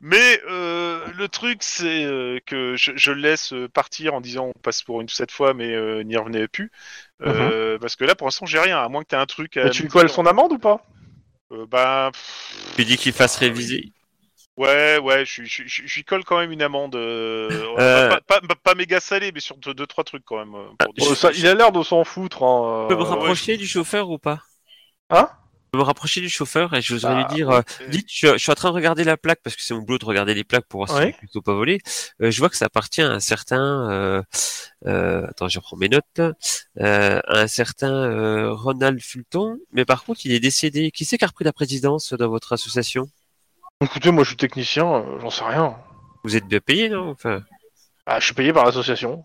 Mais euh, le truc, c'est euh, que je, je le laisse euh, partir en disant on passe pour une cette fois, mais euh, n'y revenez plus. [LAUGHS] Euh, Parce que là, pour l'instant, j'ai rien, à moins que tu un truc. À
Euh, Mais
me
tu lui
dire.
colles son amende ou pas
Euh, bah, pff,
Tu dis qu'il fasse réviser.
ouais, ouais, je je- je- je lui colle quand même une amende. euh,
Euh.
Pas, pas- pas- pas méga salée, mais sur deux, deux, trois trucs quand même. euh,
Ah,
pour dire.
Oh, ça- Il a l'air de s'en foutre. hein,
Je peux me
euh,
rapprocher du chauffeur ou pas
Hein
Je peux me rapprocher du chauffeur et je voudrais
Bah,
lui dire. euh,
ok.
dites, je, je suis en train de regarder la plaque parce que c'est mon boulot de regarder les plaques pour voir si
Ouais.
est plutôt pas volé. Euh, je vois que ça appartient à un certain. Euh, euh, attends, je reprends mes notes. là. Euh, à un certain euh, Ronald Fulton, mais par contre, il est décédé. Qui c'est qui a repris la présidence dans votre association
Écoutez, moi je suis technicien, euh, j'en sais rien.
Vous êtes bien payé, non enfin,
Ah, je suis payé par l'association.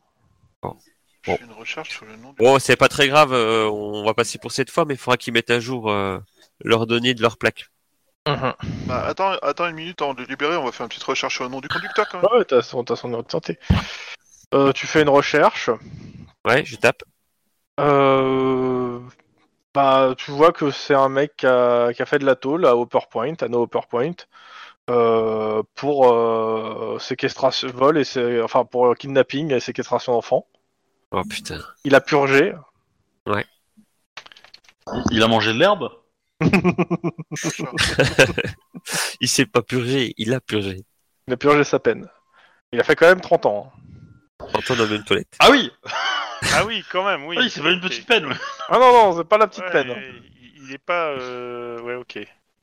Je fais une recherche sur le nom du.
Bon, c'est pas très grave. euh, on va passer pour cette fois, mais il faudra qu'ils mettent à jour euh, leurs données de leur plaque.
Mhm.
Bah, attends, attends une minute avant de le libérer, on va faire une petite recherche sur le nom du conducteur quand même.
Ouais, t'as son, t'as son numéro de santé. Euh, tu fais une recherche.
Ouais, je tape.
Euh, Bah, tu vois que c'est un mec qui a, qui a fait de la tôle à Hopper Point, à No Hopper Point, euh, pour euh, séquestration, vol et sé- enfin pour kidnapping et séquestration d'enfants.
Oh putain.
Il a purgé.
Il a mangé de l'herbe
Il s'est pas purgé, il a purgé.
Il a purgé sa peine. Il a fait quand même 30 ans. hein.
En temps dans une toilette.
Ah oui
Ah oui, quand même, oui.
Oui, c'est pas une petite hein.
Ok.
peine. ouais.
Ah non, non, c'est pas la petite
Ouais,
peine.
il- Il est pas. euh, Ouais, ok.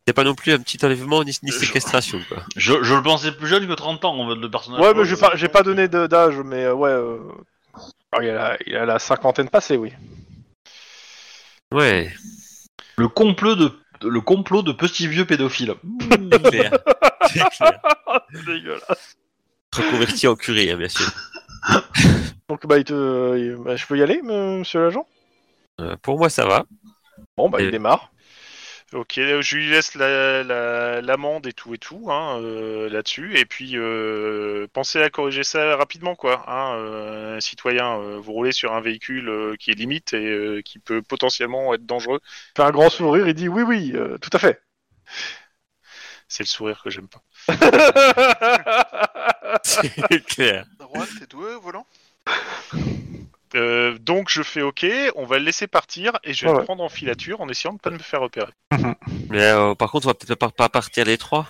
C'est pas non plus un petit enlèvement ni, ni
Euh, je-
séquestration, quoi.
Je, je le pensais plus jeune que 30 ans, en fait, le personnage.
Ouais, mais j'ai pas, j'ai pas donné de- d'âge, mais euh, ouais. euh, alors, il, a la, il a la cinquantaine passée, oui.
Ouais.
Le complot de, le complot de petits vieux pédophiles.
C'est clair. C'est clair. Reconverti en curé, hein, bien sûr.
Donc bah, il te, il- bah, je peux y aller, me- monsieur l'agent
Euh, pour moi, ça va. [LAUGHS]
Bon, bah,
Euh.
il démarre.
Ok, je lui laisse la- la- l'amende et tout et tout hein, euh, là-dessus. Et puis, euh, pensez à corriger ça rapidement, quoi. Hein, euh, citoyen, euh, vous roulez sur un véhicule euh, qui est limite et euh, qui peut potentiellement être dangereux.
Il fait un grand sourire, il dit oui, oui, euh, tout à fait.
C'est le sourire que j'aime pas.
C'est clair.
Juan, t'es doué au volant
Euh, donc, je fais OK, on va le laisser partir et je vais
Ouais,
le
ouais.
prendre en filature en essayant de pas me faire repérer.
Mais euh, par contre, on va peut-être pas, pas partir les trois.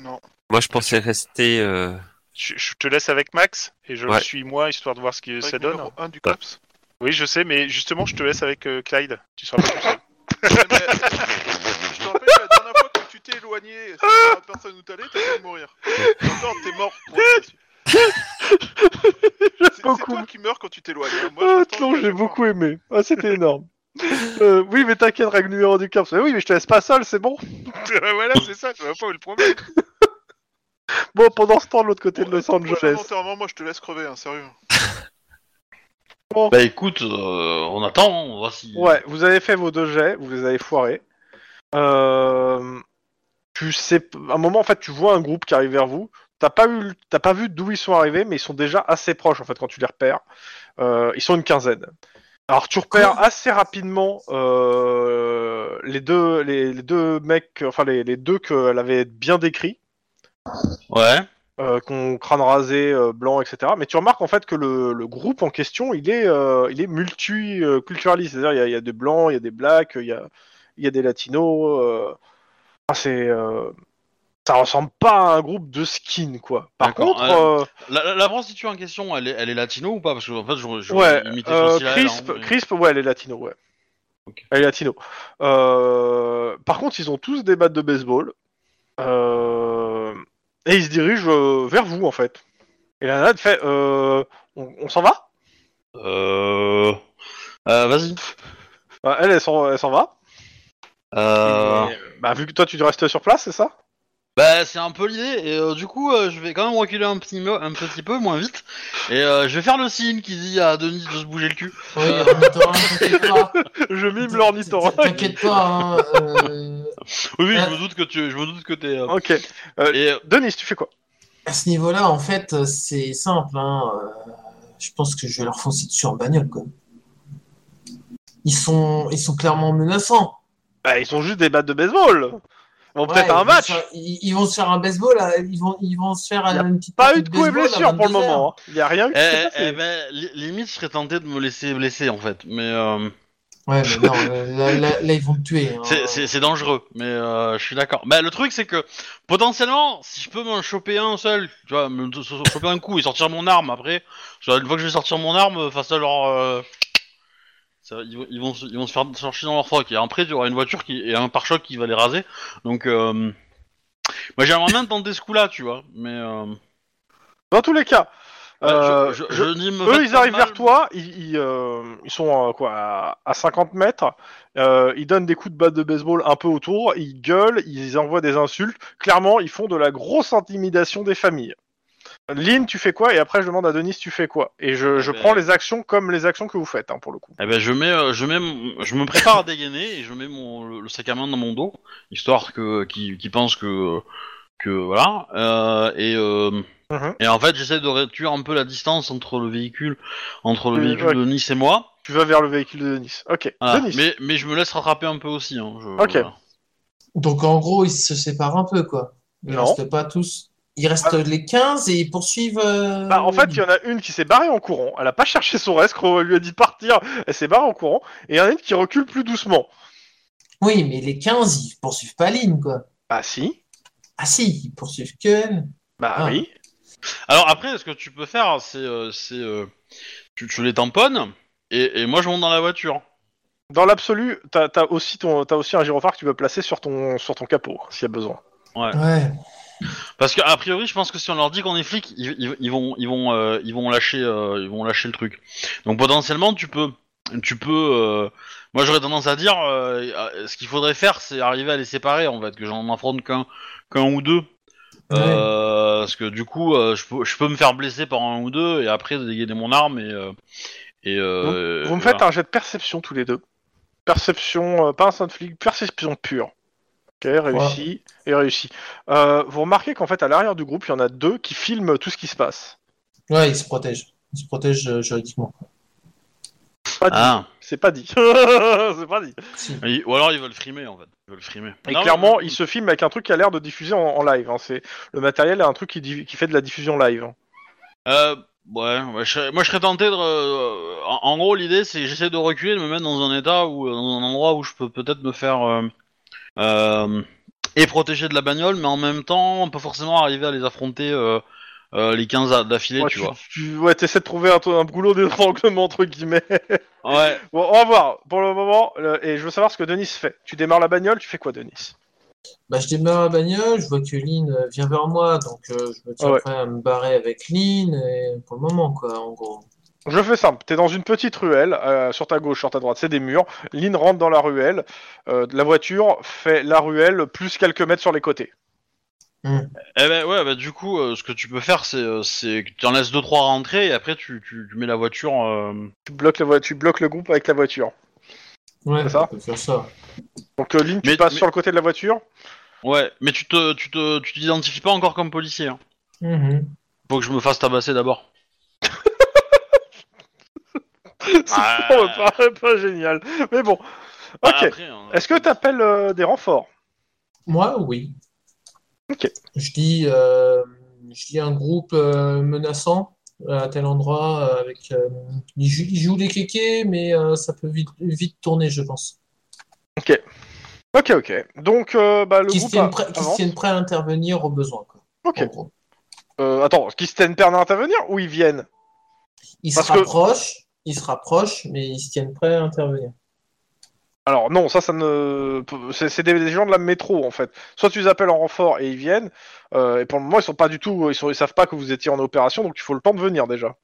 Non.
Moi, je pensais rester. euh,
Je, je te laisse avec Max et je
Ouais.
le suis moi, histoire de voir ce que ça donne. hein.
1
[LAUGHS]
du COPS.
Oui, je sais, mais justement, je te laisse avec euh, Clyde. Tu seras pas
[LAUGHS]
tout seul.
Ouais, mais- Je te rappelle que la dernière fois que tu t'es éloigné sans la personne où t'allais, t'as failli mourir. Encore, t'es
[LAUGHS]
mort. pour être déçu. C'est c'est
beaucoup.
toi qui meurs quand tu t'éloignes. hein. Moi, je
Ah,
m'attends
non,
que-
j'ai beaucoup aimé. Ah,
[LAUGHS]
c'était énorme. Euh, oui, mais t'inquiète, règle numéro du COPS. Mais oui, mais je te laisse pas seul, c'est bon.
voilà, c'est ça, je vois pas où est le problème.
Bon, pendant ce temps, de l'autre côté de
Bon,
Los
ton prochain
Angeles.
enterrement, moi, je te laisse crever, hein, sérieux.
Bah écoute, euh, on attend, on voit si.
Ouais, vous avez fait vos deux jets, vous les avez foirés. Euh, tu sais, p- à un moment en fait, tu vois un groupe qui arrive vers vous. T'as pas eu, le- t'as pas vu d'où ils sont arrivés, mais ils sont déjà assez proches en fait quand tu les repères. Euh, ils sont une quinzaine. Alors tu repères assez rapidement euh, les deux, les, les deux mecs, enfin les, les deux qu'elle avait bien décrits,
Ouais.
euh, qu'on crâne rasé, euh, blanc, etc. Mais tu remarques en fait que le, le groupe en question, il est, euh, il est multiculturaliste. C'est-à-dire, il y a- il y, a des blancs, il y a des blacks, il y a, il y a des latinos. euh. Enfin, c'est, euh, ça ressemble pas à un groupe de skin, quoi. Par
D'accord,
contre,
euh,
euh,
La, la, la prostituée en question, elle est, elle est latino ou pas Parce que en fait, j'aurais
ouais,
j'aurais imité
euh,
son style à elle,
crisp,
hein, mais-
crisp, ouais, elle est latino, ouais.
Ok.
Elle est latino. Euh, par contre, ils ont tous des battes de baseball. Euh, et ils se dirigent euh, vers vous, en fait. Et la nana fait euh, On, on s'en va
Euh. euh, Vas-y.
Bah, Elle, elle s'en elle s'en va.
Euh...
Bah, vu que toi, tu restes sur place, c'est ça
Bah, c'est un peu l'idée, et euh, du coup, euh, je vais quand même reculer un petit, mo- un petit peu, moins vite, et euh, je vais faire le signe qui dit à Denis de se bouger le cul.
[LAUGHS]
Oui, ornithorynque, hein, t'inquiète pas.
Je mime l'ornithorynque.
[LAUGHS] T'inquiète pas, hein, euh,
Oui, oui,
Ah.
je me doute que tu, je me doute que t'es. euh,
Ok.
Et euh,
Denis, tu fais quoi
à ce niveau-là, en fait, euh, c'est simple. hein, euh, Je pense que je vais leur foncer dessus en bagnole, quoi. Ils sont, ils sont clairement menaçants.
Bah, ils sont juste des battes de baseball. Ils vont
Ouais,
peut-être à un
ils vont
match.
se faire- Ils ils vont se faire un baseball, à- ils vont, ils vont se faire
Y a
une petite.
Pas
partie
eu de coups et
baseball à
blessures pour le
22 heures.
moment. hein. Il n'y a rien eu.
eh,
qui s'est
eh,
passé.
eh ben, li- limite, je serais tenté de me laisser blesser en fait, mais euh,
Ouais, mais non, euh, là, là- là, ils vont me tuer. hein.
c'est- c'est c'est dangereux. Mais euh, je suis d'accord. Bah, le truc, c'est que potentiellement, si je peux m'en choper un seul, tu vois, me de- so- so- choper un coup et sortir mon arme après, tu vois, une fois que je vais sortir mon arme euh, face à leur, euh, ça, ils, vont- ils vont, se- ils vont se faire sortir dans leur froc. Et après, il y aura une voiture qui et un pare-choc qui va les raser. Donc, euh, moi, j'aimerais bien tenter ce coup-là, tu vois, mais. euh,
Dans tous les cas,
ouais,
euh,
je, je-
je-
je n'y me
eux,
fais
ils
pas
arrivent
mal.
vers toi. Ils, ils, euh, ils sont euh, quoi à- à 50 mètres. euh, ils donnent des coups de batte de baseball un peu autour. Ils gueulent. Ils envoient des insultes. Clairement, ils font de la grosse intimidation des familles. Lynn, tu fais quoi Et après, je demande à Denis, tu fais quoi Et je, je
ben-
prends les actions comme les actions que vous faites, hein, pour le coup.
Eh ben je mets, euh, je mets, mon- je me prépare à dégainer et je mets mon le, le sac à main dans mon dos, histoire que qui, qui pense que que voilà. Euh, et euh,
Mhm.
et en fait j'essaie de réduire un peu la distance entre le véhicule, entre le
Oui,
véhicule
ouais.
de Nice et moi.
Tu vas vers le véhicule de Denis. Ok.
Voilà.
Denis.
Ah, Mais mais je me laisse rattraper un peu aussi. Hein, je-
Ok.
voilà.
Donc en gros, ils se séparent un peu, quoi. Ils
Non. Ah.
restent pas tous. Ils restent les 15 et ils poursuivent. euh,
Bah, en fait, il y en a une qui s'est barrée en courant. Elle a pas cherché son reste. On lui a dit partir. Elle s'est barrée en courant. Et il y en a une qui recule plus doucement.
Oui, mais les 15, ils poursuivent pas Lynn, quoi.
Bah si.
Ah si, ils poursuivent Ken.
Bah
Ah.
oui.
Alors après, ce que tu peux faire, c'est. euh, c'est euh, tu, tu les tamponnes, et, et moi je monte dans la voiture.
Dans l'absolu, t'as as aussi, ton- t'as aussi un gyrophare que tu peux placer sur ton, sur ton capot, hein, s'il y a besoin.
Ouais.
Parce que a priori, je pense que si on leur dit qu'on est flic, ils, ils- ils vont, ils vont, euh, ils vont lâcher, euh, ils vont lâcher le truc. Donc potentiellement, tu peux, tu peux. euh, moi, j'aurais tendance à dire, euh, euh, ce qu'il faudrait faire, c'est arriver à les séparer en fait, que j'en affronte qu'un, qu'un ou deux. Euh, parce que du coup, euh, je, peux, je peux me faire blesser par un ou deux et après dégainer mon arme et. euh, et euh,
Vous me
voilà.
faites un jet de perception tous les deux. Perception, euh, pas un sound flic, perception pure. Ok, réussi et réussi. Euh, vous remarquez qu'en fait, à l'arrière du groupe, il y en a deux qui filment tout ce qui se passe.
Ouais, il se protège. Il se protège euh, juridiquement.
Pas dit.
Ah.
C'est pas dit. [LAUGHS] C'est pas dit.
Si.
Et- Ou alors ils veulent frimer en fait. Ils veulent frimer.
Et
Non,
clairement,
mais-
ils se filment avec un truc qui a l'air de diffuser en, en live. hein. C'est le matériel a un truc qui, div- qui fait de la diffusion live. hein.
Euh, ouais, ouais, je serais- moi je serais tenté de. euh, en, en gros, l'idée c'est que j'essaie de reculer, de me mettre dans un état ou dans un endroit où je peux peut-être me faire. euh, euh, et protéger de la bagnole, mais en même temps, on peut forcément arriver à les affronter euh, euh, les 15 à- d'affilée,
Ouais,
tu
tu-
vois.
tu- ouais, t'essaies de [LAUGHS] trouver un, un boulot d'étranglement entre guillemets.
Ouais.
Bon, on va voir. Pour le moment, le- et je veux savoir ce que Denis fait. Tu démarres la bagnole, tu fais quoi, Denis
Bah, je démarre la bagnole, je vois que Lynn euh, vient vers moi, donc euh, je me tiens
Ah ouais.
prêt à me barrer avec Lynn, et pour le moment, quoi, en gros.
Je fais simple. T'es dans une petite ruelle. euh, sur ta gauche, sur ta droite, c'est des murs. Lynn rentre dans la ruelle. euh, la voiture fait la ruelle plus quelques mètres sur les côtés.
Eh ben ouais, bah du coup, euh, ce que tu peux faire, c'est euh, c'est que tu en laisses 2-3 rentrer et après tu, tu, tu mets la voiture. euh,
Tu bloques, la voie- tu bloques le groupe avec la voiture.
Ouais,
C'est ça
on peut faire ça.
Donc euh, Lynn, tu
Mais-
passes
mais-
sur le côté de la
[LAUGHS]
voiture.
Ouais, mais tu te tu te, tu t'identifies pas encore comme policier. Hein.
Mhm.
Faut que je me fasse tabasser d'abord.
Ça me paraît pas génial. Mais bon.
Ah. Bah,
Ok.
après, hein,
Est-ce que t'appelles euh, des renforts
Moi, oui.
Ok.
Je dis, euh, je dis un groupe euh, menaçant à tel endroit, euh, avec, euh, ils, jou- ils jouent les kékés, mais euh, ça peut vite, vite tourner, je pense.
Ok, ok. Donc, euh, bah, le
Qui se
groupe
tiennent
a-
prêts qui se
avance.
tiennent prêts à intervenir au besoin, quoi.
Ok.
en gros.
Euh, attends, qui se tiennent prêts à intervenir ou ils viennent
Ils
Parce
se
que-
rapprochent, ils se rapprochent, mais ils se tiennent prêts à intervenir.
Alors non, ça, ça ne, c'est c'est des, des gens de la métro en fait. Soit tu les appelles en renfort et ils viennent. euh, et pour le moment, ils sont pas du tout, ils, sont, ils savent pas que vous étiez en opération, donc il faut le temps de venir déjà,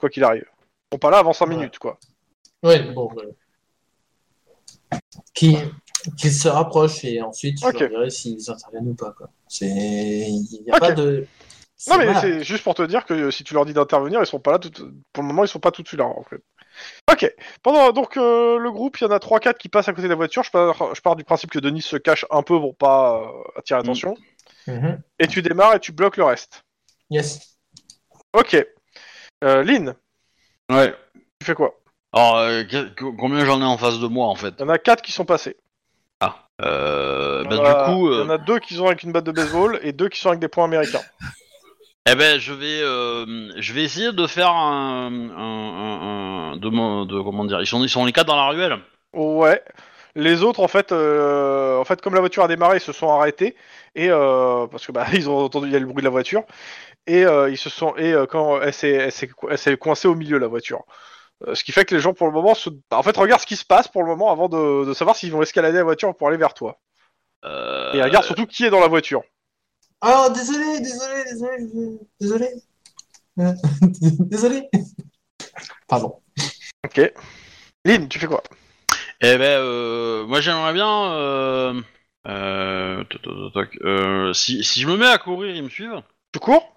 quoi qu'il arrive. Ils sont pas là avant 5
Ouais.
minutes quoi.
Ouais, bon. ouais. Qui, qui se rapprochent et ensuite je
Ok.
leur dirai s'ils interviennent ou pas. Quoi. C'est... Il n'y a
Ok.
pas de. c'est-
Non mais
voilà.
c'est juste pour te dire que euh, si tu leur dis d'intervenir, ils sont pas là tout, pour le moment, ils sont pas tout de suite là en fait. Ok. Pendant donc euh, le groupe, il y en a 3-4 qui passent à côté de la voiture. Je pars, je pars du principe que Denis se cache un peu pour pas euh, attirer
Mm.
attention.
Mhm.
Et tu démarres et tu bloques le reste.
Yes.
Ok. Euh, Lynn,
Ouais.
tu fais quoi
Alors, euh, que- que- combien j'en ai en face de moi en fait
Il y en a 4 qui sont passés.
euh,
Il y
bah,
en a-
Du coup,
il y
euh,
en a 2 qui sont avec une batte de baseball et 2 qui sont avec des points américains.
eh ben, je vais, euh, je vais essayer de faire un, un- un- un- de, mon- de- comment dire, ils sont, ils sont les quatre dans la ruelle.
Ouais. Les autres, en fait, euh, en fait, comme la voiture a démarré, ils se sont arrêtés et euh, parce que bah [LAUGHS] ils ont entendu il y a le bruit de la voiture et euh, ils se sont et euh, quand elle s'est elle s'est co- elle s'est coincée au milieu la voiture. Euh, ce qui fait que les gens pour le moment se... en fait regardent ce qui se passe pour le moment avant de, de savoir s'ils vont escalader la voiture pour aller vers toi.
Euh,
Et regarde surtout qui est dans la voiture.
Oh, désolé, désolé, désolé, je- désolé. Euh, [LAUGHS] désolé. Pardon.
Ok. Lynn, tu fais quoi
eh ben, euh, moi j'aimerais bien, euh, euh, toc, toc, toc, toc, euh, si, si je me mets à courir, ils me suivent.
Tu cours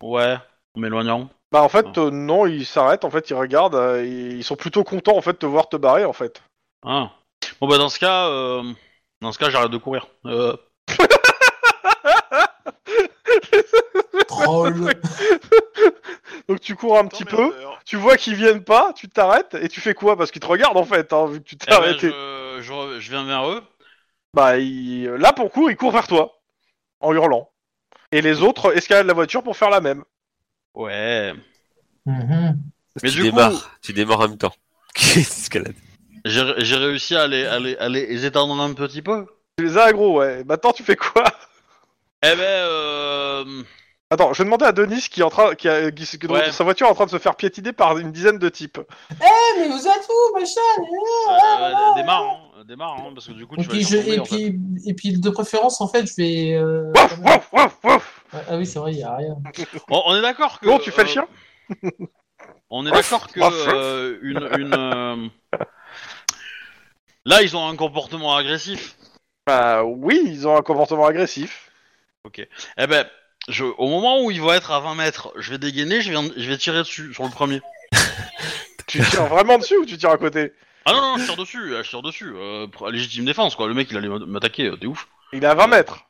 Ouais, en m'éloignant.
Bah en fait
Ah.
euh, non, ils s'arrêtent, en fait ils regardent, euh, ils ils sont plutôt contents en fait de te voir te barrer en fait.
Ah. Bon bah dans ce cas, euh, dans ce cas, j'arrête de courir. Euh,
Troll.
Donc tu cours un petit peu,
T'emmerdeur.
tu vois qu'ils viennent pas, tu t'arrêtes et tu fais quoi Parce qu'ils te regardent en fait, hein, vu que tu
eh
t'es
ben,
arrêté.
je, je re- je viens vers eux.
Bah ils- là pour le coup ils courent vers toi en hurlant. Et les autres escaladent la voiture pour faire la même.
Ouais.
Mhm.
Mais
tu
du coup-
démarres, tu démarres en même temps. [LAUGHS] Qu'est-ce qu'elle
Euh,
a dit
J'ai j'ai réussi à les, à, les, à les- les éteindre un petit peu.
Tu les as aggro, ouais. Maintenant tu fais quoi
Eh ben, euh,
[LAUGHS] Attends, je vais demander à Denis qui est en train, qui a, qui- qui- dont
Ouais.
sa voiture est en train de se faire piétiner par une dizaine de types.
Eh, mais vous êtes où, machin eh
Euh, euh, démarre, hein, démarre, hein, parce que du coup,
et
tu vas
puis,
les
je,
faire tomber,
et,
en fait.
puis, et puis, de préférence, en fait, je vais.
[LAUGHS]
euh,
Wouf, wouf, wouf, wouf.
Ah ah oui, c'est vrai, il n'y a rien.
On, on est d'accord que.
Bon, tu fais le
euh,
chien
On
[LAUGHS]
est d'accord que
Ouf, ouf.
euh, une, une euh, là ils ont un comportement agressif.
Bah oui, ils ont un comportement agressif.
Eh ben, je, au moment où ils vont être à 20 mètres, je vais dégainer, je vais, je vais tirer dessus sur le premier.
Tu tires vraiment dessus ou tu tires à côté
Ah non non, je tire dessus, euh, je tire dessus. euh, pour- légitime défense quoi. Le mec il allait m'attaquer, euh, t'es ouf.
Il est à 20 mètres.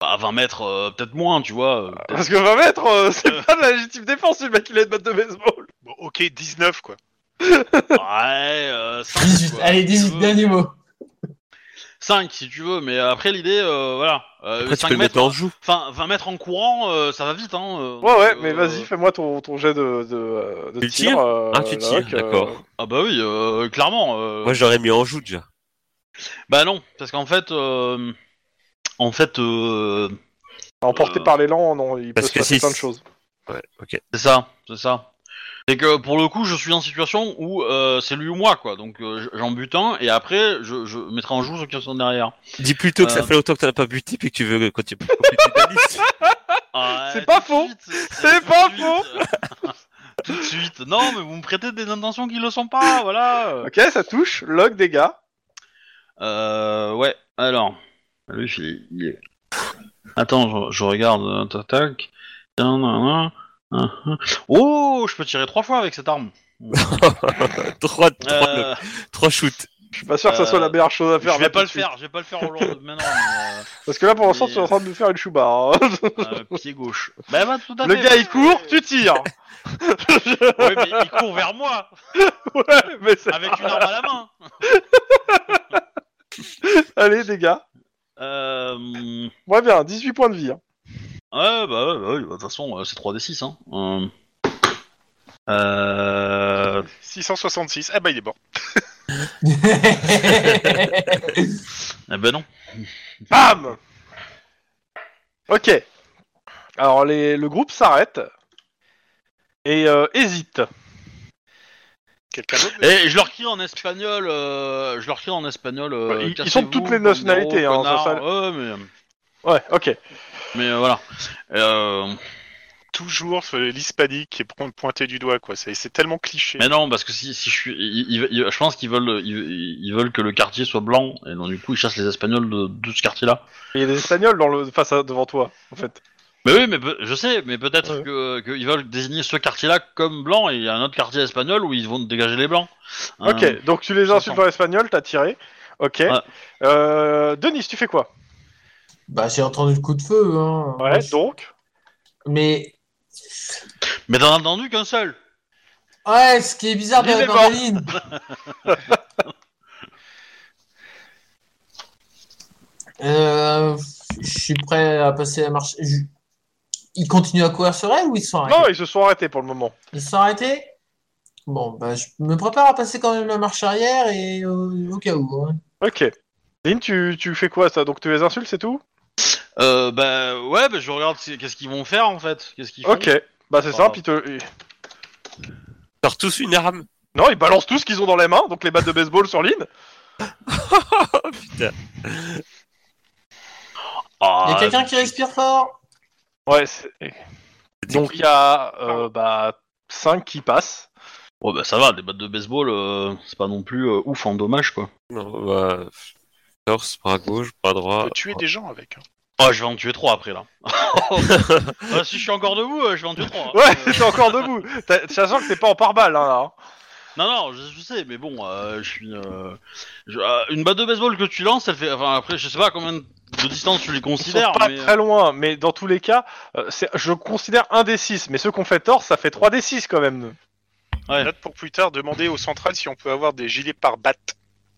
Bah, à 20 mètres, euh, peut-être moins, tu vois. euh, peut-être.
[LAUGHS] Parce que 20 mètres, euh, c'est pas de la légitime défense, le mec il a une batte de baseball.
Bon, ok, 19 quoi.
Ouais, euh, 5,
18, allez, 18, dernier mot.
5 si tu veux, mais après l'idée, euh, voilà. Euh,
Après, tu
5
peux le
mètres,
mettre en joue.
enfin 20 mètres en courant, euh, ça va vite hein. euh,
Ouais, ouais,
euh,
mais vas-y, fais-moi ton, ton jet de, de, euh, de
Tu
tir.
tires
euh,
Ah, tu
Lavoc,
tires,
euh,
d'accord.
Ah bah oui, euh, clairement. euh,
Moi, je l'aurais mis en joue déjà.
Bah non, parce qu'en fait, euh, en fait, euh,
Emporté
Euh,
par l'élan, non, il peut
parce
se
que
passer
si-
plein de choses.
Ouais, ok.
c'est ça, c'est ça. C'est que pour le coup, je suis en situation où euh, c'est lui ou moi, quoi. Donc euh, j- j'en bute un et après, je, je mettrai en joue ceux qui sont derrière.
Dis plutôt que
Euh.
ça fait longtemps que t'en as pas buté puis que tu veux quand tu peux compléter ta liste.
Ah,
C'est
tout
pas
de
faux.
suite,
C'est
tout de
pas
suite.
faux.
[LAUGHS] Tout de suite. Non, mais vous me prêtez des intentions qui le sont pas, voilà.
Ok, ça touche, log dégâts.
Euh, ouais. Alors, lui, il est- il est. Attends, je, je regarde. euh, tac, Tac. Tiens, nan, nan, nan, nan. Oh, je peux tirer trois fois avec cette arme.
[LAUGHS] trois, trois,
Euh,
trois shoots.
Je suis pas sûr que ça soit
Euh,
la meilleure chose à faire.
je
là,
vais pas
tout
le
de suite.
faire, je vais pas le faire aujourd'hui. Maintenant, mais,
Parce que là, pour l'instant,
Mais,
tu es en train de nous faire une chouba. hein.
euh, euh, pied [LAUGHS] gauche. Bah, bah, tout à
Le
fait.
gars, il court, tu
[LAUGHS]
tires. [LAUGHS]
Ouais, mais il court vers moi
ouais, mais c'est...
avec une arme à la main.
Allez, dégâts.
Euh...
Moi, bien, 18 points de vie. hein.
Ouais, bah, ouais, bah, ouais, bah, de toute façon, euh, c'est 3d6. Hein. Euh... Euh...
666. Ah bah il est mort.
Eh ben non.
Bam Ok. Alors, les... le groupe s'arrête et euh, hésite.
Quelqu'un d'autre
Et je leur crie en espagnol. Euh... Je leur crie en espagnol.
Bah,
Euh...
ils- ils sont de
cassez-vous,
toutes les
Pandero,
nationalités, hein,
connard.
ça, ça-
Ouais, mais,
Ouais, ok.
mais euh, voilà. Euh...
Toujours euh, l'hispanique qui est po- pointé du doigt quoi. C'est c'est tellement cliché.
Mais non, parce que si, si je suis, ils- ils- ils- je pense qu'ils veulent, ils, ils veulent que le quartier soit blanc, et donc du coup ils chassent les Espagnols de, de ce quartier-là.
Il y a des Espagnols dans le... face à... devant toi, en fait.
Mais oui, mais peut- je sais, mais peut-être
Ouais.
que qu'ils veulent désigner ce quartier-là comme blanc, et il y a un autre quartier espagnol où ils vont dégager les blancs.
Ok,
Euh,
donc tu les insultes en espagnol, t'as tiré. Ok.
Ouais.
Euh, Denis, tu fais quoi
[LAUGHS] bah, j'ai entendu le coup de feu. Hein.
Ouais, donc.
Mais.
mais t'en as entendu qu'un seul.
Ouais, ce qui est bizarre,
Il est
Bernard
mort. [LAUGHS]
Maline. Euh, je suis prêt à passer la marche. je- Ils continuent à courir sur elle ou ils se sont arrêtés
Non, ils se sont arrêtés pour le moment.
Ils se sont arrêtés Bon, bah, je me prépare à passer quand même la marche arrière et euh, au cas où. hein.
Ok. Lynn, tu, tu fais quoi ça Donc tu les insultes, c'est tout
Euh, bah ouais, bah, je regarde c'est- qu'est-ce qu'ils vont faire en fait, qu'est-ce qu'ils font.
Ok. Bah c'est
Enfin,
simple, ils te...
T'as tous une arme.
Non, ils balancent tout ce qu'ils ont dans les mains, donc les battes de baseball sur Lynn.
Oh putain.
Ah,
Il y a quelqu'un qui respire fort
Ouais, c'est- donc il y a euh, bah, 5 qui passent.
Ouais, bah ça va, des battes de baseball, euh, c'est pas non plus euh, ouf en dommage quoi.
Non, bah, torse, bras gauche, bras
On
droit.
peut tuer des gens avec. hein.
Oh, je vais en tuer trois après là. [LAUGHS] Euh, si je suis encore debout, euh, je vais en tuer trois.
Ouais,
Euh,
[LAUGHS] t'es encore debout. T'as- Sachant que t'es pas en pare-balles, hein, là.
Non, non, je, je sais, mais bon, euh, je suis. euh, je- euh, une batte de baseball que tu lances, elle fait. Enfin, après, je sais pas combien de distance tu les
Ils sont
considères,
pas
mais. euh,
très loin, mais dans tous les cas, euh, c'est- je considère un des 6, mais ceux qu'on fait tort, ça fait 3 des 6 quand même.
Ouais.
Note pour plus tard, demander aux centrales si on peut avoir des gilets par batte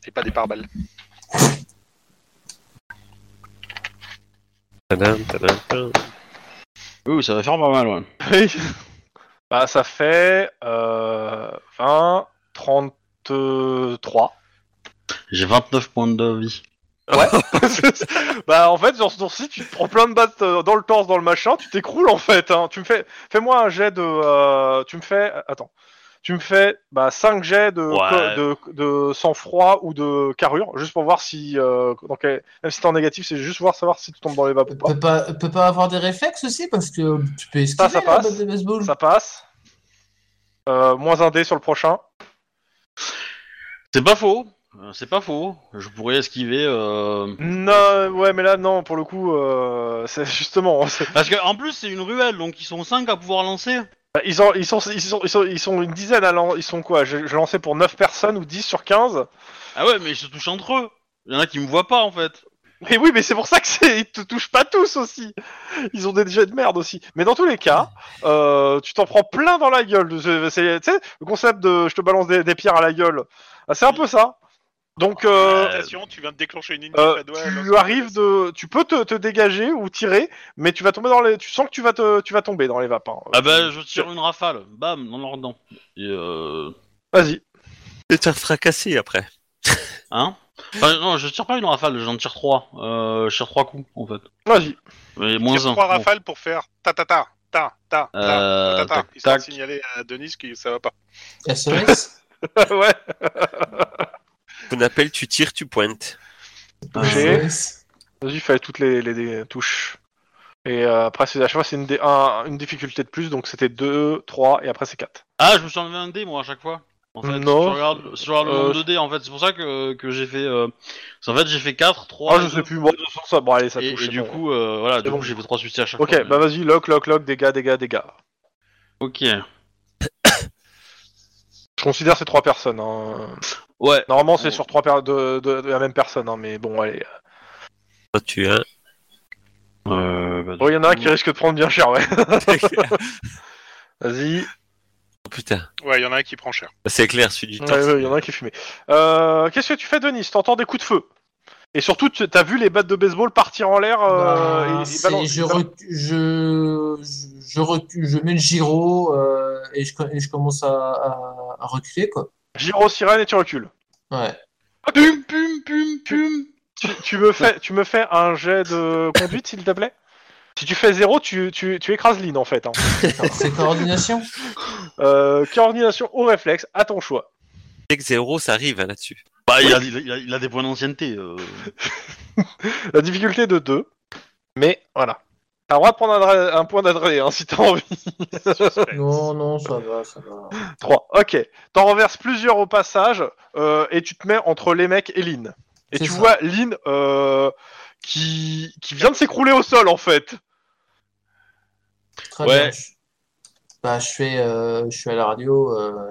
et pas des par balles.
Tadam, tadam, tadam.
euh, oui, ça va faire pas mal, ouais.
Oui. [LAUGHS] bah ça fait euh, 20, 33.
J'ai 29 points de vie.
Ouais. [LAUGHS] bah en fait sur ce tour-ci, tu te prends plein de battes euh, dans le torse, dans le machin, tu t'écroules en fait. hein. Tu me fais, fais-moi un jet de, euh, tu me fais, attends, tu me fais bah 5 jets de,
Ouais.
de, de sang-froid ou de carrure, juste pour voir si, euh, dans quel- même si t'es en négatif, c'est juste voir savoir si tu tombes dans les vapes ou pas.
Peut pas, peut pas avoir des réflexes aussi parce que tu peux esquiver hein,
ça
la
passe.
batte de baseball.
Ça passe. Euh, moins un dé sur le prochain.
C'est pas faux. Euh, C'est pas faux. Je pourrais esquiver. euh,
Non, ouais, mais là non, pour le coup, euh, c'est [LAUGHS] justement, c'est-
Parce que en plus, c'est une ruelle, donc ils sont 5 à pouvoir lancer.
Euh, Ils, ont, ils, sont, ils, sont, ils, sont, ils sont une dizaine à lan- Ils sont quoi J'ai j'ai lancé pour 9 personnes ou 10 sur 15
Ah ouais, mais ils se touchent entre eux. Il y en a qui me voient pas en fait.
Mais oui, mais c'est pour ça que c'est- ils te touchent pas tous aussi. Ils ont des jets de merde aussi. Mais dans tous les cas, euh, tu t'en prends plein dans la gueule. C'est- c'est- Tu sais, le concept de je te balance des, des pierres à la gueule, Ah, c'est un peu ça. Donc, euh,
Attention, tu viens de déclencher une
euh,
initiative à doigt, alors
tu
que-
arrives de, tu peux te, te dégager ou tirer, mais tu vas tomber dans les, tu sens que tu vas te, tu vas tomber dans les vapes. hein.
Ah bah, je tire une rafale. Bam, dans leur dent. Et euh...
Vas-y.
Et te faire fracasser après.
Hein Enfin, non, je tire pas une rafale, j'en tire 3. Euh, je tire 3 coups en fait.
Vas-y. [LAUGHS]
Il
Et
y
moins
a
1.
trois rafales pour faire ta ta ta ta ta ta
Euh,
ta, ta, ta,
tac,
histoire de
tac.
signaler à Denis que ça va pas.
[LAUGHS]
SOS.
ouais.
Qu'on appelle tu tires, tu pointes.
Ah,
Touché.
SOS.
Vas-y, fallait toutes les, les, les touches. Et euh, après, c'est- à chaque fois, c'est une, dé- un- une difficulté de plus, donc c'était 2, 3, et après, c'est 4.
Ah, je me suis enlevé un dé moi à chaque fois. En fait,
Non.
Si tu regardes, si tu regardes le nombre
Euh,
de dés en fait, c'est pour ça que, que j'ai fait. Euh... parce qu'en fait, j'ai fait 4, 3.
Ah, je sais plus, moi, de toute façon, ça, bon, allez, ça
Et,
touche.
et
c'est
du
bon.
coup, euh, voilà, du
bon.
coup, j'ai fait 3 succès à chaque
Ok,
fois.
bah vas-y, lock, lock, lock, dégâts, dégâts, dégâts.
Ok.
Je considère ces trois personnes. hein.
Ouais.
Normalement, c'est
Oh.
sur trois per- de, de- de la même personne, hein, mais bon, allez.
Toi, tu hein.
[LAUGHS]
Euh, bah,
Bon, Oh, il y en a un qui risque de prendre bien cher, ouais.
oh,
Vas-y.
putain,
Ouais, il y en a un qui prend cher.
c'est clair, celui du
Ouais,
torse.
ouais, Il y en a un qui est fumé. Euh, Qu'est-ce que tu fais, Denis T'entends des coups de feu. Et surtout, tu- t'as vu les battes de baseball partir en l'air. euh,
Bah,
et- et
c'est-
balan-
je,
et balan-
recu- je, je, je recu- je mets le gyro euh, et, je, co- et je commence à, à- à reculer quoi.
Giro sirène et tu recules.
Ouais.
Pum, pum, pum, pum.
tu, tu me fais, tu me fais un jet de conduite, s'il te plaît Si tu fais zéro, tu, tu, tu écrases Lynn, en fait. hein.
C'est coordination.
Euh, coordination ou réflexe, à ton choix.
Dès que zéro, ça arrive hein, là-dessus.
Bah, il a, il a- il a- il a des points d'ancienneté. euh.
La difficulté est de 2, mais voilà. T'as le droit de prendre un, dra- un point d'adré, hein, si t'as envie.
[LAUGHS] Non, non, ça va, ça va.
3, ok. T'en renverses plusieurs au passage, euh, et tu te mets entre les mecs et Lynn. Et
C'est
tu
ça.
vois Lynn euh, qui, qui vient de s'écrouler au sol, en fait.
Très
Ouais.
bien. Je- Bah, je suis, euh, je suis à la radio, euh,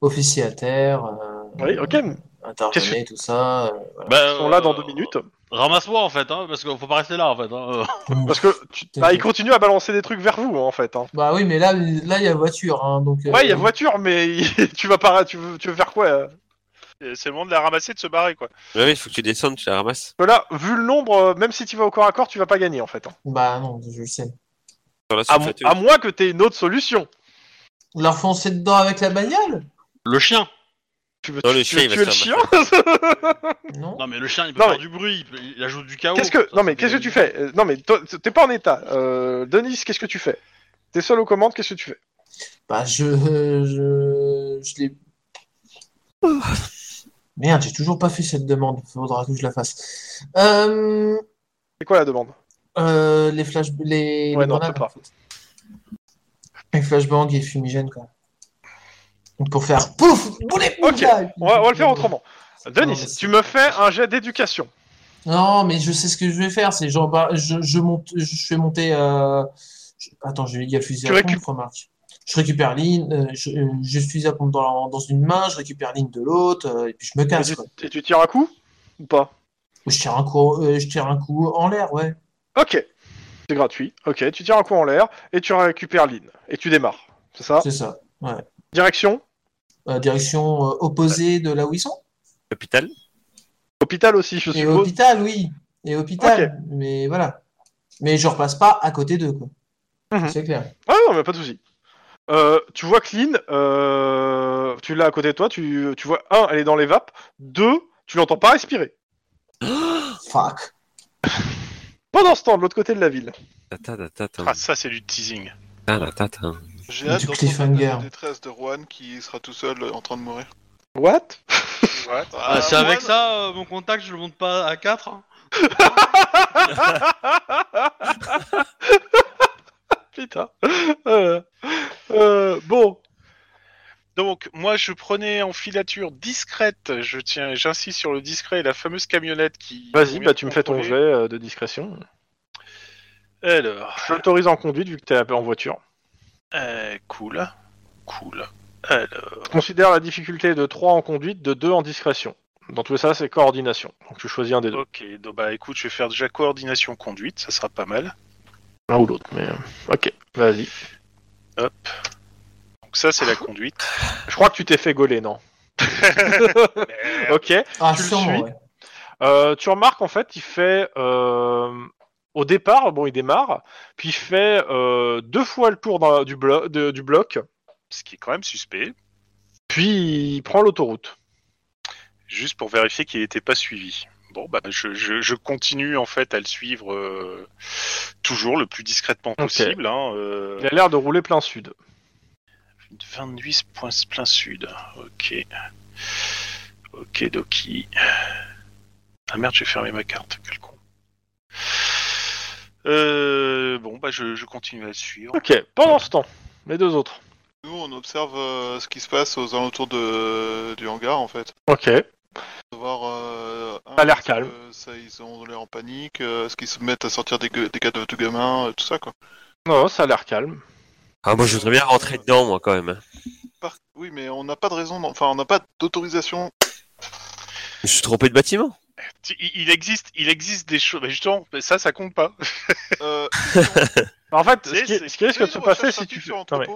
officier à terre, euh,
Oui, ok. Ils Qu'est-ce
intervenez, tout ça. euh, voilà.
Bah,
Ben,
sont là dans
euh,
deux minutes.
Ramasse-moi en fait, hein, parce qu'il faut pas rester là en fait. hein.
Parce que tu- bah, ils continuent à balancer des trucs vers vous, hein, en fait. hein.
Bah oui, mais là, là, il y a voiture, hein, donc. euh,
Ouais, il y a voiture, mais [LAUGHS] tu vas pas, tu veux, tu veux faire quoi euh
Et C'est le moment de la ramasser, de se barrer, quoi.
Ouais, ouais, il faut que tu descendes, tu la ramasses.
Parce que Là, vu le nombre, euh, même si tu vas au corps à corps, tu vas pas gagner en fait. hein.
Bah non, je le sais.
Sur la
À, mo-
sulfateuse.
à moins que t'aies une autre solution.
Leur foncer dedans avec la bagnole
Le chien
Tu veux,
Non,
tu-
le
tu
chien,
veux
il va
tuer le
se
chien
faire
[LAUGHS]
Non.
Non mais le chien il peut
Non,
faire
Euh, [LAUGHS]
mais-
du bruit, il, peut- il ajoute
[LAUGHS]
du chaos.
Qu'est-ce que
Ah Ça,
non
ça
mais
fait
qu'est-ce que
des-
tu fais Euh, Non mais toi, t'es pas en état. Euh, Denis, qu'est-ce que tu fais T'es seul aux commandes, qu'est-ce que tu fais
Bah je. Je, je
[LAUGHS]
l'ai. Merde, j'ai toujours pas fait cette demande. Faudra que je la fasse. Euh,
C'est quoi la demande
euh, les flash. Les,
Ouais,
les
non,
grenades,
peut pas.
en fait. Les flashbangs et fumigènes, quoi. Donc, Pour faire pouf boulet pouf,
Ok,
là, et puis-
on va, on va le faire autrement. Denis,
Non, mais
tu me fais un jet d'éducation.
Non, mais je sais ce que je vais faire. C'est genre, bah, je, je monte, je fais monter. euh, je- Attends, j'ai il y a le fusil
Tu
à pompe,
récup-
remarque. Je récupère l'ine, euh, je, euh, j'ai le fusil à pompe dans, dans une main, je récupère l'ine de l'autre, euh, et puis je me
Et
casse.
tu,
Quoi.
et tu tires un coup ou pas
Ou je tire un coup, euh, je tire un coup en l'air, ouais.
Ok, c'est gratuit. Ok, tu tires un coup en l'air et tu récupères l'in et tu démarres. C'est ça
C'est ça. Ouais.
Direction
Euh, direction euh, opposée de là où ils sont.
Hôpital.
Hôpital aussi, je
Et
suppose.
hôpital, oui. Et hôpital. Mais voilà. Mais je repasse pas à côté d'eux, quoi.
Mhm.
C'est clair.
Ah non, mais pas de souci. Euh, tu vois Clean, euh, tu l'as à côté de toi, tu, tu vois, un, elle est dans les vapes, deux, tu l'entends pas respirer.
Oh
Fuck.
Pendant ce temps, de l'autre côté de la ville.
Ah, ça, c'est du teasing.
J'ai hâte
Du
d'entendre
cliffhanger.
la détresse de Juan qui sera tout seul euh, en train de mourir.
What
Ah,
c'est avec
Juan,
ça, euh, mon contact, je le monte pas à 4.
Putain. [LAUGHS] Euh, euh, bon.
Donc, moi, je prenais en filature discrète, je tiens, j'insiste sur le discret, la fameuse camionnette qui.
Vas-y, bah, tu me fais ton jet
jeu.
euh, de discrétion.
Alors,
Je t'autorise en conduite vu que t'es en voiture.
euh, cool. Cool. Alors,
Considère la difficulté de 3 en conduite, de 2 en discrétion. Dans tout ça, c'est coordination. Donc tu choisis un des deux.
ok, donc, bah écoute, je vais faire déjà coordination conduite, ça sera pas mal.
Un ou l'autre, mais... euh, Ok, vas-y.
Donc, ça, c'est la conduite.
Je crois que tu t'es fait gauler, non Ok.
Ah,
Tu le
sûrement,
suis
ouais.
Euh, tu remarques, en fait, il fait... euh, Au départ, bon, il démarre, puis il fait euh, deux fois le tour dans- du, blo- de- du bloc,
Ce qui est quand même suspect,
puis il prend l'autoroute.
juste pour vérifier qu'il n'était pas suivi. Bon, bah, je, je- je continue en fait à le suivre euh, toujours le plus discrètement possible. hein, euh,
Il a l'air de rouler plein sud.
28 points plein sud. Ok. Ok, Doki. Ah merde, j'ai fermé ma carte, quel con. Euh, bon, bah je, je continue à le suivre.
Ok, pendant ce temps, les deux autres.
Nous, on observe euh, ce qui se passe aux alentours de, du hangar, en fait.
Ok.
De voir, euh, un,
Ça a l'air
est-ce
calme.
que Ça, ils ont l'air en panique, euh, est-ce qu'ils se mettent à sortir des, gue- des cadeaux de gamins, euh, tout ça, quoi.
Non, ça a l'air calme.
Ah, moi, je voudrais bien rentrer dedans, moi, quand même. hein.
Par- Oui, mais on n'a pas de raison, d'en- enfin, on n'a pas d'autorisation.
Je me suis trompé de bâtiment.
Tu- Il, il existe, il existe des choses. Mais justement, ça, ça compte pas. [LAUGHS]
Euh,
Bah, En fait, [LAUGHS] ce
C'est-
qui,
c'est-
ce qui risque de se passer si tu...
fais
Non, mais-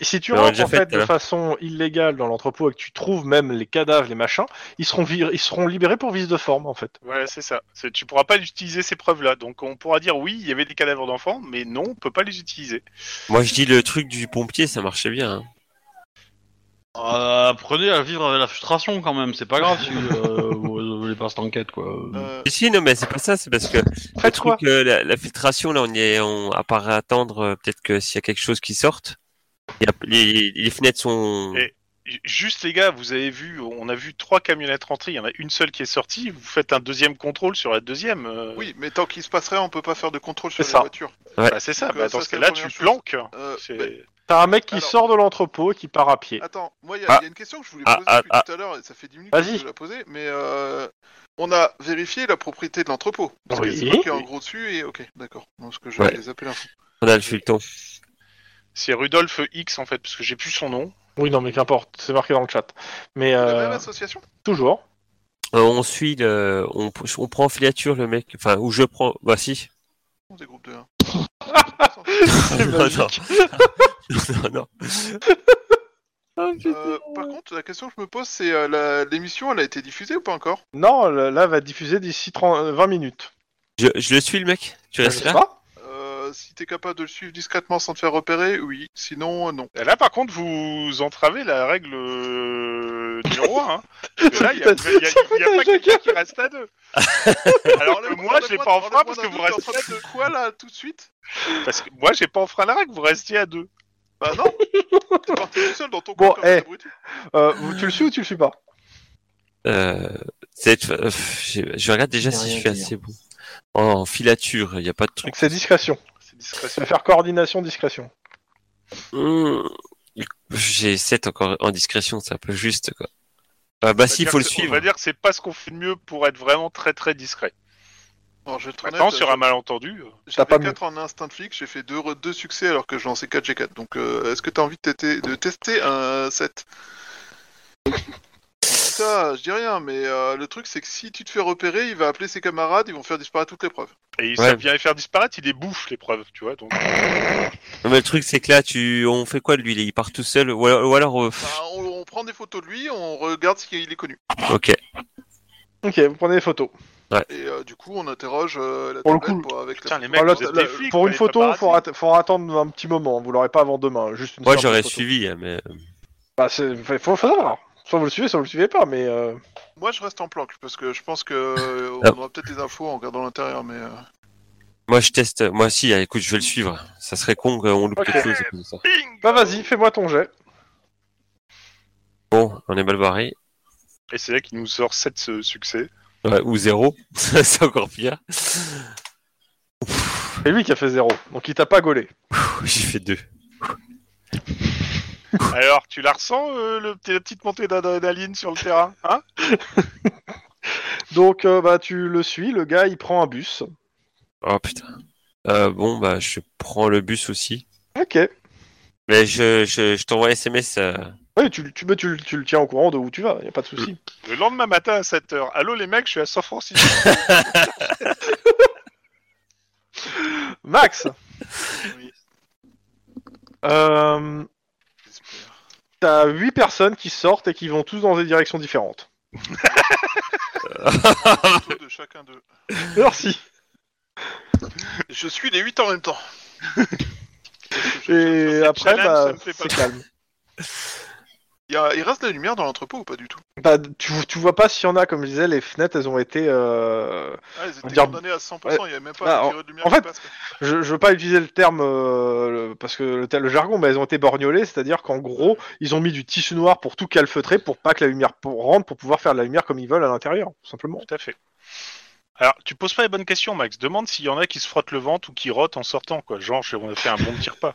Si, si tu
Mais on l'a
rentres
déjà
en
fait
fait
tout à
de
l'heure.
façon illégale dans l'entrepôt et que tu trouves même les cadavres, les machins, ils seront, vir- ils seront libérés pour vice de forme en fait.
Voilà, c'est ça. C'est- Tu pourras pas utiliser ces preuves-là. Donc on pourra dire oui, il y avait des cadavres d'enfants, mais non, on peut pas les utiliser.
Moi, je dis le truc du pompier, ça marchait bien. hein.
Euh, apprenez à vivre avec la frustration quand même, c'est pas grave si euh, vous vous voulez pas cette enquête quoi.
Euh,
Si, si, non, mais c'est pas ça, c'est parce que le
Faites quoi
truc, euh, la, la filtration, là, on y est, on, à part attendre, euh, peut-être que s'il y a quelque chose qui sorte, il y a- les, les fenêtres sont.
Et- J- Juste les gars, vous avez vu, on a vu trois camionnettes rentrées, il y en a une seule qui est sortie. Vous faites un deuxième contrôle sur la deuxième. euh,
oui, mais tant qu'il se passerait, on peut pas faire de contrôle sur
C'est
la
ça.
voiture.
bah, c'est ça.
Donc,
Bah,
euh,
dans
ça,
ce
c'est
cas-là,
la
tu
première chose.
planques.
Euh,
C'est-
ben,
T'as un mec qui
Alors-
sort de l'entrepôt et qui part à pied.
attends, moi, il y, a
Ah.
il y a une question que je voulais
Ah,
poser
ah,
depuis
ah.
tout à l'heure, et ça fait 10 minutes
Vas-y.
que je la posais, mais euh, on a vérifié la propriété de l'entrepôt. Parce
Oui.
que c'est marqué en gros dessus, et ok, d'accord. Non, Parce que je
Ouais.
les appelle un
On a le feuilleton.
C'est Rudolf X en fait, parce que j'ai plus son nom.
Oui, non, mais qu'importe, c'est marqué dans le chat. Mais
La
euh,
même association
toujours.
Euh, on suit le, on, on prend en filature le mec, enfin, ou je prends, bah si.
Non, Des groupes de
[LAUGHS]
1.
non, non. [LAUGHS] non, non.
Euh, par contre, la question que je me pose, c'est euh, la- l'émission, elle a été diffusée ou pas encore
Non, le- là va être diffusé d'ici 30 euh, 20 minutes.
Je, je le suis, le mec. Tu
Je
restes
sais
là?
pas.
euh, Si t'es capable de le suivre discrètement sans te faire repérer, oui. Sinon, euh, non.
Là, par contre, vous entravez la règle euh, numéro 1. Là, il n'y a,
Putain,
il y a- il y a
putain,
pas
je
quelqu'un qui reste à [LAUGHS] deux. Alors que moi, je l'ai pas enfreint parce que vous
restez
restez à deux.
Quoi là, tout de suite
Parce que moi, j'ai pas enfreint la règle, vous restiez à deux.
Bah
[LAUGHS]
non T'es parti tout seul dans ton
Bon,
coin comme
eh.
un abruti.
Euh, vous- tu le suis ou tu le suis pas
Euh, c'est, euh, je, je regarde déjà
Je vais
si je
rien
suis
dire.
assez bon. En filature, il n'y a pas de truc.
Donc c'est discrétion.
C'est
Tu
discrétion.
vas faire coordination, discrétion.
Mmh. J'ai 7 encore en discrétion, c'est un peu juste, quoi. Ah, bah si,
On va
faut le
dire que- On
suivre.
va dire que c'est pas ce qu'on fait de mieux pour être vraiment très très discret.
Alors, je vais être
Maintenant,
honnête,
sur un malentendu, euh,
J'ai
pas
fait 4 en instinct de flic, j'ai fait 2 deux, deux succès alors que je lançais 4 G4. Donc euh, est-ce que t'as envie de, têter- de tester un 7 Ça, je dis rien, mais euh, le truc c'est que si tu te fais repérer, il va appeler ses camarades, ils vont faire disparaître toutes les preuves.
et
Ouais.
ça vient les faire disparaître, il les bouffe les preuves, tu vois. Donc,
Non, mais le truc, c'est que là, tu, on fait quoi de lui? Il part tout seul? Ou alors, ou alors, euh,
Bah, on, on prend des photos de lui, on regarde s'il est connu.
ok.
Ok, vous prenez les photos.
Et euh, du coup, on interroge euh, la
Pour le
tablette
coup,
pour- avec la-
putain, les mecs,
Oh, là,
vous êtes
là,
des flics,
pour
pas
une
des
photo,
paparazzis.
faut, att- faut attendre un petit moment. Vous l'aurez pas avant demain. hein, Juste une
Moi,
séance de
j'aurais
photos.
suivi, hein, mais.
Bah, c'est- faut, faut savoir. Soit vous le suivez, soit vous le suivez pas, mais. euh,
Moi, je reste en planque parce que je pense que euh,
Ah.
on aura peut-être des infos en regardant l'intérieur, mais. euh,
Moi, je teste. Moi, si, allez, écoute, je vais le suivre. Ça serait con qu'on loupe quelque chose comme ça.
Bah vas-y, fais-moi ton jet.
Bon, on est mal barré.
Et c'est là qu'il nous sort 7 succès.
Ouais, ou zéro. [LAUGHS] c'est encore pire.
C'est
[LAUGHS]
lui qui a fait zéro, donc il t'a pas gaulé.
J'ai fait deux.
Alors, tu la ressens, euh, le, la petite montée d'adrénaline sur le terrain hein
Donc euh, bah tu le suis, le gars il prend un bus.
Oh putain. Euh, bon, bah, je prends le bus aussi.
Ok.
Mais je, je, je t'envoie SMS. euh,
Oui, tu, tu, mais tu, tu le tiens au courant de où tu vas, y a pas de souci.
Le lendemain matin à 7h. Allô les mecs, je suis à San Francisco. [LAUGHS]
Max
Oui.
Euh,
[LAUGHS] j'espère.
T'as huit personnes qui sortent et qui vont tous dans des directions différentes.
[LAUGHS] Un photo de chacun d'eux.
Merci.
Je suis les 8 en même [LAUGHS] temps.
Et après,
challenge,
bah,
ça me fait pas
c'est
peur.
calme.
Il, y a- il reste de la lumière dans l'entrepôt ou pas du tout
Bah, tu, tu vois pas s'il y en a, comme je disais, les fenêtres elles ont été. euh,
Ah, ils étaient
On va dire-
condamnés à 100%, il n'y avait même pas
Ah,
un tiré de lumière
en
qui
fait-
passe. quoi.
Je, je veux pas utiliser le terme euh, le- parce que le, tel- le jargon, mais elles ont été borgnolées, c'est-à-dire qu'en gros, ils ont mis du tissu noir pour tout calfeutrer, pour pas que la lumière pour- rentre, pour pouvoir faire de la lumière comme ils veulent à l'intérieur, tout simplement.
Tout à fait. Alors, tu poses pas les bonnes questions, Max. Demande s'il y en a qui se frottent le ventre ou qui rotent en sortant, quoi. Genre, je- on a fait un bon petit [LAUGHS] repas.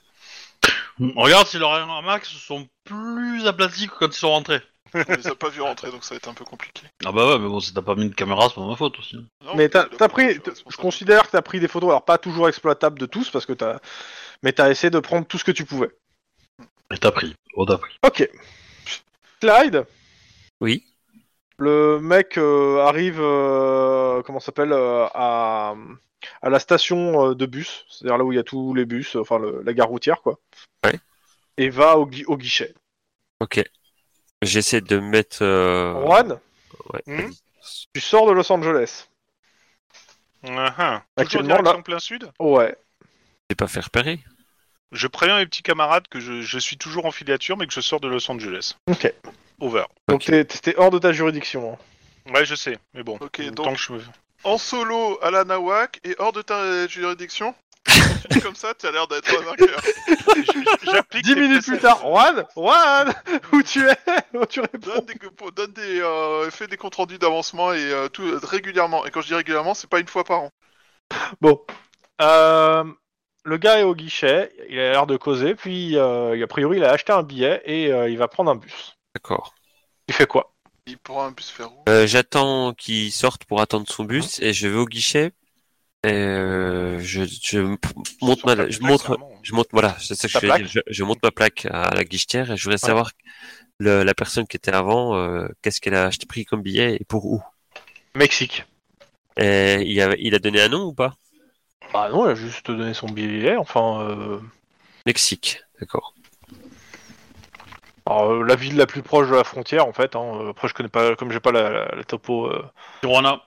Regarde si leurs max sont plus aplatis que quand ils sont rentrés.
On les a pas vus rentrer, donc ça va être un peu compliqué.
Ah bah ouais, mais bon, si t'as pas mis de caméra, c'est pas ma faute aussi. hein.
Non,
mais t'as
la
t'as pris,
police est
t- je
responsable.
considère que t'as pris des photos, alors pas toujours exploitables de tous, parce que t'as, mais t'as essayé de prendre tout ce que tu pouvais.
Et t'as pris. Oh, t'as pris.
Ok. Clyde
Oui.
Le mec euh, arrive, euh, comment ça s'appelle, euh, à, à la station euh, de bus, c'est-à-dire là où il y a tous les bus, euh, enfin le- la gare routière, quoi.
Ouais.
Et va au, gui- au guichet.
Ok. J'essaie de mettre. euh,
Juan,
ouais.
Hmm
tu sors de Los Angeles.
Ah, ah. Toujours
Actuellement,
direction
là-
plein sud
Ouais.
J'ai pas fait repérer.
Je préviens mes petits camarades que je, je suis toujours en filature, mais que je sors de Los Angeles.
Ok.
Over.
Donc
Ok.
t'es- t'es hors de ta juridiction. hein.
Ouais, je sais, mais bon.
Ok,
Tant
donc-
que je me- [LAUGHS]
En solo à la Nawak et hors de ta juridiction [LAUGHS] Quand tu dis comme ça, t'as l'air d'être un vainqueur.
J'applique
Dix
les
minutes plus tard, Juan, Juan, où tu es [LAUGHS] Où tu réponds
Donne des, donne des, euh, fais des comptes rendus d'avancement et euh, tout euh, régulièrement. Et quand je dis régulièrement, c'est pas une fois par an.
Bon. Euh, le gars est au guichet, il a l'air de causer, puis euh, a priori il a acheté un billet et euh, il va prendre un bus.
D'accord.
Il fait quoi
Il pourra un bus faire où
Euh, J'attends qu'il sorte pour attendre son bus
Hein
et je vais au guichet. Et euh, je, je m- monte
Sur ta
ma, je
plaque,
montre,
clairement.
je monte, voilà, c'est ça que
Ta
je voulais
plaque
dire. Je, je monte ma plaque à la guichetière et je voudrais savoir le- la personne qui était avant, euh, qu'est-ce qu'elle a acheté pris comme billet et pour où.
Mexique.
Et il, a, il a donné un nom ou pas
Bah non, il a juste donné son billet, enfin. euh,
Mexique, d'accord.
alors, euh, la ville la plus proche de la frontière en fait. hein. Euh, Après, je connais pas, comme j'ai pas la, la- la topo euh,
Tijuana.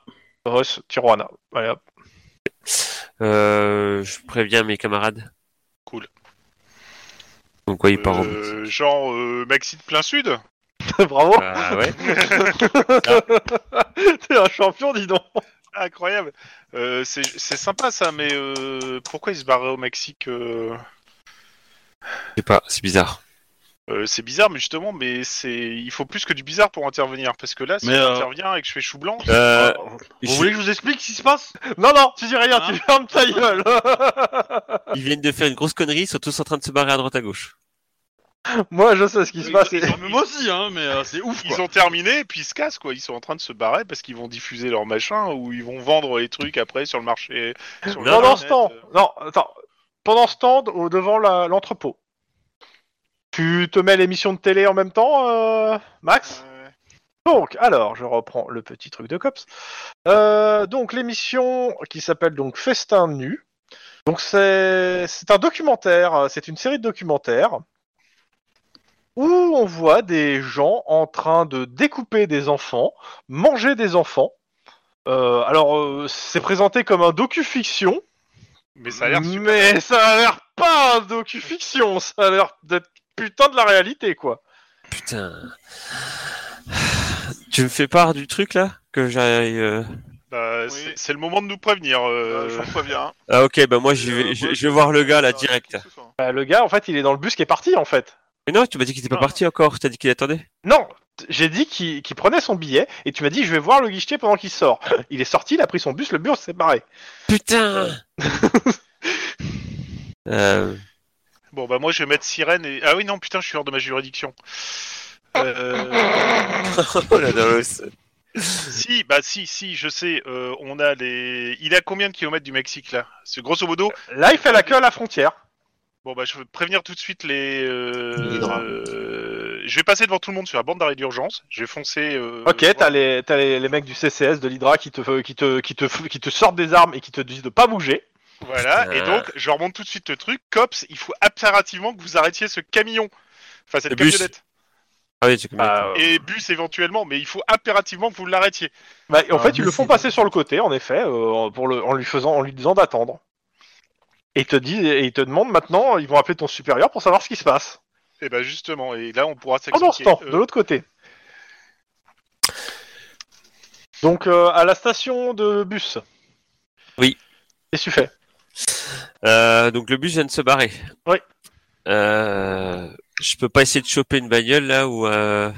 Russ, Tijuana. Voilà.
Euh, je préviens mes camarades.
Cool.
Donc quoi, il part au bus.
Euh, genre, euh, Maxi de plein sud
[LAUGHS] Bravo,
Ah ouais.
t'es un champion, dis donc.
Incroyable. Euh, c'est c'est sympa ça, mais euh, pourquoi il se barrait au Mexique euh
Je sais pas, c'est bizarre.
Euh, c'est bizarre, mais justement, mais c'est il faut plus que du bizarre pour intervenir, parce que là, si
Mais, euh,
j'interviens et que je fais chou blanc,
Euh,
Oh,
Vous
je-
voulez que je vous explique ce qui se passe
Non, non, tu dis rien,
Hein
tu fermes ta gueule. [LAUGHS]
Ils viennent de faire une grosse connerie, ils sont tous en train de se barrer à droite à gauche.
Moi, je sais ce qui se passe. et-
Ah, mais Moi aussi, hein, mais euh, c'est ouf, quoi.
ils ont terminé et puis ils se cassent quoi. Ils sont en train de se barrer parce qu'ils vont diffuser leur machin ou ils vont vendre les trucs après sur le marché. Sur le
Non,
pendant
internet,
ce temps,
euh.
non, attends. Pendant ce temps, au- devant la- l'entrepôt, tu te mets l'émission de télé en même temps, euh, Max
Ouais.
Donc, alors, je reprends le petit truc de cops. Euh, donc, l'émission qui s'appelle donc Festin nu. Donc, c'est c'est un documentaire, euh, c'est une série de documentaires où on voit des gens en train de découper des enfants, manger des enfants. Euh, alors, euh, c'est présenté comme un docu-fiction.
Mais ça a l'air super.
Mais ça a l'air pas un docu-fiction, ça a l'air d'être putain de la réalité, quoi.
Putain. Tu me fais part du truc là Que j'aille. euh,
Bah,
Oui.
c'est- C'est le moment de nous prévenir. euh,
Euh, je vous préviens.
Ah ok, bah moi je vais,
Euh,
je,
moi,
je vais voir le gars là
euh,
direct.
qui que ce soit.
Bah, le gars, en fait, il est dans le bus qui est parti, en fait.
Mais non, tu m'as dit qu'il était pas
Non.
parti encore, t'as dit qu'il attendait.
Non, t- j'ai dit qu'il qu'il prenait son billet et tu m'as dit je vais voir le guichetier pendant qu'il sort. [LAUGHS] Il est sorti, il a pris son bus, le bus s'est barré.
Putain Euh, [LAUGHS]
Bon, bah, moi, je vais mettre sirène et. Ah oui, non, putain, je suis hors de ma juridiction. Euh,
Oh la dalos.
si, bah, si, si, je sais. euh, on a les. Il est à combien de kilomètres du Mexique là Parce que, Grosso modo,
Là, il fait la queue à la frontière.
Bon bah je veux prévenir tout de suite les. euh,
Les draps.
euh, je vais passer devant tout le monde sur la bande d'arrêt d'urgence. Je vais foncer. euh,
Ok,
voir-
t'as les, t'as les, les mecs du CCS, de l'Hydra qui te, qui, te, qui, te, fou- qui te sortent des armes et qui te disent de pas bouger.
Voilà.
Putain.
Et donc je remonte tout de suite le truc. Cops, il faut impérativement que vous arrêtiez ce camion. Enfin cette
Le bus.
camionnette.
Ah oui, tu connais.
Bah,
Et bus éventuellement, mais il faut impérativement que vous l'arrêtiez.
bah, en
Ah,
fait, ils
mais
le font
c'est-
passer sur le côté, en effet, euh, pour le, en, lui faisant, en lui disant d'attendre. Et ils te disent, et ils te demandent maintenant, ils vont appeler ton supérieur pour savoir ce qui se passe.
Et bah justement. Et là on pourra
Pendant ce
s'expliquer.
temps,
Euh,
de l'autre côté. Donc, euh, à la station de bus.
Oui.
Qu'est-ce que tu fais
Euh, donc le bus vient de se barrer.
Oui.
Euh, je peux pas essayer de choper une bagnole là ou. Euh...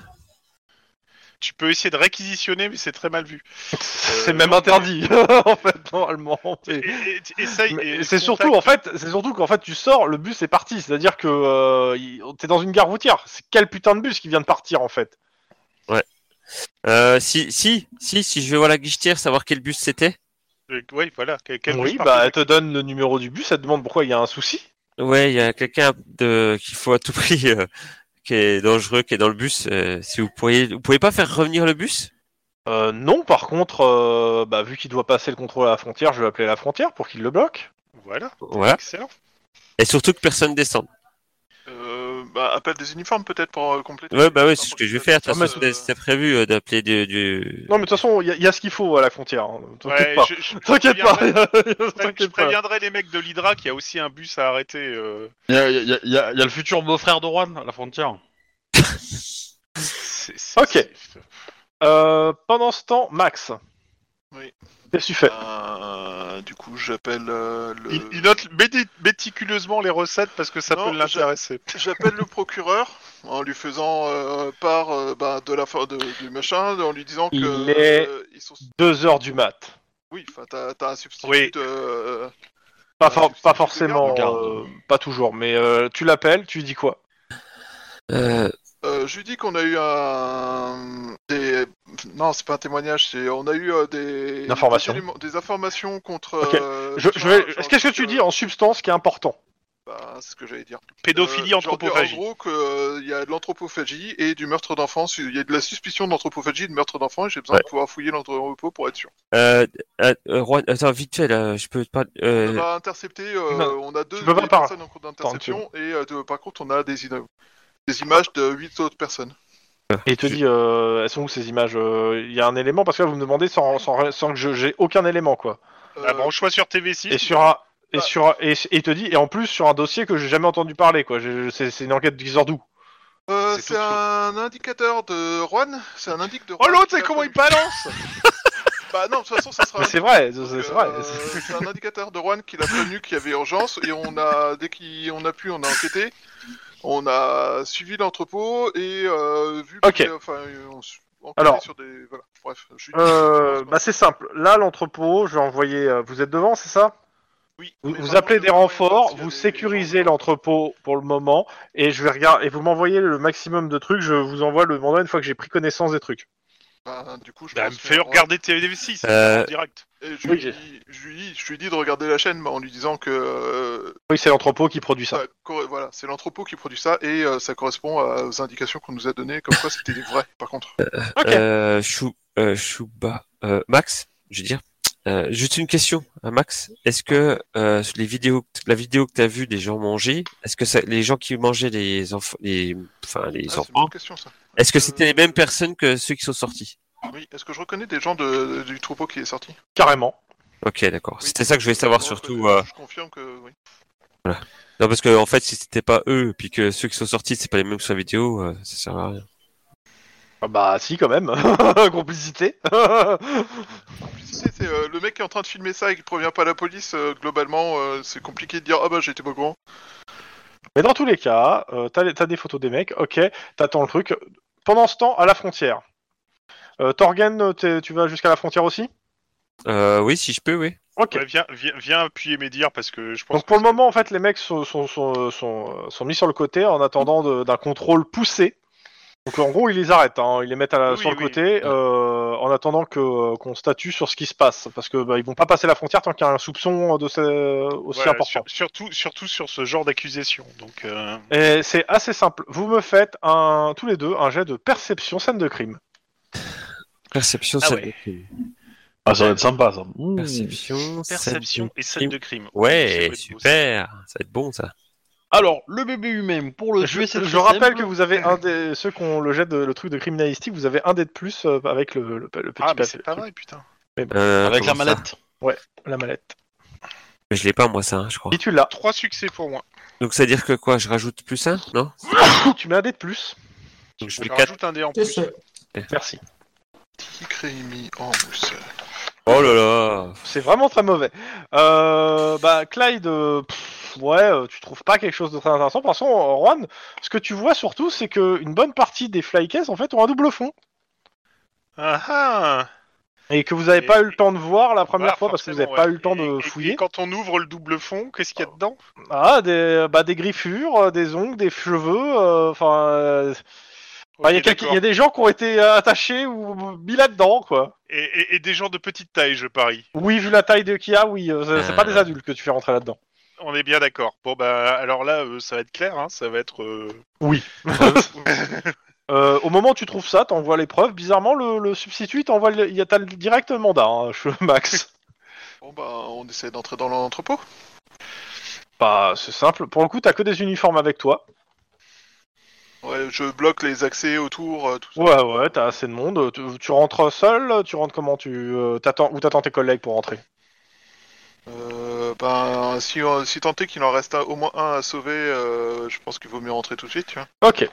tu peux essayer de réquisitionner, mais c'est très mal vu.
[LAUGHS] C'est
Euh,
même
non,
interdit, [LAUGHS] en fait, normalement.
[LAUGHS] Et-
Et-
et- et- essaye.
mais
et
C'est
contact-
surtout, en fait, c'est surtout qu'en fait, tu sors, le bus est parti. C'est-à-dire que euh, il- t'es dans une gare routière. C'est quel putain de bus qui vient de partir, en fait
Euh, si, si, si, si je vais voir la guichetière, savoir quel bus c'était.
Euh, Oui voilà. Quel- quel
Oui,
bus
bah,
partait-
elle te donne le numéro du bus, elle te demande pourquoi il y a un souci.
Ouais, il y a quelqu'un de qu'il faut à tout prix euh, qui est dangereux, qui est dans le bus. euh, si vous pourriez, vous pouvez pas faire revenir le bus
Euh, non, par contre, euh, bah, vu qu'il doit passer le contrôle à la frontière, je vais appeler la frontière pour qu'il le bloque.
Voilà.
Voilà.
Excellent.
Et surtout que personne descende.
Euh, bah, appelle des uniformes peut-être pour euh, compléter.
Ouais, bah ouais, c'est ce que je vais faire. De toute
Ah, mais
façon,
c'est-
c'était prévu euh, d'appeler du, du-
Non, mais de toute façon, il y, a- il y a ce qu'il faut à la frontière. hein. T'inquiète
Ouais,
pas.
je- je- je
T'inquiète pas. [LAUGHS]
reviendrai- Je
T'inquiète pas.
préviendrai les mecs de l'Hydra qu'il y a aussi un bus à arrêter. euh,
Il y a, il y a- il y a- il y a le futur beau-frère de Juan à la frontière.
c'est- c'est-
Ok.
c'est-
Euh, pendant ce temps, Max.
Oui.
Qu'est-ce que tu fais
Euh, du coup, j'appelle euh, le.
Il, il note médi- méticuleusement les recettes parce que ça
Non,
peut l'intéresser.
J'appelle le procureur en lui faisant euh, part euh, bah, de la fin de- du machin, en lui disant que
Il est-
euh, ils sont.
Deux heures du mat.
Oui, enfin, t'as t'as un substitut.
Oui.
euh,
Pas,
Euh,
for-
c'est-
pas
c'est
forcément,
le
garde.
euh, pas toujours, mais euh, tu l'appelles, tu lui dis quoi
Euh,
Euh, je lui dis qu'on a eu un des non c'est pas un témoignage c'est on a eu euh, des
Une information.
des, éléments- des informations contre
Ok.
euh,
Je-
sur
je
un-
vais-
sur un
Qu'est-ce que
truc,
tu
euh,
dis en substance qui est important
bah, c'est ce que j'allais dire
Pédophilie,
Euh, je leur dis,
anthropophagie.
en gros que euh, il y a de l'anthropophagie et du meurtre d'enfants su- il y a de la suspicion d'anthropophagie et de meurtre d'enfants et j'ai besoin
Ouais.
de pouvoir fouiller l'entrepôt pour être sûr
euh, euh, euh, Juan- attends, vite fait là, je peux pas.
on
Euh,
va intercepter euh,
Non,
on a deux
tu peux pas
des
par-
personnes en cours d'interception
Attends,
et euh, de- par contre on a des, ina- des images de huit autres personnes
Et il te dit, euh, elles sont où ces images Euh, Il y a un élément, parce que là vous me demandez sans, sans, sans que je- j'ai aucun élément, quoi.
Ah,
Euh,
Branche-toi sur TV6.
Et sur un... Et
Ah.
sur un- et, et il te dit, et en plus sur un dossier que j'ai jamais entendu parler, quoi. J'ai- C'est c'est une enquête de Gizor d'où
Euh,
C'est
c'est
tout
un indicateur de Juan, c'est un indique de
Oh
Juan.
l'autre, c'est comment il balance
Bah non, de toute façon, ça
[LAUGHS]
sera.
Mais c'est vrai, c'est
Donc,
c'est vrai.
euh, c'est un indicateur de Juan qu'il a prévenu qu'il y avait urgence et on a dès qu'on a pu, on a enquêté, on a suivi l'entrepôt et euh, vu.
Ok.
qu'il- Enfin, euh, on s- enquêté
Alors.
Sur des... Voilà. Bref. Je... suis-
Euh, bah c'est simple. Là, l'entrepôt, je vais envoyer. euh, Vous êtes devant, c'est ça
Oui,
Vous,
mais
vous
par
appelez
contre,
des
je demande
renforts,
s'il y a
vous
des-
sécurisez l'entrepôt pour le moment, et je vais regarder. Et vous m'envoyez le maximum de trucs. Je vous envoie le mandat une fois que j'ai pris connaissance des trucs.
Bah, du coup, je.
Bah, me
pense
fais
qu'on-
regarder TV6
Euh,
en direct.
Et je,
Oui,
lui dis, je, lui dis, je lui dis de regarder la chaîne bah, en lui disant que euh,
Oui, c'est l'entrepôt qui produit ça.
bah, cor- voilà, c'est l'entrepôt qui produit ça et euh, ça correspond à- aux indications qu'on nous a données, comme quoi c'était des vrais. Par contre,
Ok.
euh, Chou, euh, Chouba, euh, Max, je veux dire. Euh, juste une question, hein, Max. Est-ce que euh, sur les vidéos, la vidéo que t'as vue des gens manger, est-ce que ça, les gens qui mangeaient les enfants, les, enfin les
Ah, c'est une
enfants,
bonne question ça.
est-ce que
Euh,
c'était les mêmes personnes que ceux qui sont sortis
Oui, est-ce que je reconnais des gens de- du troupeau qui est sorti
Carrément.
Ok, d'accord.
Oui,
C'était ça que je voulais savoir surtout. euh,
Je confirme que oui.
Non, parce que en fait, si c'était pas eux, puis que ceux qui sont sortis, c'est pas les mêmes que sur la vidéo, euh, ça sert à rien.
Ah Bah si quand même, [LAUGHS] complicité. [LAUGHS]
Complicité, c'est euh, le mec qui est en train de filmer ça et qui prévient pas la police, euh, globalement, euh, c'est compliqué de dire Ah bah j'étais pas au courant.
Mais dans tous les cas, euh, t'as les- t'as des photos des mecs, ok, t'attends le truc. Pendant ce temps, à la frontière. Euh, Torgen, t'es- tu vas jusqu'à la frontière aussi
Euh, oui, si je peux, oui.
Ok.
Ouais, viens, viens, viens appuyer mes dires parce que je pense.
Donc pour
que
le moment, en fait, les mecs sont, sont, sont, sont- sont mis sur le côté en attendant de- d'un contrôle poussé. Donc en gros, ils les arrêtent, hein, ils les mettent à la-
Oui,
sur le
oui.
côté euh, en attendant que qu'on statue sur ce qui se passe, parce que bah, ils vont pas passer la frontière tant qu'il y a un soupçon de ce- aussi
Voilà,
important.
sur- surtout, surtout sur ce genre d'accusation. Donc, euh,
Et c'est assez simple. Vous me faites un, tous les deux un jet de perception scène de crime.
Perception,
Ah
scène
ouais.
de crime.
Ah, ça va être sympa, ça. Mmh.
Perception,
perception
scène de-
et scène de crime. Ça
Ouais,
doit être beau, ça.
super. Ça va être bon, ça.
Alors, le bébé humain, pour le
Je,
tuer, c'est
je
très
rappelle
simple.
que vous
[LAUGHS]
avez un des ceux qu'on le jet de le truc de criminalistique, vous avez un dé de plus euh, avec le, le- le petit
Ah,
Bah,
mais
papier,
c'est pas vrai, putain.
Euh,
Avec la
comment ça
mallette.
la mallette.
Mais Je l'ai pas, moi, ça, hein, je crois.
Si tu l'as,
Trois succès pour moi.
Donc, ça veut dire que quoi Je rajoute plus un Non
tu mets un dé de plus.
Donc, je
Je
fais 4.
rajoute un dé en
C'est
plus.
ça.
Merci.
Kikrémi en
[LAUGHS]
mousse.
Oh là là
C'est vraiment très mauvais. Euh, bah, Clyde, euh, pff, ouais, euh, tu trouves pas quelque chose de très intéressant. Par contre, euh, Juan, ce que tu vois surtout, c'est que une bonne partie des flycases en fait ont un double fond
Ah ah
et que vous avez
Et-
pas eu le temps de voir la première
Voilà,
fois parce que vous
forcément,
n'avez pas
ouais.
eu le temps de
Et- et-
fouiller.
Et quand on ouvre le double fond, qu'est-ce qu'il y a dedans
Ah, des, bah, des griffures, euh, des ongles, des cheveux, euh, enfin. euh, bah, Il y a
Ok,
quelques- il y,
d'accord.
a des gens qui ont été euh, attachés ou mis là-dedans, quoi.
Et, et- et des gens de petite taille, je parie.
Oui, vu la taille de qu'il y a, oui, euh, c'est- c'est pas des
Euh.
adultes que tu fais rentrer là-dedans.
On est bien d'accord. Bon, bah, alors là, euh, ça va être clair, hein, ça va être. euh,
Oui. Euh, au moment où tu trouves ça, t'envoies les preuves. Bizarrement, le, le substitut, il t'envoie le, il y a t'as le direct mandat, hein, je- [LAUGHS] Max.
Bon bah on essaie d'entrer dans l'entrepôt.
Bah, c'est simple. Pour le coup, t'as que des uniformes avec toi.
Ouais, je bloque les accès autour, euh, tout ça.
Ouais, ouais, t'as assez de monde. Tu, tu rentres seul Tu rentres comment Tu euh, t'attends ou t'attends tes collègues pour rentrer
Euh, ben si, on- si tant est qu'il en reste un- au moins un à sauver, euh, je pense qu'il vaut mieux rentrer tout de suite, tu vois.
Ok.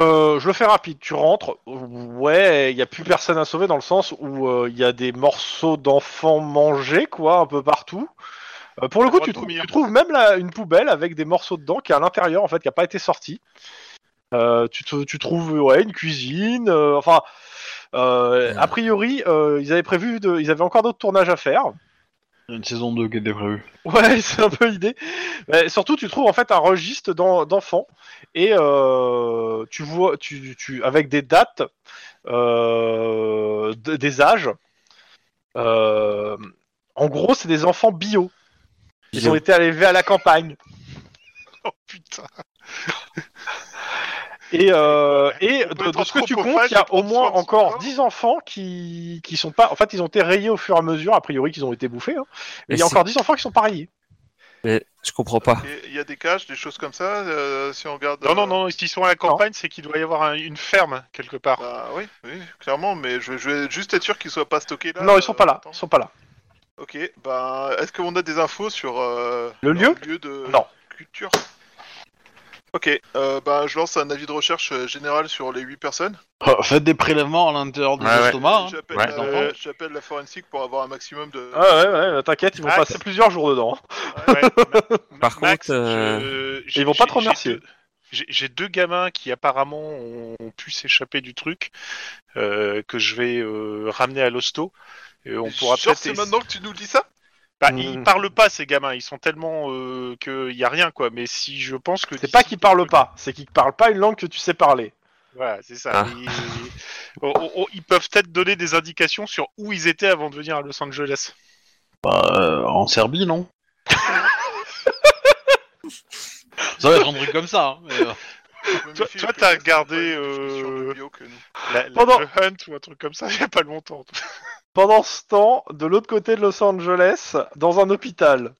Euh, je le fais rapide. Tu rentres. Ouais, il y a plus personne à sauver dans le sens où euh, il y a des morceaux d'enfants mangés, quoi, un peu partout. Euh, pour le coup,
droit
tu,
de
trou-
vomir.
tu trouves même la- une poubelle avec des morceaux dedans qui est à l'intérieur, en fait, qui a pas été sorti. Euh, tu, te- tu trouves ouais, une cuisine. euh, enfin, euh, a priori, euh, ils avaient prévu, de, ils avaient encore d'autres tournages à faire.
Une saison 2 qui était prévue.
Ouais, [LAUGHS] c'est un peu l'idée. Mais surtout, tu trouves en fait un registre d'en- d'enfants et euh, tu vois, tu, tu, avec des dates, euh, de- des âges. Euh, en gros, c'est des enfants bio. Ils ont
Bio.
été élevés à la campagne.
[LAUGHS] Oh putain
Et, euh, et de,
complètement
de ce que tu comptes,
anthropophage
il y a
de
au
prendre
moins
soin de son
encore
corps.
10 enfants qui, qui sont pas. En fait, ils ont été rayés au fur et à mesure, a priori, qu'ils ont été bouffés. hein. Mais
Mais
il y a
c'est-
encore 10 enfants qui sont pas rayés.
Mais je comprends pas.
Et il y a des caches, des choses comme ça, euh, si on regarde...
Non, non,
euh,
non, s'ils sont à la campagne, c'est qu'il doit y avoir un- une ferme quelque part.
Bah oui, oui, clairement, mais je, je vais juste être sûr qu'ils soient pas stockés là.
non, ils sont
euh,
pas là.
attends.
Ils sont pas là.
Ok, bah est-ce qu'on a des infos sur euh,
Le
leur
lieu
lieu de
Non.
culture Ok, euh, bah je lance un avis de recherche euh, général sur les 8 personnes.
Euh, faites des prélèvements à l'intérieur des
Ouais, ouais.
estomacs. hein.
J'appelle
ouais,
la,
d'enfant.
j'appelle la forensique pour avoir un maximum de...
Ah ouais, ouais, ouais, t'inquiète, ils vont
Ah,
passer plusieurs jours dedans.
Ouais, Ma-
[LAUGHS] Par
Max,
contre, euh,
je- j'ai-
ils vont pas te
j'ai- j'ai
remercier.
deux- J'ai j'ai deux gamins qui apparemment ont, ont pu s'échapper du truc euh, que je vais euh, ramener à l'hosto. Et on pourra
Genre,
peut-être.
c'est maintenant que tu nous dis ça
Bah,
Mm.
Ils parlent pas ces gamins, ils sont tellement euh, que y a rien quoi. Mais si je pense que
C'est pas qu'ils parlent pas, c'est qu'ils parlent pas une langue que tu sais parler.
Voilà, c'est ça.
Ah.
Ils, on- on- on- ils peuvent peut-être donner des indications sur où ils étaient avant de venir à Los Angeles.
Bah, euh, en Serbie, non Ça va être un truc comme ça. hein, mais, euh,
Je me
Toi-
méfie,
toi,
parce que
t'as
ça, c'est
gardé,
pas une définition de
euh,
bio que nous.
La- la-
Pendant-
Le Hunt ou un truc comme ça, il y a pas longtemps.
Pendant ce temps, de l'autre côté de Los Angeles, dans un hôpital.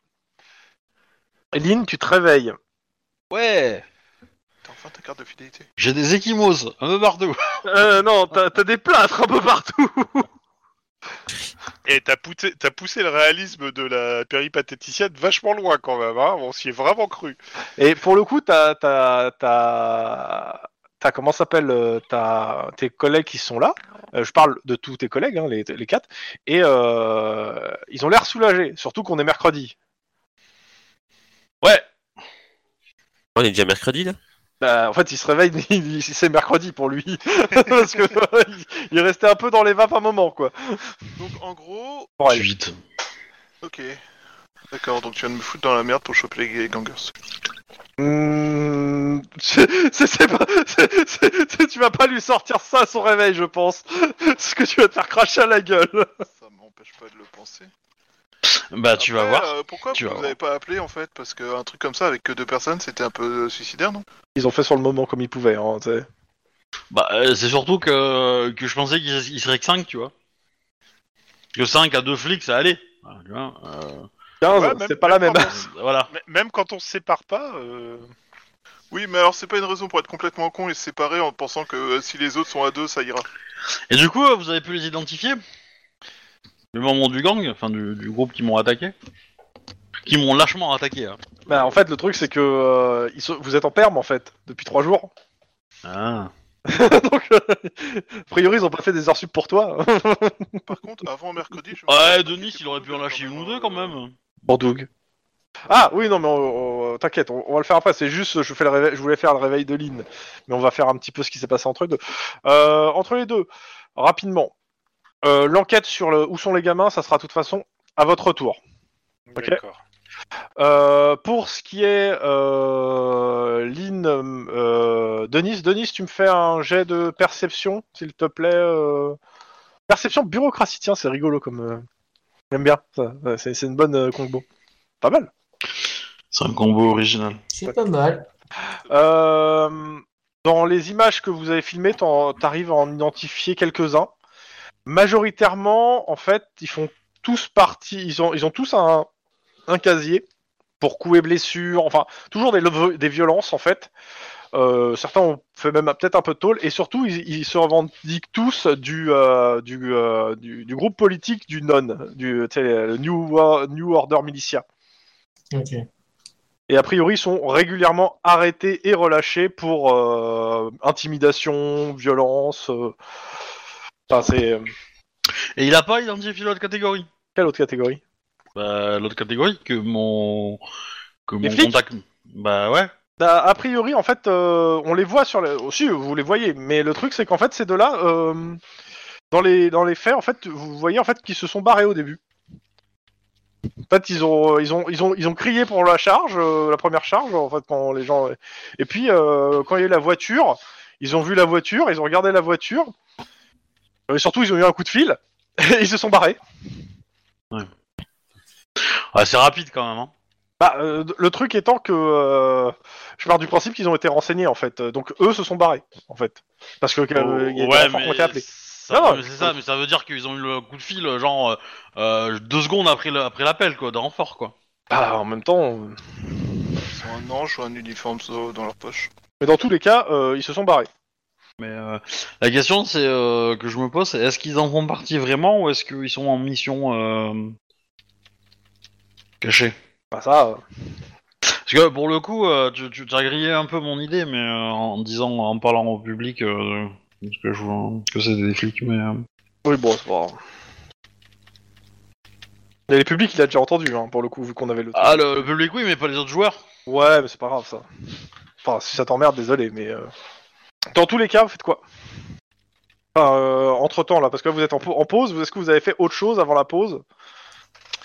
Lynn, tu te réveilles.
Ouais
T'as enfin ta carte de fidélité.
J'ai des échymoses, un peu partout.
Euh, non, t'as t'as des plâtres un peu partout.
Et t'as poussé, t'as poussé le réalisme de la péripatéticienne vachement loin quand même. Hein on s'y est vraiment cru.
Et pour le coup, t'as t'as- t'as- t'as comment s'appelle euh, t'as tes collègues qui sont là. Euh, je parle de tous tes collègues, hein, les, les quatre, et euh, ils ont l'air soulagés, surtout qu'on est mercredi.
On est déjà mercredi là
Bah, en fait, il se réveille, [LAUGHS] il- il- c'est mercredi pour lui, [LAUGHS] parce que il, il restait un peu dans les vapes un moment, quoi.
Donc en gros,
Pour elle.
Suite.
ok. D'accord, donc tu viens de me foutre dans la merde pour choper les gangers.
Hmm, c'est- c'est- c'est pas- c'est- c'est- c'est- tu vas pas lui sortir ça à son réveil, je pense. [LAUGHS] Ce que tu vas te faire cracher à la gueule.
Ça m'empêche pas de le penser.
Bah, tu vas
Après,
voir.
euh, pourquoi
Tu vas
vous
voir.
avez pas appelé en fait Parce qu'un truc comme ça avec que deux personnes, c'était un peu euh, suicidaire, non
Ils ont fait sur le moment comme ils pouvaient. Hein, tu sais.
Bah, euh, c'est surtout que, que je pensais qu'il il serait que 5, tu vois. Que 5 à 2 flics, ça allait. Ah, tu vois, euh,
15,
Ouais, même-
c'est pas la même.
même quand
voilà.
on- Même quand on se sépare pas, euh,
Oui, mais alors c'est pas une raison pour être complètement con et se séparer en pensant que euh, si les autres sont à deux, ça ira.
Et du coup, euh, vous avez pu les identifier Le moment du gang, enfin du, du groupe qui m'ont attaqué. Qui m'ont lâchement attaqué. hein.
Bah, en fait, le truc, c'est que euh, ils sont- vous êtes en perme, en fait, depuis trois jours. [LAUGHS]
Ah.
Donc, euh, a priori, ils ont pas fait des heures sup pour toi.
Par contre, avant mercredi, je.
Ouais, Denis, il aurait pu en lâcher une ou deux quand même.
Pour Doug. Ah, oui, non, mais on- on- t'inquiète, on, on va le faire après. C'est juste, je, fais le réveil- je voulais faire le réveil de Lynn. Mais on va faire un petit peu ce qui s'est passé entre les deux. Euh, entre les deux, rapidement. Euh, L'enquête sur le, où sont les gamins, ça sera de toute façon à votre tour. Ok.
d'accord.
Euh, pour ce qui est euh, Lynn, euh, Denis, Denis, tu me fais un jet de perception, s'il te plaît. euh. Perception bureaucratie, tiens, c'est rigolo comme. euh, J'aime bien, ça. Ouais, c'est c'est une bonne euh, combo. Pas mal.
C'est un combo original.
C'est pas mal.
Euh, dans les images que vous avez filmées, t'en- t'arrives à en identifier quelques-uns. Majoritairement, en fait, ils font tous partie, ils ont, ils ont tous un, un casier pour coups et blessures, enfin, toujours des, lo- des violences, en fait. Euh, certains ont fait même peut-être un peu de tôle, et surtout, ils, ils se revendiquent tous du, euh, du, euh, du, du groupe politique du NON, du tu sais, le New, Wo- New Order Militia.
Ok.
Et a priori, ils sont régulièrement arrêtés et relâchés pour euh, intimidation, violence. euh. Enfin, c'est. euh,
Et il a pas identifié l'autre catégorie.
Quelle autre catégorie
Bah, l'autre catégorie que mon. Que
Les
mon
flics
contact. Bah ouais.
Bah, A priori, en fait, euh, on les voit sur les. Aussi, vous les voyez, mais le truc, c'est qu'en fait, ces deux-là, euh, dans, les, dans les faits, en fait, vous voyez en fait qu'ils se sont barrés au début. En fait, ils ont, euh, ils ont, ils ont, ils ont crié pour la charge, euh, la première charge, en fait, quand les gens. Et puis, euh, quand il y a eu la voiture, ils ont vu la voiture, ils ont regardé la voiture. euh, Et surtout, ils ont eu un coup de fil, [LAUGHS] et ils se sont barrés.
Ah, c'est rapide quand même. Hein.
Bah, euh, le truc étant que euh, je pars du principe qu'ils ont été renseignés en fait, donc eux se sont barrés en fait, parce que euh, il y a des renforts qui ont été appelés.
Ça,
Non, non,
mais c'est ça, mais ça veut dire qu'ils ont eu le coup de fil, euh, genre euh, euh, deux secondes après le- après l'appel, quoi, de renfort, quoi.
Bah, en même temps, euh,
Ils ont un ange ou un uniforme so- dans leur poche.
mais dans tous les cas, euh, ils se sont barrés.
Mais euh, la question, c'est euh, que je me pose, c'est est-ce qu'ils en font partie vraiment ou est-ce qu'ils sont en mission euh, cachée
Bah ça, euh,
Parce que pour le coup, euh, tu, tu as grillé un peu mon idée, mais euh, en disant, en parlant au public, euh, parce que je vois que c'est des flics, mais euh,
oui bon, c'est pas. grave. Mais les publics, il a déjà entendu hein, pour le coup vu qu'on avait le.
ah le, le public oui, mais pas les autres joueurs.
Ouais, mais c'est pas grave ça. Enfin, si ça t'emmerde, désolé, mais euh, dans tous les cas, vous faites quoi entre temps là, parce que là, vous êtes en, pau- en pause. Est-ce que vous avez fait autre chose avant la pause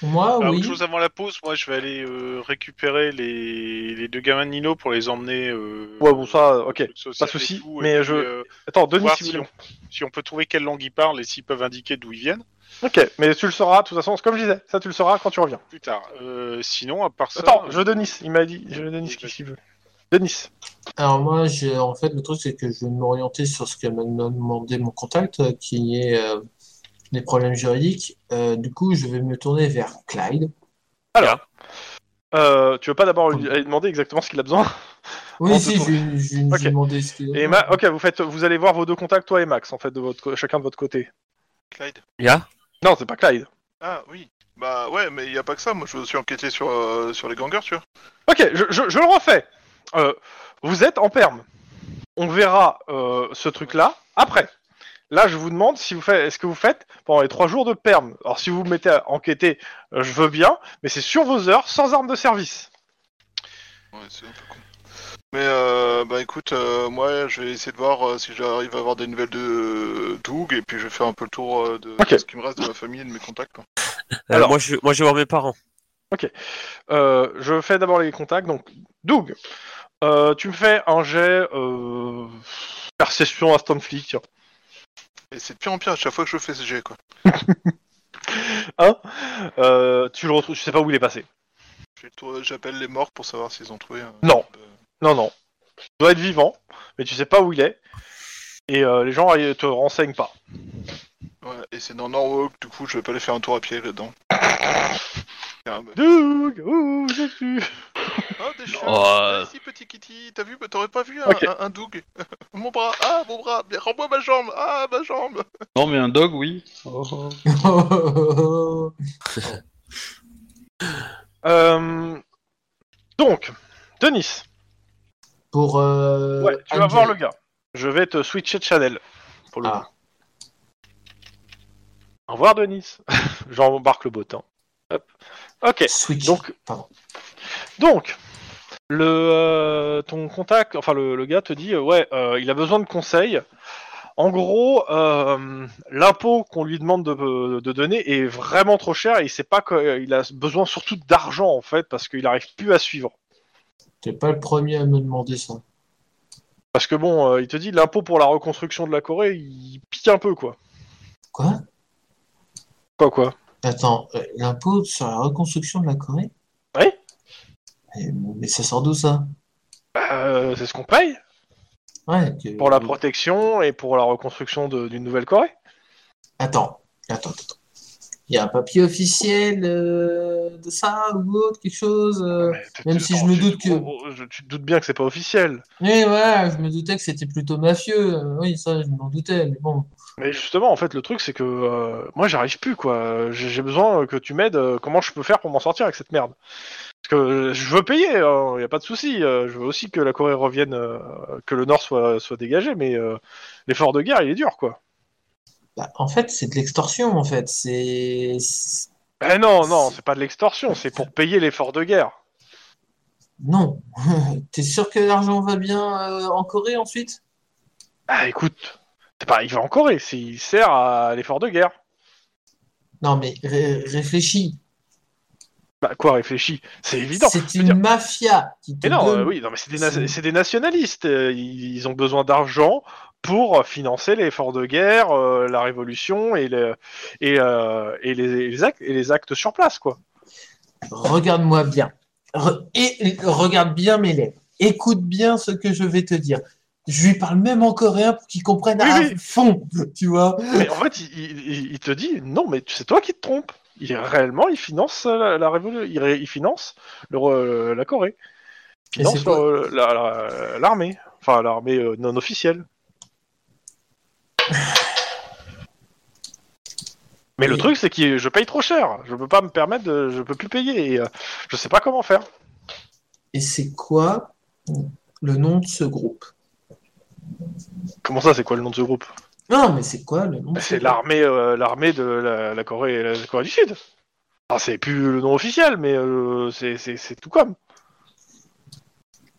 Ah
Moi,
Bah,
Alors,
oui.
autre chose avant la pause, moi je vais aller euh, récupérer les... les deux gamins de Nino pour les emmener. euh,
Ouais, bon, ça, euh, ok,
au truc social
pas de souci,
et tout, et
mais
puis,
je-
euh,
Attends, Denis,
voir
si vous
si
voulez-
on, si on peut trouver quelle langue ils parlent et s'ils peuvent indiquer d'où ils viennent
Ok, mais tu le sauras, de toute façon, c'est comme je disais, ça tu le sauras quand tu reviens.
plus tard. Euh, sinon, à part ça.
Attends, je Denis, il m'a dit, je Denis, qu'est-ce qu'il veut Denis,
Alors moi, j'ai- en fait, le truc, c'est que je vais m'orienter sur ce que m'a m'a demandé mon contact, euh, qui est euh, les problèmes juridiques. Euh, du coup, je vais me tourner vers Clyde.
euh, tu veux pas d'abord lui, aller demander exactement ce qu'il a besoin [LAUGHS]
Oui,
On
si,
peut
je vais je vais lui
Ok.
demander ce qu'il a.
Et Ma- Ok, vous, faites, vous allez voir vos deux contacts, toi et Max, en fait, de votre, co- chacun de votre côté.
Clyde
Ya
Non, c'est pas Clyde.
Ah oui. Bah ouais, mais il y a pas que ça. Moi, je me suis enquêté sur, euh, sur les gangers, tu vois.
Ok, je, je- je le refais. Euh, vous êtes en perme. on verra euh, ce truc-là après. Là, je vous demande si vous faites, ce que vous faites pendant les trois jours de perme. Alors, si vous vous mettez à enquêter, euh, je veux bien, mais c'est sur vos heures, sans arme de service.
Ouais, c'est un peu con. Mais euh, bah écoute, euh, moi je vais essayer de voir euh, si j'arrive à avoir des nouvelles de euh, Doug et puis je vais faire un peu le tour euh, de
Ok.
ce qui me reste de ma famille et de mes contacts. quoi.
Alors-
Alors, Euh, moi, je, moi, je vais voir mes parents.
Euh, je fais d'abord les contacts. Donc, Doug, euh, tu me fais un jet euh, perception à stand flic. tiens.
Et c'est de pire en pire à chaque fois que je fais ce jet quoi.
Hein Euh, tu le retrouves, je sais pas où il est passé.
J'ai le tour- J'appelle les morts pour savoir s'ils ont trouvé. euh,
Non.
euh,
Non, non. Il doit être vivant, mais tu sais pas où il est. Et euh, les gens ils te renseignent pas.
ouais, et c'est dans Norwalk, du coup je vais pas aller faire un tour à pied
[LAUGHS]
là-dedans. Ah, bah.
Doug, où es-tu
Oh, des cheveux
Oh, euh.
Merci, petit Kitty T'as vu Bah, T'aurais pas vu un,
Ok.
un- un Doug [LAUGHS] Mon bras Ah, mon bras Mais Rends-moi ma jambe Ah, ma jambe
Non, mais un dog, oui.
Euh, Donc, Denis,
[LAUGHS] Pour. euh,
ouais, tu vas
Angel.
voir le gars. Je vais te switcher de Chanel. Pour le
Ah.
coup. Au revoir, Denis. [LAUGHS] J'embarque le botin. Hop. Ok.
Switch.
Donc,
Pardon.
donc le, euh, ton contact, enfin le, le gars te dit, euh, ouais, euh, il a besoin de conseils. En gros, euh, l'impôt qu'on lui demande de, de donner est vraiment trop cher et il sait pas qu'il a besoin surtout d'argent en fait parce qu'il n'arrive plus à suivre.
T'es pas le premier à me demander ça.
Parce que bon, euh, il te dit l'impôt pour la reconstruction de la Corée, il pique un peu quoi.
Quoi
Quoi quoi
Attends, euh, l'impôt sur la reconstruction de la Corée
Oui.
Mais, mais ça sort d'où ça
Euh, C'est ce qu'on paye
Ouais. que-
pour la protection et pour la reconstruction de- d'une nouvelle Corée.
Attends, attends, attends. Il y a un papier officiel euh, de ça ou autre, quelque chose euh,
Mais t-
même
t-
si je
attends,
me
tu-
doute que-
oh, je- tu te doutes bien que c'est pas officiel.
Oui, voilà, Eh je me doutais que c'était plutôt mafieux. euh, Oui, ça, je m'en doutais, mais bon.
Mais justement, en fait, le truc, c'est que euh, moi, j'arrive plus, quoi. J'ai j'ai besoin euh, que tu m'aides. euh, comment je peux faire pour m'en sortir avec cette merde Parce que euh, je veux payer, il n'y a pas de souci. euh, je veux aussi que la Corée revienne, euh, que le Nord soit, soit dégagé, mais euh, l'effort de guerre, il est dur, quoi.
Bah, en fait, c'est de l'extorsion, en fait. C'est. c'est-
Eh non, non, c'est pas de l'extorsion, c'est pour payer l'effort de guerre.
Non. [LAUGHS] T'es sûr que l'argent va bien euh, en Corée ensuite
Ah, écoute, c'est pas, il va en Corée, c'est- il sert à l'effort de guerre.
Non, mais ré- réfléchis.
Bah, quoi, réfléchis, c'est évident.
C'est
Je veux
une
dire,
mafia qui te
Mais non,
donne-
euh, oui, non, mais c'est des, na-
C'est-
c'est des nationalistes. euh, Ils ils ont besoin d'argent pour euh, financer l'effort de guerre, euh, la révolution et, le- et, euh, et les, et les actes, et les actes sur place, quoi.
Regarde-moi bien. Re- et, et- regarde bien mes lèvres. Écoute bien ce que je vais te dire. Je lui parle même en coréen pour qu'il comprenne
Oui,
à
oui.
fond, tu vois.
Mais en fait, il, il- il- il te dit non, mais c'est toi qui te trompes. Il, réellement, il finance euh, la, la révolu- il, ré- il finance le re- la Corée, il
Et c'est
finance
quoi
euh, la- la- l'armée, enfin l'armée euh, non
[LAUGHS]
officielle. Mais le
Oui.
truc, c'est que je paye trop cher. Je peux pas me permettre de, je peux plus payer. Et, euh, je sais pas comment faire.
Et c'est quoi le nom de ce groupe
Comment ça, c'est quoi le nom de ce groupe
Non, mais c'est quoi le nom de
Bah,
ce
C'est
groupe
l'armée, euh, l'armée de la, la Corée, la Corée du Sud. Enfin, c'est plus le nom officiel, mais euh, c'est, c'est- c'est tout comme.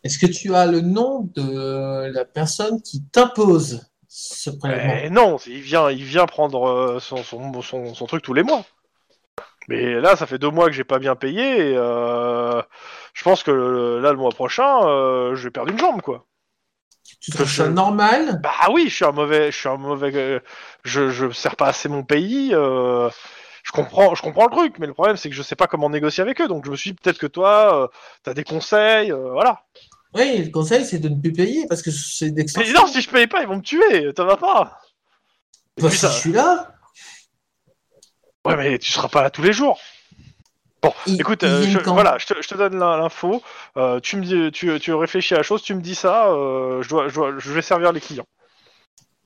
Est-ce que tu as le nom de la personne qui t'impose ce prélèvement
Eh non, c'est- il vient, il vient prendre euh, son, son, son- son truc tous les mois. Mais là, ça fait deux mois que j'ai pas bien payé. Et, euh, je pense que euh, là, le mois prochain, euh, je vais perdre une jambe, quoi.
Tu trouves
je-
ça normal
Bah oui, je suis un mauvais, je suis un mauvais, euh, je, je sers pas assez mon pays. euh, je comprends, je comprends le truc, mais le problème c'est que je sais pas comment négocier avec eux. Donc je me suis dit, peut-être que toi, euh, t'as des conseils, euh, voilà.
Oui, le conseil, c'est de ne plus payer parce que c'est
Mais
d'extorsion.
non, si je paye pas, ils vont me tuer. Ça va pas. Et
Bah,
puis
si
ça-
je suis là,
Ouais, mais tu seras pas là tous les jours. Bon,
Ils-
écoute,
ils
euh,
viennent
je,
quand
voilà, je te, je te donne l'in- l'info. euh, tu me dis, tu, tu réfléchis à la chose, tu me dis ça. euh, je, dois, je, dois- je vais servir les clients.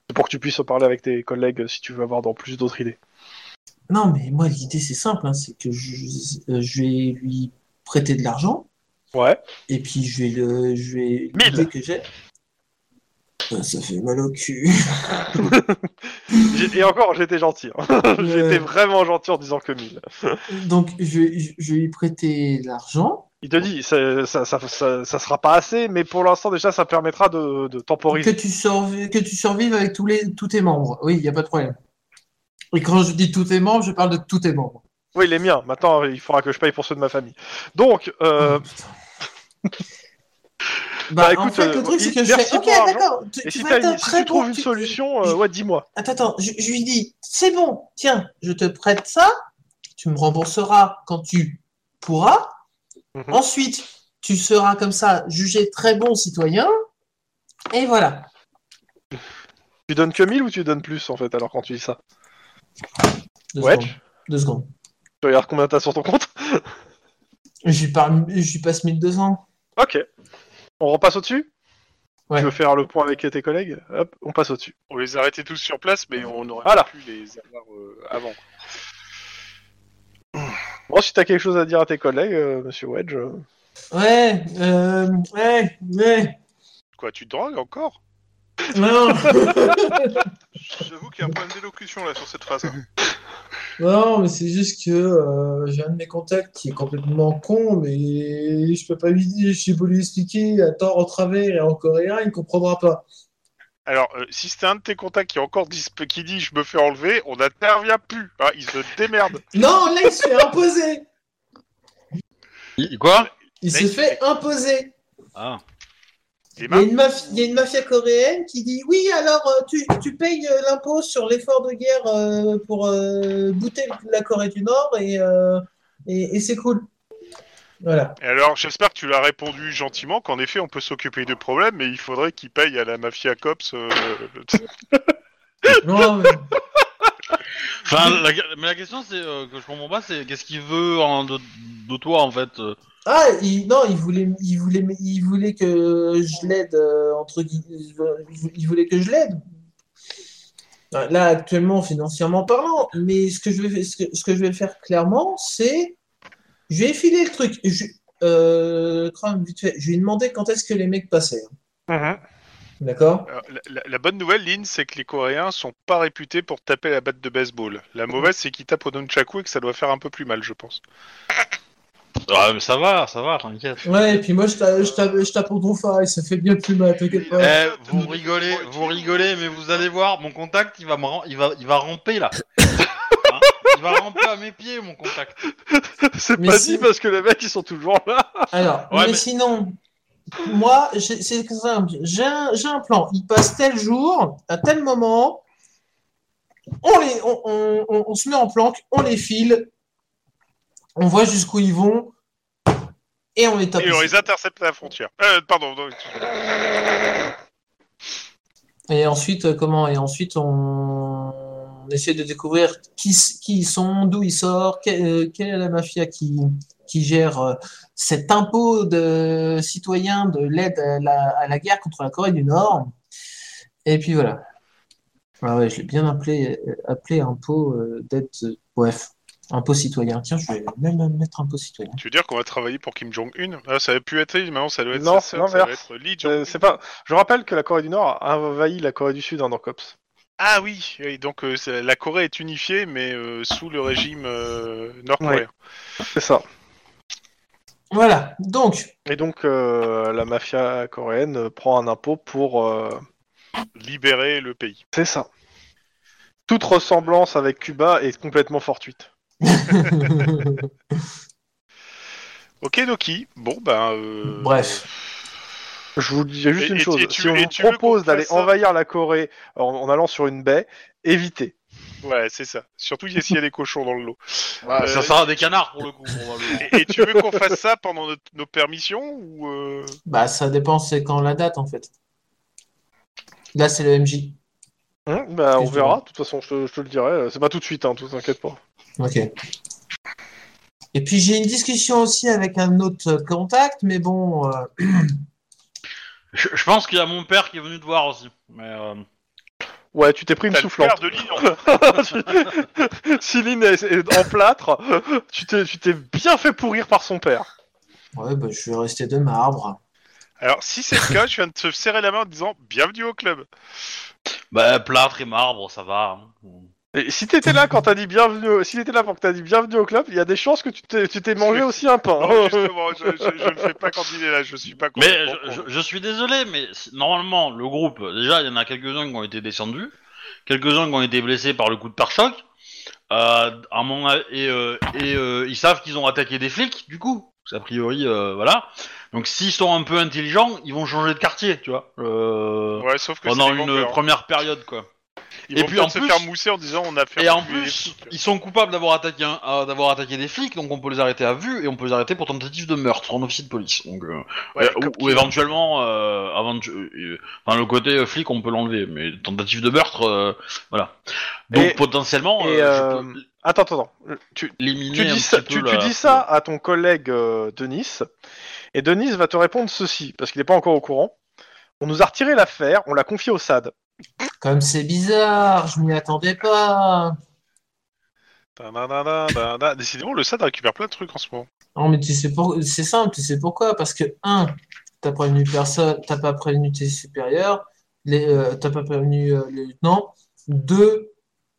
C'est Pour que tu puisses en parler avec tes collègues euh, si tu veux avoir dans plus d'autres idées.
Non, mais moi, l'idée, c'est simple, hein, c'est que je, euh, je vais lui prêter de l'argent,
Ouais.
et puis je vais le. Je vais
Mille.
l'idée que j'ai. Ah, ça fait mal
[LAUGHS]
au cul.
J'ai- Et encore, j'étais gentil. hein. j'étais
Ouais.
vraiment gentil en disant que 1000.
Euh, Donc, je, vais- je, je vais lui prêter l'argent.
Il te dit, ça, ça, ça, ça- ça sera pas assez, mais pour l'instant, déjà, ça permettra de, de
Que
temporiser.
tu, survi- que tu survives avec tous, les, tous tes membres. Oui, il n'y a pas de problème. Et quand je dis tous tes membres, je parle de tous tes membres.
Oui, les miens. Maintenant, il faudra que je paye pour ceux de ma famille. Donc, euh,
Bah,
bah,
en
écoute,
fait,
euh,
le truc, c'est que je
merci
fais. Ok,
pour l'argent.
d'accord. Tu,
et
tu
si,
vas
t'as
être un
une- si
très
tu
bon-
trouves une
tu-
solution, euh, ouais, dis-moi.
Attends, attends, je, je lui dis, c'est bon, tiens, je te prête ça, tu me rembourseras quand tu pourras.
Mhm.
Ensuite, tu seras comme ça jugé très bon citoyen. Et voilà.
Tu donnes que 1000 ou tu donnes plus, en fait, alors quand tu dis ça
Deux
Ouais.
secondes. Deux secondes.
Tu regardes combien t'as sur ton compte [LAUGHS]
Je lui, parle- je lui passe 1200.
Ok. On repasse au-dessus
Ouais.
Tu veux faire le point avec tes collègues Hop, on passe au-dessus.
On les arrêtait tous sur place, mais on aurait
Voilà.
pu les avoir euh, avant.
Bon, si t'as quelque chose à dire à tes collègues, euh, monsieur Wedge. euh,
Ouais, euh, ouais, ouais.
Quoi, tu te drogues encore
Non, [LAUGHS]
J'avoue qu'il y a un problème d'élocution là sur cette phrase. hein.
non, mais c'est juste que euh, j'ai un de mes contacts qui est complètement con, mais je peux pas lui dire, je sais pas lui expliquer à tort, en travers et en coréen, il comprendra pas.
[LAUGHS] Alors, euh, si c'était un de tes contacts qui est encore disp- qui dit je me fais enlever, on n'intervient plus. hein, il se démerde.
Non, là, il se fait imposer.
I- Quoi
Il
Là,
se
il se
fait imposer.
Ah.
Les
Il y, a
mains
une mafia, il y a une mafia coréenne qui dit Oui, alors euh, tu, tu payes euh, l'impôt sur l'effort de guerre euh, pour euh, bouter la Corée du Nord et, euh, et, et c'est cool. Voilà.
Et alors, j'espère que tu l'as répondu gentiment, qu'en effet, on peut s'occuper des problèmes, mais il faudrait qu'il paye à la mafia cops. euh, le-
Non, mais-
Enfin, la, mais la question c'est euh, que je comprends pas, c'est qu'est-ce qu'il veut en- de, de toi en fait euh,
Ah, il, non, il voulait, il voulait, il voulait que je l'aide euh, entre guillemets. Il voulait que je l'aide. Euh, Là, actuellement, financièrement parlant, mais ce que je vais, ce que, ce que je vais faire clairement, c'est, je vais filer le truc. Je, euh, Chrome, vite fait, je lui ai demandé quand est-ce que les mecs passaient. hein. D'accord.
Alors, la, la- la bonne nouvelle, Lynn, c'est que les Coréens sont pas réputés pour taper la batte de baseball. La mauvaise, c'est qu'ils tapent au nunchaku et que ça doit faire un peu plus mal, je pense.
Ah, mais ça va, ça va, t'inquiète.
Ouais, et puis moi, je tape, je tape, je tape au gros phare, et ça fait bien plus mal, t'inquiète
Euh,
pas.
Eh, vous rigolez, vous rigolez, mais vous allez voir, mon contact, il va me, ram- il va, il va ramper là. [COUGHS] Hein il va ramper à mes pieds, mon contact.
C'est
Mais
pas
si-
dit parce que les mecs ils sont toujours là.
Alors,
Ouais,
mais,
mais-
sinon, moi, j'ai- c'est simple. J'ai un, j'ai un plan. Il passe tel jour, à tel moment. On, les, on, on- on- on se met en planque, on les file. On voit jusqu'où ils vont. Et on les tape.
Et on
ici.
les intercepte à la frontière. Euh, pardon. non, excuse-moi.
Et ensuite, euh, comment Et ensuite, on... on essaie de découvrir qui, s- qui ils sont, d'où ils sortent, que- euh, quelle est la mafia qui, qui gère euh, cet impôt de citoyen de l'aide à la, à la guerre contre la Corée du Nord. Et puis voilà. Ah ouais, je l'ai bien appelé, euh, appelé impôt euh, d'aide. euh, bref, impôt citoyen. Tiens, je vais même mettre impôt citoyen.
Tu veux dire qu'on va travailler pour Kim Jong-un Ah, Ça a pu être lui, maintenant ça doit être
Non,
sa sœur, ça doit
l'inverse.
être Lee
Euh,
Jong-un.
c'est pas. Je rappelle que la Corée du Nord a envahi la Corée du Sud en Cops.
Ah oui, oui, donc euh, c'est- la Corée est unifiée, mais euh, sous le régime euh, nord-coréen.
C'est ça.
Voilà. Donc, [LAUGHS]
Et donc euh, la mafia coréenne euh, prend un impôt pour. euh,
Libérer le pays.
C'est ça. Toute ressemblance avec Cuba est complètement fortuite.
Ok, Doki. Bon, ben. euh,
bref.
Je vous dis juste
Et-
une
et-
chose.
et tu-
si on
et
vous
tu veux qu'on
propose
fasse
d'aller
ça
envahir la Corée en, en allant sur une baie, évitez.
Ouais, c'est ça. Surtout s'il y a des cochons dans le lot.
Ah,
Euh,
Ça sera des canards pour le coup, probablement.
Et, et tu veux qu'on fasse ça pendant notre- nos permissions ou euh,
Bah, ça dépend, c'est quand la date en fait. Là, c'est le MJ.
Hein bah, on
Excuse-moi.
verra. De toute façon, je te, je te le dirai. C'est pas tout de suite, hein, tout t'inquiète pas.
Ok. Et puis j'ai une discussion aussi avec un autre contact, mais bon, euh,
Je, je pense qu'il y a mon père qui est venu te voir aussi. Mais, euh,
Ouais, tu t'es pris une
t'as le père
[LAUGHS] soufflante.
de Lee en-
si Lynn est, est en plâtre, tu t'es, tu t'es bien fait pourrir par son père.
ouais, bah, je vais rester de marbre.
Alors, si c'est le cas, je viens de te serrer la main en te disant bienvenue au club.
Bah, plâtre et marbre, ça va. hein.
Et si t'étais là quand t'as dit bienvenue, au- s'il était là pour que t'as dit bienvenue au club, il y a des chances que tu t'es, tu t'es mangé aussi un
Ah
pain.
Oh,
Non, justement, je, je- je ne fais pas quand il est là, je suis pas
Mais
complètement
je,
con.
hein.
je- je suis désolé, mais si- normalement, le groupe, déjà, il y en a quelques-uns qui ont été descendus, quelques-uns qui ont été blessés par le coup de pare-choc, euh, à mon a- et, euh, et, euh, ils savent qu'ils ont attaqué des flics, du coup. Parce qu'a priori, euh, voilà. Donc s'ils sont un peu intelligents, ils vont changer de quartier, tu vois. euh,
Ouais, sauf que
pendant
c'est des
une
vampires.
première période, quoi.
Ils
et
vont
puis,
peut-être
en
se
plus-
faire mousser en disant on a fait
Et en
reculer les
plus,
flics.
ils sont coupables d'avoir attaqué, un- euh, d'avoir attaqué des flics, donc on peut les arrêter à vue et on peut les arrêter pour tentative de meurtre en officier de police. Donc, euh,
Ouais,
euh, ou, ou éventuellement, euh, avant de- euh, enfin, le côté euh, flic, on peut l'enlever, mais tentative de meurtre, euh, voilà. Donc
Et-
potentiellement,
et,
euh, je
euh,
peux
Attends, attends, attends. Tu,
éliminer
tu
un
dis, ça,
petit peu
tu, tu
la-
dis ça à ton collègue euh, Denis, et Denis va te répondre ceci, parce qu'il n'est pas encore au courant. On nous a retiré l'affaire, on l'a confiée au SAD.
Comme c'est bizarre, je m'y attendais pas.
Tadadadadada. Décidément, le SAD récupère plein de trucs en ce moment.
Non, mais tu sais pour... c'est simple, tu sais pourquoi? Parce que, un, t'as prévenu personne, t'as pas prévenu tes supérieurs, les, euh, t'as pas prévenu euh, les lieutenants. Deux,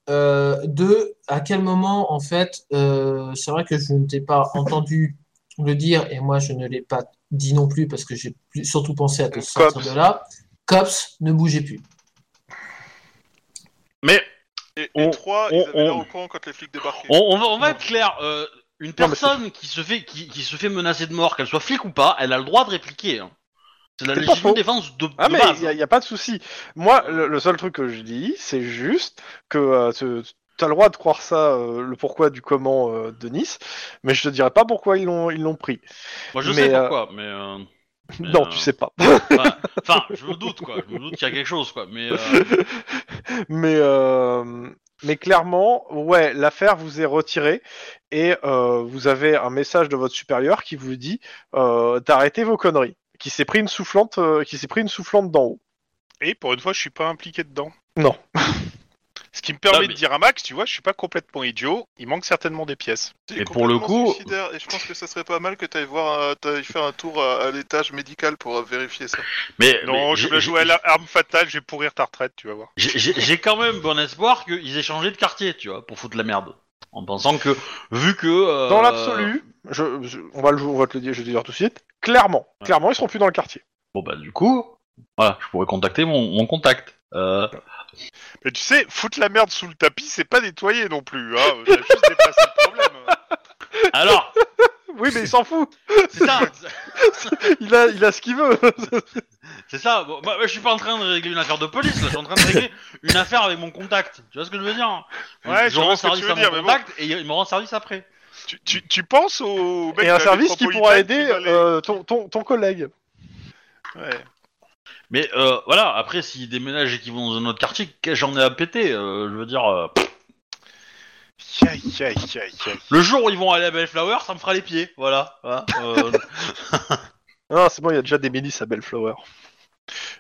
euh, deux, à quel moment, en fait, euh, c'est vrai que je ne t'ai pas entendu le dire et moi je ne l'ai pas dit non plus parce que j'ai plus- surtout pensé à te sortir de là. Cops, ne bougez plus.
Mais
Et, et
On-
trois,
on-
ils avaient l'air
on-
au courant quand les flics débarquaient.
on, on va, on va être clair. euh, une personne qui se fait qui, qui se fait menacer de mort, qu'elle soit flic ou pas, elle a le droit de répliquer. hein. C'est la
C'est pas
légitime
faux.
défense de,
Ah,
de
mais
base. hein.
il n'y a, pas de souci. Moi, le, le seul truc que je dis, c'est juste que tu as le droit de croire ça, euh, le pourquoi du comment euh, Denis, mais je te dirai pas pourquoi ils l'ont, ils l'ont pris.
Moi, je
mais,
sais
euh,
pourquoi, mais. euh, mais,
non,
euh,
tu sais pas. [LAUGHS]
Enfin, enfin, je me doute quoi, je me doute qu'il y a quelque chose quoi, mais
[LAUGHS]
euh,
mais, euh, mais clairement, ouais, l'affaire vous est retirée et euh, vous avez un message de votre supérieur qui vous dit euh, d'arrêter vos conneries. Qui s'est pris une soufflante, euh, qui s'est pris une soufflante d'en haut.
Et pour une fois, je suis pas impliqué dedans.
Non.
Ce qui me permet
Non, mais-
de dire à Max, tu vois, je suis pas complètement idiot, il manque certainement des pièces.
C'est
Et pour le
complètement
coup-
suicidaire, et je pense que ça serait pas mal que t'ailles voir, euh, t'ailles faire un tour à, à l'étage médical pour euh, vérifier ça.
mais
non,
mais
je
j'ai-
vais jouer à l'arme fatale, je vais pourrir ta retraite, tu vas voir.
J'ai- J'ai j'ai quand même bon espoir qu'ils aient changé de quartier, tu vois, pour foutre la merde. En pensant que, vu que. euh,
Dans l'absolu, je, je- on va le jouer, on va te le dire, je vais te dire tout de suite. Clairement, clairement, ils seront plus dans le quartier.
Bon, bah, du coup, voilà, je pourrais contacter mon, mon contact.
[LAUGHS]
Euh,
Mais tu sais, foutre la merde sous le tapis, c'est pas nettoyer non plus. [LAUGHS] Hein. On a juste déplacé le problème.
alors,
Oui, mais il s'en fout.
[LAUGHS]
c'est ça,
Il a, il a ce qu'il veut.
c'est ça. Bon, bah, je suis pas en train de régler une affaire de police, là, je suis en train de régler une affaire avec mon contact. Tu vois ce que je veux dire hein
Ouais, je
je rends
vois ce que
service
tu veux
à
dire,
mon
mais bon.
contact et il me rend service après.
Tu, tu, tu penses au mec
Et
de
un
la
service qui pourra
métropolitaine
aider
va les-
euh, ton, ton, ton collègue.
Ouais.
Mais euh, voilà, après, s'ils déménagent et qu'ils vont dans un autre quartier, qu'est-ce que j'en ai à péter. euh, je veux dire, euh,
Aïe, aïe, aïe, aïe.
le jour où ils vont aller à Bellflower, ça me fera les pieds. Voilà. voilà, euh,
Ah, c'est bon, il y a déjà des milices à Bellflower.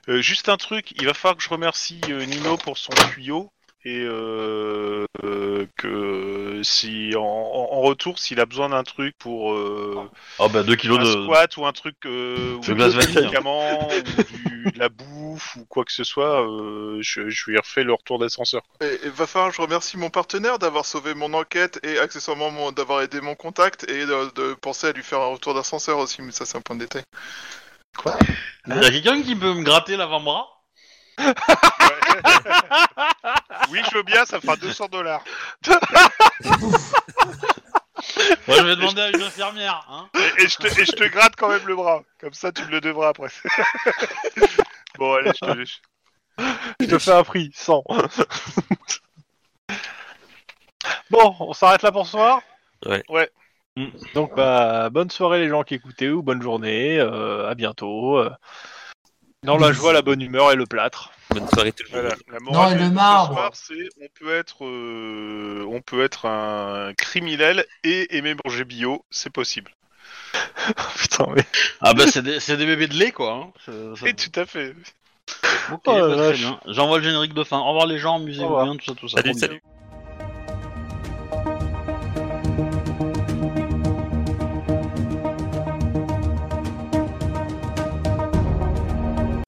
Euh, juste un truc, il va falloir que je remercie euh, Nino pour son tuyau et euh, euh, que si en, en- en retour, s'il a besoin d'un truc pour euh,
[LAUGHS] Ah bah 2 kilos
un
de...
squat ou un truc euh, ou
De glace
des
vanille.
médicaments ou du- de la bouffe ou quoi que ce soit, euh, je, je lui refais le retour d'ascenseur.
Et, et va falloir que je remercie mon partenaire d'avoir sauvé mon enquête et accessoirement mon- d'avoir aidé mon contact et de, de penser à lui faire un retour d'ascenseur aussi, mais ça c'est un point de détail.
Il y a quelqu'un qui peut me gratter l'avant-bras
Oui, je veux bien, ça fera 200 dollars.
Moi je vais demander à une infirmière. Hein.
Et, et je te, et je te gratte quand même le bras. Comme ça, tu me le devras après. [LAUGHS] bon, allez, je te laisse.
Je te fais un prix, 100. [LAUGHS] bon, on s'arrête là pour ce soir
Ouais.
Ouais.
Mm.
Donc, bah, bonne soirée les gens qui écoutaient ou bonne journée. euh, à bientôt. euh. dans la joie, la bonne humeur et le plâtre. [LAUGHS]
Bonne soirée tout le monde.
Voilà, la morale
et le
de ce
marbre.
soir, c'est on peut être euh, on peut être un criminel et aimer manger bio, c'est possible.
Putain, mais.
Ah bah c'est des, c'est des bébés de lait quoi. Hein. Ça- ça-
Et tout à fait.
Ok,
Oh la
bah, très
vache.
bien. J'envoie le générique de fin. Au revoir les gens, amusez-vous
revoir.
bien, tout ça, tout ça.
Salut,
Bon,
salut.